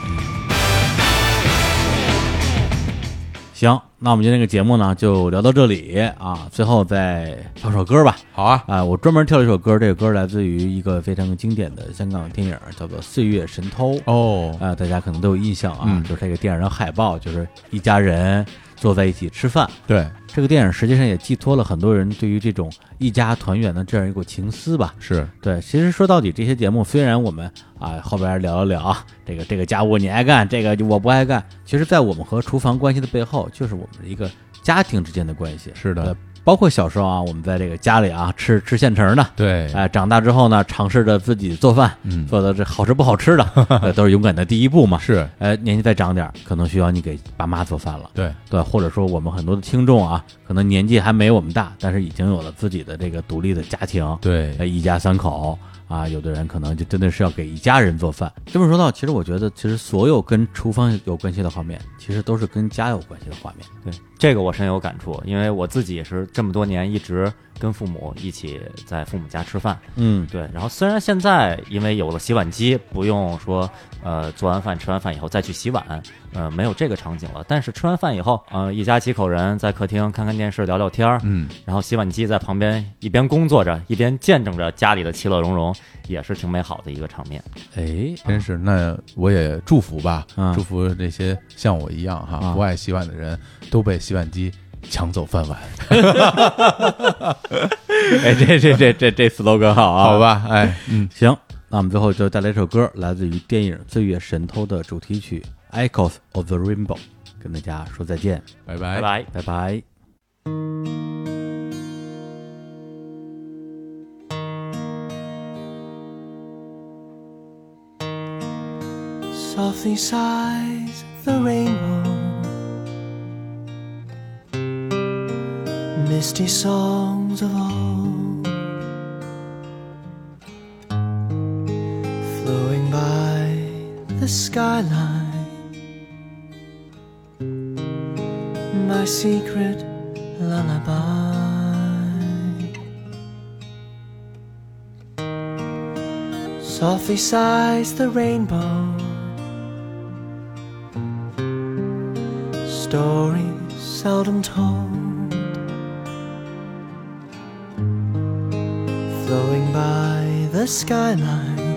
行，那我们今天这个节目呢就聊到这里啊，最后再放首歌吧。好啊，啊，我专门挑了一首歌，这个歌来自于一个非常经典的香港电影，叫做《岁月神偷》。哦，啊、大家可能都有印象啊，嗯就是这个电影的海报，就是一家人坐在一起吃饭。对，这个电影实际上也寄托了很多人对于这种一家团圆的这样一股情思吧。是，对，其实说到底，这些节目虽然我们啊、后边聊了聊啊，这个这个家务你爱干，这个我不爱干，其实，在我们和厨房关系的背后，就是我们的一个家庭之间的关系。是的呃，包括小时候啊，我们在这个家里啊吃吃现成的，对，哎、长大之后呢，尝试着自己做饭，嗯做的这好吃不好吃的，呃都是勇敢的第一步嘛。是，哎，年纪再长点儿，可能需要你给爸妈做饭了。对，对，或者说我们很多的听众啊，可能年纪还没我们大，但是已经有了自己的这个独立的家庭，对，哎，一家三口啊，有的人可能就真的是要给一家人做饭。这么说到，其实我觉得，其实所有跟厨房有关系的画面，其实都是跟家有关系的画面。对，这个我深有感触，因为我自己也是这么多年一直跟父母一起在父母家吃饭。嗯，对，然后虽然现在因为有了洗碗机，不用说呃做完饭吃完饭以后再去洗碗，呃没有这个场景了，但是吃完饭以后，呃一家几口人在客厅看看电视聊聊天儿，嗯，然后洗碗机在旁边一边工作着，一边见证着家里的其乐融融，也是挺美好的一个场面。哎， 真是。那我也祝福吧，啊祝福这些像我一样哈啊不爱洗碗的人都被洗碗机抢走饭碗，哎，这这这这这 slogan 好啊，好。吧？哎，嗯，行，那我们最后就带来一首歌，来自于电影《醉月神偷》的主题曲《Echoes of the Rainbow》，跟大家说再见，拜拜拜拜。拜拜。 softly sighs the rainbow. Misty songs of old flowing by the skyline. My secret lullaby. Softly sighs the rainbow. Stories seldom told, flowing by the skyline.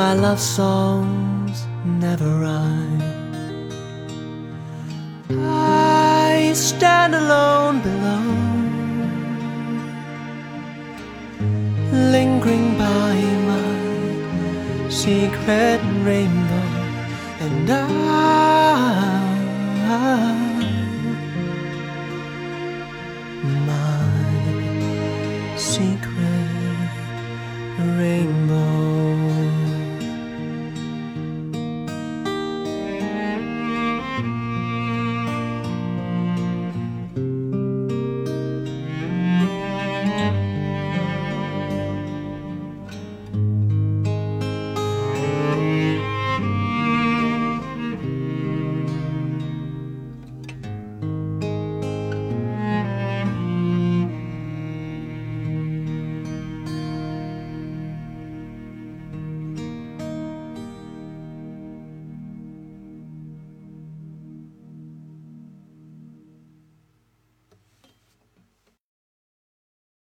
My love songs never rhyme. I stand alone below lingering by my secret rainbow, and I, my secret